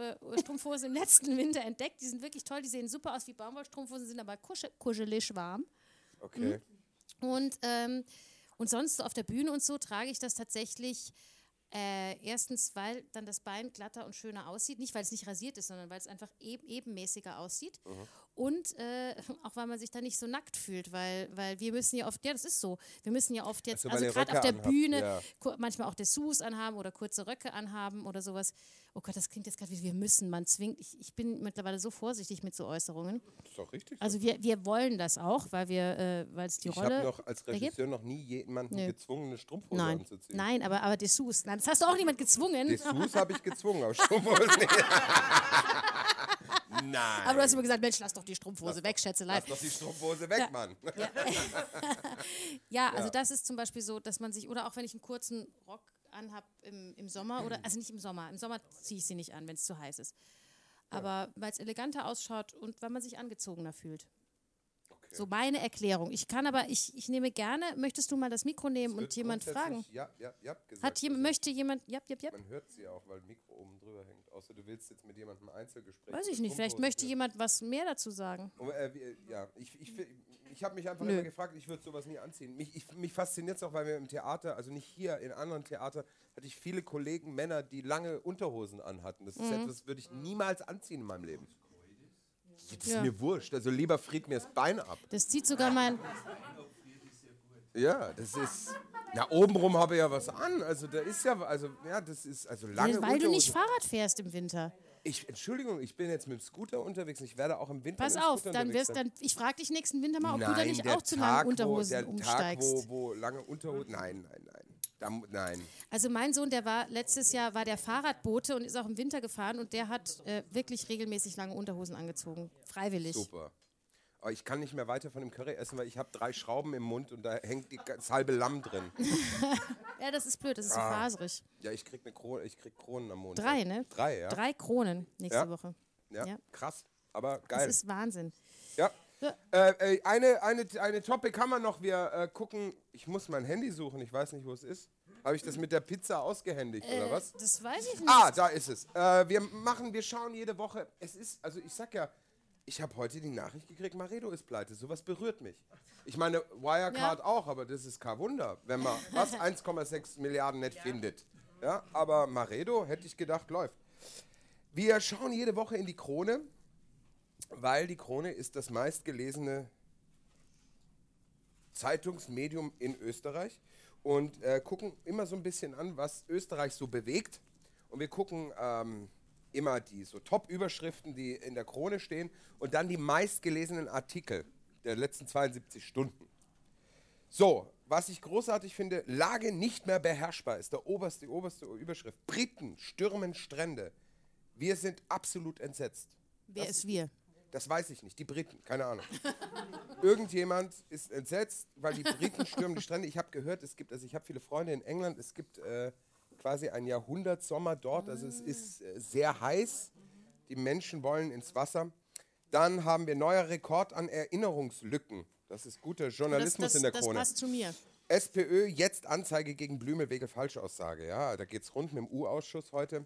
S4: Thermostrumpfhosen im letzten Winter entdeckt. Die sind wirklich toll, die sehen super aus wie Baumwollstrumpfhosen, sind aber kusche- kuschelig warm. Mhm.
S2: Okay.
S4: Und, ähm, und sonst so auf der Bühne und so trage ich das tatsächlich äh, erstens, weil dann das Bein glatter und schöner aussieht. Nicht, weil es nicht rasiert ist, sondern weil es einfach eben, ebenmäßiger aussieht.
S2: Mhm.
S4: Und äh, auch, weil man sich da nicht so nackt fühlt, weil, weil wir müssen ja oft, ja, das ist so, wir müssen ja oft
S2: Dass
S4: jetzt,
S2: ihr mal
S4: also
S2: die
S4: gerade auf
S2: Röcke
S4: der
S2: anhabt,
S4: Bühne,
S2: ja.
S4: ku- manchmal auch Dessous anhaben oder kurze Röcke anhaben oder sowas. Oh Gott, das klingt jetzt gerade wie, wir müssen, man zwingt. Ich, ich bin mittlerweile so vorsichtig mit so Äußerungen.
S2: Ist doch richtig. so.
S4: Also wir, wir wollen das auch, weil wir, äh, weil es die
S2: ich
S4: Rolle...
S2: habe noch als
S4: ergibt.
S2: Regisseur noch nie jemanden
S4: Nö.
S2: gezwungen, eine Strumpfhose
S4: Nein,
S2: anzuziehen.
S4: nein, aber, aber Dessous. Nein, das hast du auch niemand gezwungen.
S2: Dessous habe ich gezwungen, aber Strumpfhose nicht. Nein.
S4: aber du hast immer gesagt, Mensch, lass doch die Strumpfhose weg, Schätzelein.
S2: Lass doch die Strumpfhose weg, Mann.
S4: Ja, also
S2: Ja.
S4: das ist zum Beispiel so, dass man sich, oder auch wenn ich einen kurzen Rock anhab im, im Sommer, oder also nicht im Sommer, im Sommer ziehe ich sie nicht an, wenn es zu heiß ist. Aber weil es eleganter ausschaut und weil man sich angezogener fühlt. So meine Erklärung. Ich kann aber, ich, ich nehme gerne, möchtest du mal das Mikro nehmen und
S2: Wird
S4: jemand fragen?
S2: grundsätzlich Ja, ja, ja. Gesagt,
S4: Hat jemand,
S2: Also,
S4: möchte jemand, ja, ja, ja,
S2: Man hört sie auch, weil Mikro oben drüber hängt. Außer du willst jetzt mit jemandem ein Einzelgespräch.
S4: weiß ich
S2: mit
S4: nicht, vielleicht
S2: Strumpfhosen
S4: möchte
S2: führen.
S4: jemand was mehr dazu sagen.
S2: Oh, äh, wie, äh, ja, ich, ich, fi- ich habe mich einfach immer gefragt, ich würde sowas nie anziehen. Mich, ich, mich fasziniert es auch, weil wir im Theater, also nicht hier, in anderen Theater, hatte ich viele Kollegen, Männer, die lange Unterhosen anhatten. Das
S4: Mhm.
S2: ist etwas, würde ich niemals anziehen in meinem Leben. Das ist
S4: Ja.
S2: mir wurscht. Also lieber friert mir das Bein ab.
S4: Das zieht sogar mein,
S2: Ja, das ist. Na, obenrum habe ich ja was an. Also da ist ja, also ja, das ist, also lange
S4: weil du nicht
S2: Unterhosen-
S4: Fahrrad fährst im Winter.
S2: Ich, Entschuldigung, ich bin jetzt mit dem Scooter unterwegs und ich werde auch im Winter
S4: Pass
S2: mit dem
S4: auf,
S2: Scooter
S4: dann
S2: unterwegs
S4: wirst
S2: sein.
S4: dann. Ich frage dich nächsten Winter mal, ob
S2: nein,
S4: du da nicht
S2: der
S4: auch zu
S2: Tag,
S4: langen Unterhosen
S2: wo, der
S4: umsteigst.
S2: Tag, wo, wo lange Unterhosen. Nein, nein, nein. Da, mu- nein.
S4: also mein Sohn, der war letztes Jahr war der Fahrradbote und ist auch im Winter gefahren und der hat äh, wirklich regelmäßig lange Unterhosen angezogen, freiwillig.
S2: Super. Aber ich kann nicht mehr weiter von dem Curry essen, weil ich habe drei Schrauben im Mund und da hängt die, ga- das halbe Lamm drin.
S4: Ja, das ist blöd, das ist
S2: Ah.
S4: so faserig.
S2: Ja, ich krieg, eine Krone, ich krieg Kronen am Mond.
S4: Drei, ne?
S2: Drei, ja.
S4: Drei Kronen nächste
S2: Ja.
S4: Woche.
S2: ja.
S4: ja.
S2: Krass, aber
S4: Das
S2: geil.
S4: ist Wahnsinn.
S2: ja.
S4: Ja.
S2: Äh, äh, eine, eine, eine Topic haben wir noch. Wir äh, gucken, ich muss mein Handy suchen, ich weiß nicht, wo es ist. Habe ich das mit der Pizza ausgehändigt
S4: Äh,
S2: oder was?
S4: Das weiß ich nicht.
S2: Ah, da ist es. Äh, wir machen, wir schauen jede Woche. Es ist, also ich sag ja, ich habe heute die Nachricht gekriegt, Maredo ist pleite. Sowas berührt mich. Ich meine, Wirecard
S4: Ja.
S2: auch, aber das ist kein Wunder, wenn man was 1,6 Milliarden nicht findet. Ja, aber Maredo hätte ich gedacht, läuft. Wir schauen jede Woche in die Krone, weil die Krone ist das meistgelesene Zeitungsmedium in Österreich und äh, gucken immer so ein bisschen an, was Österreich so bewegt. Und wir gucken ähm, immer die so Top-Überschriften, die in der Krone stehen und dann die meistgelesenen Artikel der letzten 72 Stunden. So, was ich großartig finde, Lage nicht mehr beherrschbar ist der oberste, oberste Überschrift. Briten stürmen Strände. Wir sind absolut entsetzt.
S4: Wer ist wir?
S2: Das weiß ich nicht. Die Briten, keine Ahnung. Irgendjemand ist entsetzt, weil die Briten stürmen die Strände. Ich habe gehört, es gibt, also ich habe viele Freunde in England, es gibt äh, quasi ein Jahrhundertsommer dort. Also es ist äh, sehr heiß. Die Menschen wollen ins Wasser. Dann haben wir neuer Rekord an Erinnerungslücken. Das ist guter
S4: Das,
S2: Journalismus
S4: das,
S2: in der
S4: das
S2: Krone.
S4: passt zu mir.
S2: SPÖ jetzt Anzeige gegen Blüme wegen Falschaussage. Ja, da geht's rund mit dem U-Ausschuss heute.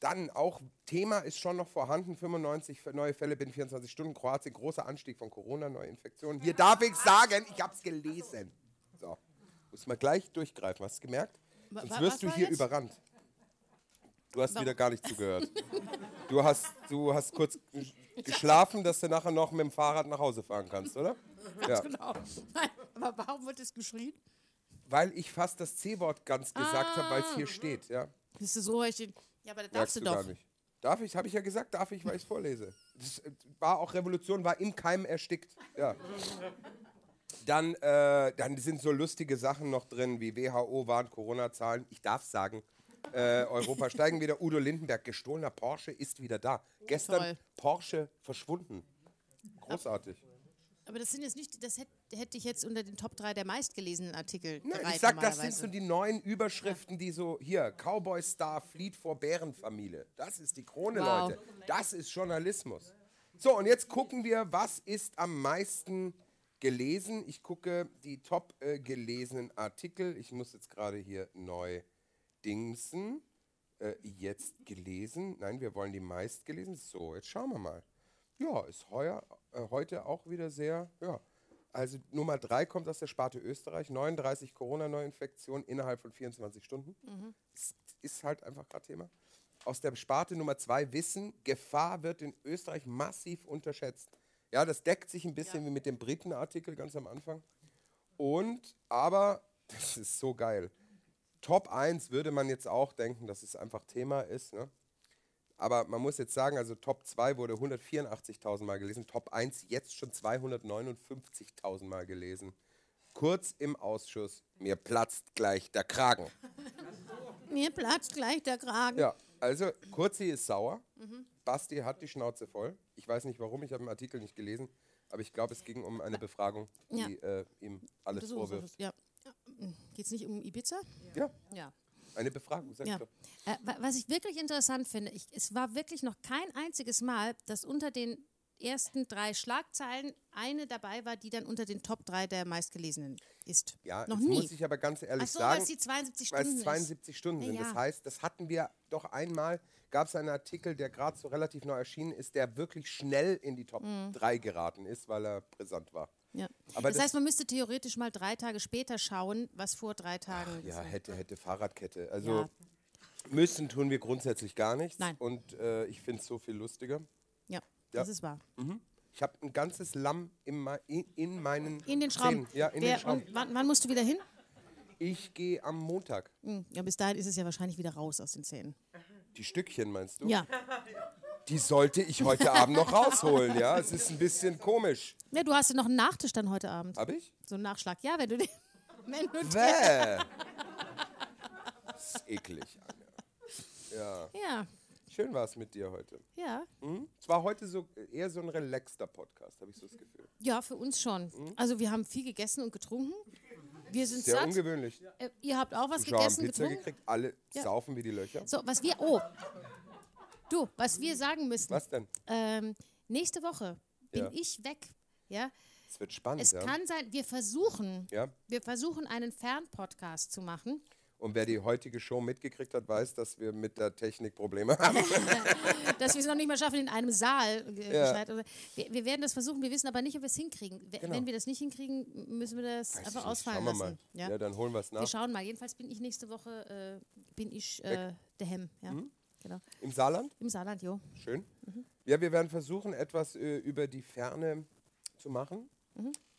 S2: Dann auch Thema ist schon noch vorhanden. 95 für neue Fälle binnen 24 Stunden. Kroatien großer Anstieg von Corona, neue Infektionen. Hier darf ich sagen, ich hab's gelesen. So, muss man gleich durchgreifen. Hast du gemerkt?
S4: Wa-
S2: Sonst
S4: wa- was
S2: wirst du
S4: war
S2: hier
S4: jetzt?
S2: überrannt. Du hast wieder gar nicht zugehört. Du hast, du hast kurz g- geschlafen, dass du nachher noch mit dem Fahrrad nach Hause fahren kannst, oder? Ja.
S4: Genau. Nein, aber warum wird es geschrien?
S2: Weil ich fast das C-Wort ganz gesagt habe, weil es hier steht, ja.
S4: Bist du so richtig? Ja, aber das
S2: Merkst
S4: Ah. darfst du doch.
S2: Gar nicht. Darf ich? Habe ich ja gesagt, darf ich, weil ich vorlese. Das äh, war auch Revolution, war im Keim erstickt. Ja. Dann, äh, dann sind so lustige Sachen noch drin, wie WHO warnt Corona-Zahlen. Ich darf sagen, äh, Europa steigen wieder. Udo Lindenberg, gestohlener Porsche ist wieder da. Gestern
S4: Toll.
S2: Porsche verschwunden. Großartig.
S4: Aber das sind jetzt nicht, das hätte, hätte ich jetzt unter den Top 3 der meistgelesenen Artikel
S2: Nein,
S4: bereit
S2: Ne, ich sag, das sind
S4: normalerweise.
S2: so die neuen Überschriften, die so hier Cowboy Star flieht vor Bärenfamilie. Das ist die Krone,
S4: Wow.
S2: Leute. Das ist Journalismus. So, und jetzt gucken wir, was ist am meisten gelesen. Ich gucke die top äh, gelesenen Artikel. Ich muss jetzt gerade hier neu dingsen. Äh, jetzt gelesen. Nein, wir wollen die meist gelesen. So, jetzt schauen wir mal. Ja, ist heuer, äh, heute auch wieder sehr, ja. Also Nummer drei kommt aus der Sparte Österreich. 39 Corona-Neuinfektionen innerhalb von 24 Stunden. Ist, ist halt einfach gerade Thema. Aus der Sparte Nummer zwei Wissen, Gefahr wird in Österreich massiv unterschätzt. Ja, das deckt sich ein bisschen wie mit dem Briten-Artikel ganz am Anfang. Und, aber, das ist so geil. Top 1 würde man jetzt auch denken, dass es einfach Thema ist. Ne? Aber man muss jetzt sagen, also Top 2 wurde 184.000 Mal gelesen, Top 1 jetzt schon 259.000 Mal gelesen. Kurz im Ausschuss, mir platzt gleich der Kragen.
S4: Mir platzt gleich der Kragen.
S2: Ja, also Kurzi ist sauer.
S4: Mhm.
S2: Basti hat die Schnauze voll. Ich weiß nicht warum, ich habe den Artikel nicht gelesen, aber ich glaube, es ging um eine Befragung,
S4: Ja.
S2: die äh, ihm alles
S4: Das ist-
S2: vorwirft.
S4: ja. Geht es nicht um Ibiza?
S2: Ja,
S4: Ja.
S2: eine Befragung, sag ich
S4: Ja.
S2: doch.
S4: Äh, wa- was ich wirklich interessant finde, ich, es war wirklich noch kein einziges Mal, dass unter den ersten drei Schlagzeilen eine dabei war, die dann unter den Top drei der meistgelesenen ist.
S2: Ja,
S4: noch
S2: jetzt
S4: nie.
S2: muss ich aber ganz ehrlich
S4: Ach so, weil
S2: sagen,
S4: es die 72
S2: weil
S4: Stunden
S2: es
S4: ist.
S2: 72 Stunden sind. Das
S4: Ja.
S2: heißt, das hatten wir doch einmal, gab es einen Artikel, der gerade so relativ neu erschienen ist, der wirklich schnell in die Top 3 geraten ist, weil er brisant war.
S4: Mhm. Ja.
S2: Aber
S4: das,
S2: das-
S4: heißt, man müsste theoretisch mal drei Tage später schauen, was vor drei Tagen.
S2: Ja,
S4: gesagt-
S2: hätte, hätte Fahrradkette. Also
S4: Ja.
S2: müssen tun wir grundsätzlich gar nichts.
S4: Nein.
S2: Und äh, ich finde es so viel lustiger. Ja.
S4: ja, das ist wahr.
S2: Ich habe ein ganzes Lamm in, mei- in, in meinen
S4: In den
S2: Zähnen.
S4: Schrauben.
S2: Ja, in
S4: Wer-
S2: den Schrauben.
S4: Und wann, wann musst du wieder hin?
S2: Ich gehe am Montag.
S4: Hm, Ja, bis dahin ist es ja wahrscheinlich wieder raus aus den Zähnen.
S2: Die Stückchen meinst du?
S4: Ja.
S2: Die sollte ich heute Abend noch rausholen, ja? Es ist ein bisschen komisch.
S4: ja, du hast ja noch einen Nachtisch dann heute Abend.
S2: Hab ich?
S4: So einen Nachschlag. Ja, wenn du den. Wenn du den
S2: Bäh. Das ist eklig, Anja.
S4: ja,
S2: Schön war es mit dir heute.
S4: ja.
S2: Hm? Es war heute so eher so ein relaxter Podcast, habe ich so das Gefühl.
S4: Ja, für uns schon. Also wir haben viel gegessen und getrunken. Wir sind
S2: Mhm. Sehr
S4: satt.
S2: ungewöhnlich.
S4: Äh, ihr habt auch was
S2: Schau, haben
S4: gegessen,
S2: Pizza
S4: getrunken.
S2: gekriegt, alle
S4: Ja.
S2: saufen wie die Löcher.
S4: So, was wir. Oh. Du, was wir sagen müssen.
S2: Was denn?
S4: Ähm, nächste Woche bin
S2: Ja.
S4: ich weg. Ja.
S2: Es wird spannend,
S4: Es
S2: ja.
S4: kann sein, wir versuchen,
S2: ja.
S4: wir versuchen einen Fernpodcast zu machen.
S2: Und wer die heutige Show mitgekriegt hat, weiß, dass wir mit der Technik Probleme haben.
S4: dass wir es noch nicht mal schaffen in einem Saal. äh,
S2: Ja.
S4: gescheit. Oder- Wir, wir werden das versuchen, wir wissen aber nicht, ob wir es hinkriegen. We-
S2: Genau.
S4: Wenn wir das nicht hinkriegen, müssen wir das
S2: Weiß ich
S4: einfach
S2: nicht. Schauen
S4: ausfallen
S2: wir
S4: lassen.
S2: mal.
S4: Ja?
S2: Ja, dann holen wir es
S4: wir
S2: nach.
S4: schauen mal. Jedenfalls bin ich nächste Woche äh, bin ich äh, der Hemm. Ja?
S2: Mhm.
S4: Genau.
S2: Im Saarland?
S4: Im Saarland, jo.
S2: Schön. Ja, wir werden versuchen, etwas äh, über die Ferne zu machen.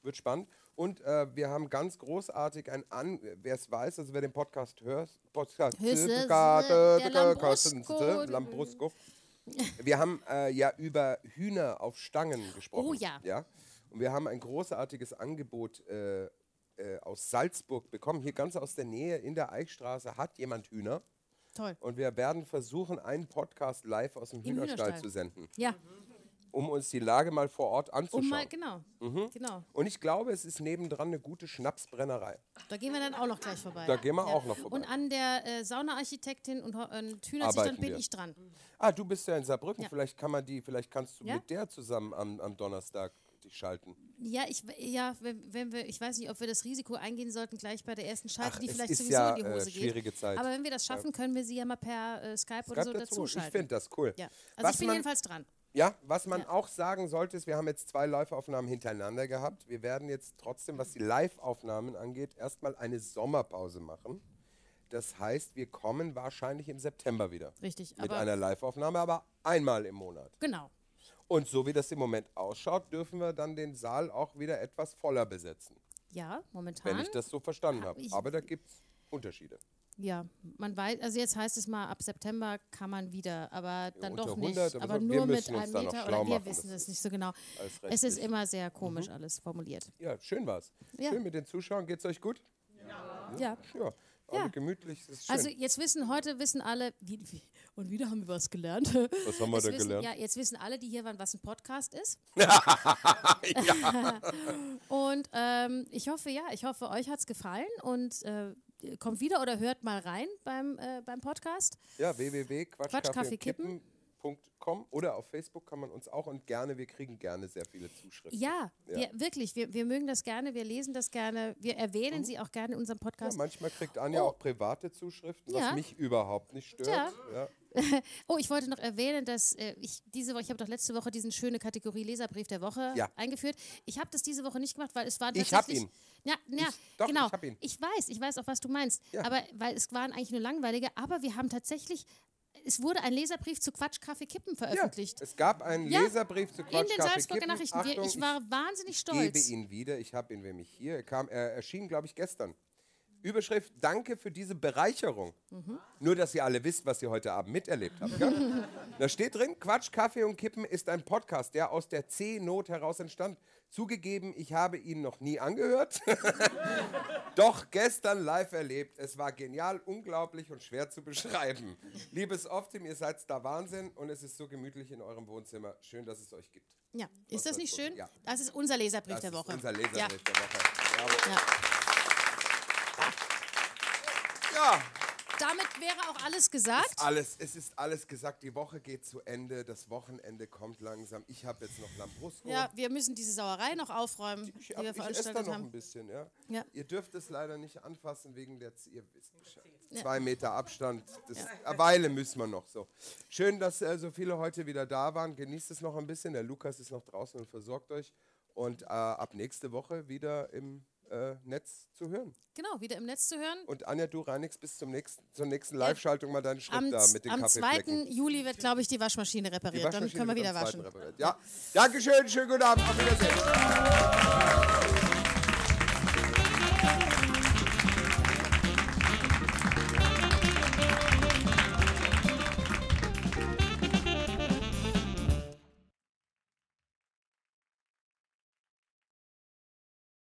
S2: Wird spannend. Und äh, wir haben ganz großartig ein An, wer es weiß, also wer den Podcast hört, Podcast,
S4: Hörst du,
S2: Podcast-
S4: der
S2: Podcast-
S4: Lambrusco.
S2: Lambrusco. Wir haben äh, ja über Hühner auf Stangen gesprochen.
S4: Oh ja.
S2: ja? Und wir haben ein großartiges Angebot äh, äh, aus Salzburg bekommen. Hier ganz aus der Nähe in der Eichstraße hat jemand Hühner.
S4: Toll.
S2: Und wir werden versuchen, einen Podcast live aus dem
S4: Im
S2: Hühnerstall
S4: Hühnerstall.
S2: zu senden
S4: Ja,
S2: um uns die Lage mal vor Ort
S4: um
S2: anzuschauen.
S4: mal, genau.
S2: Mhm.
S4: genau.
S2: und ich glaube, es ist nebendran eine gute Schnapsbrennerei.
S4: Da gehen wir dann auch noch gleich vorbei.
S2: Da gehen wir auch noch vorbei.
S4: Ah Und an der äh, Saunaarchitektin und, Ho- und Hühnersichtern
S2: Arbeiten
S4: bin
S2: wir.
S4: ich dran.
S2: Ah, du bist ja in Saarbrücken.
S4: Ja.
S2: Vielleicht kann man die, vielleicht kannst du
S4: Ja?
S2: mit der zusammen am, am Donnerstag dich schalten.
S4: Ja, ich, ja wenn, wenn wir, ich weiß nicht, ob wir das Risiko eingehen sollten, gleich bei der ersten Schalte,
S2: Ach,
S4: die
S2: es
S4: vielleicht
S2: ist
S4: sowieso
S2: ja,
S4: in die
S2: äh,
S4: Hose geht.
S2: schwierige Zeit.
S4: Aber wenn wir das schaffen, können wir sie ja mal per äh, Skype oder
S2: Schreib
S4: so
S2: dazu.
S4: dazu
S2: Ich
S4: schalten.
S2: finde das cool.
S4: ja. Also
S2: was
S4: ich bin
S2: man,
S4: jedenfalls dran.
S2: ja, was man auch sagen sollte, ist, wir haben jetzt zwei Live-Aufnahmen hintereinander gehabt. Wir werden jetzt trotzdem, was die Live-Aufnahmen angeht, erstmal eine Sommerpause machen. Das heißt, wir kommen wahrscheinlich im September wieder.
S4: Richtig,
S2: Mit
S4: aber-
S2: einer Live-Aufnahme, aber einmal im Monat.
S4: Genau.
S2: Und so wie das im Moment ausschaut, dürfen wir dann den Saal auch wieder etwas voller besetzen,
S4: Ja,
S2: wenn
S4: momentan.
S2: ich das so verstanden habe.
S4: ich-
S2: Aber da gibt es Unterschiede.
S4: Ja, man weiß, also jetzt heißt es mal, ab September kann man wieder, aber dann
S2: unter
S4: doch nicht.
S2: 100, aber
S4: aber
S2: so, wir
S4: nur mit
S2: müssen uns
S4: einem
S2: da noch
S4: Meter
S2: schlau
S4: oder wir
S2: machen, Mhm.
S4: wissen
S2: das
S4: es nicht so genau.
S2: alles
S4: Es ist
S2: rechtlich.
S4: immer sehr komisch alles formuliert.
S2: Ja, schön war's.
S4: Ja.
S2: Schön mit den Zuschauern. Geht's euch gut?
S4: Ja.
S2: Ja. Alle gemütlich. Es Ist schön.
S4: Also jetzt wissen heute wissen alle wie, wie, und wieder haben wir was gelernt. Was
S2: haben wir denn
S4: wissen,
S2: gelernt?
S4: Ja, jetzt wissen alle, die hier waren, was ein Podcast ist. und ähm, ich hoffe, ja, ich hoffe, euch hat's gefallen und äh, kommt wieder oder hört mal rein beim äh, beim Podcast.
S2: ja, www.quatschkaffeekippen.de www.bibelbrunch.com oder auf Facebook kann man uns auch und gerne, wir kriegen gerne sehr viele Zuschriften.
S4: Ja,
S2: Ja.
S4: Wir, wirklich, wir, wir mögen das gerne, wir lesen das gerne, wir erwähnen sie auch gerne in unserem
S2: Mhm. Ja,
S4: Podcast.
S2: manchmal kriegt Anja auch private Zuschriften, was
S4: Oh. Ja.
S2: mich überhaupt nicht stört.
S4: Ja.
S2: Ja.
S4: Oh, ich wollte noch erwähnen, dass äh, ich diese Woche, ich habe doch letzte Woche diesen schöne Kategorie Leserbrief der Woche
S2: Ja.
S4: eingeführt. Ich habe das diese Woche nicht gemacht, weil es waren
S2: Ich hab
S4: tatsächlich.
S2: ihn.
S4: Ja, ja,
S2: Ich- doch,
S4: genau.
S2: ich hab ihn.
S4: weiß, ich weiß auch, was du meinst.
S2: Ja.
S4: Aber weil es waren eigentlich nur langweilige, aber wir haben tatsächlich, es wurde ein Leserbrief zu Quatsch, Kaffee, Kippen
S2: Ja.
S4: veröffentlicht.
S2: Es gab einen
S4: Ja.
S2: Leserbrief zu Quatsch,
S4: in den
S2: Kaffee,
S4: Salzburger
S2: Kippen.
S4: Nachrichten. Wir-
S2: Achtung,
S4: ich war wahnsinnig
S2: ich gebe
S4: stolz.
S2: ihn wieder. Ich habe ihn nämlich hier. Er, kam, er erschien, glaube ich, gestern. Überschrift: Danke für diese Bereicherung. Nur, dass ihr alle wisst, was ihr heute Abend miterlebt habt. Gell? da steht drin: Quatsch, Kaffee und Kippen ist ein Podcast, der aus der C-Not heraus entstand. Zugegeben, ich habe ihn noch nie angehört. Doch gestern live erlebt. Es war genial, unglaublich und schwer zu beschreiben. Liebes Optim, ihr seid der Wahnsinn und es ist so gemütlich in eurem Wohnzimmer. Schön, dass es euch gibt.
S4: Ja, ist das nicht schön?
S2: Ja.
S4: Das ist unser Leserbrief
S2: Das
S4: der Woche.
S2: ist unser Leserbrief
S4: ja.
S2: der Woche. Bravo.
S4: Ja.
S2: Ja,
S4: Damit wäre auch alles gesagt.
S2: alles, es ist alles gesagt. Die Woche geht zu Ende, das Wochenende kommt langsam. Ich habe jetzt noch Lambrusco.
S4: Ja, wir müssen diese Sauerei noch aufräumen,
S2: ich
S4: die
S2: hab-
S4: wir
S2: ich esse da
S4: veranstaltet
S2: noch
S4: haben.
S2: ein bisschen, ja.
S4: Ja.
S2: Ihr dürft es leider nicht anfassen wegen der, Z- ihr wisst Bescheid. Zwei Meter Abstand, das, eine Weile müssen wir noch so. Schön, dass äh, so viele heute wieder da waren. Genießt es noch ein bisschen. Der Lukas ist noch draußen und versorgt euch. Und äh, ab nächste Woche wieder im äh, Netz zu hören.
S4: Genau, wieder im Netz zu hören.
S2: Und Anja, du reinigst bis zum nächsten, zur nächsten Live-Schaltung mal deinen Schritt
S4: Äh, Am,
S2: da mit den
S4: am
S2: Kaffeeflecken.
S4: 2. Juli wird, glaube ich, die Waschmaschine repariert.
S2: Die
S4: Dann können wir
S2: Waschmaschine
S4: wieder
S2: wird am
S4: waschen.
S2: zweiten repariert. Ja, Dankeschön, schönen guten Abend, auf Wiedersehen.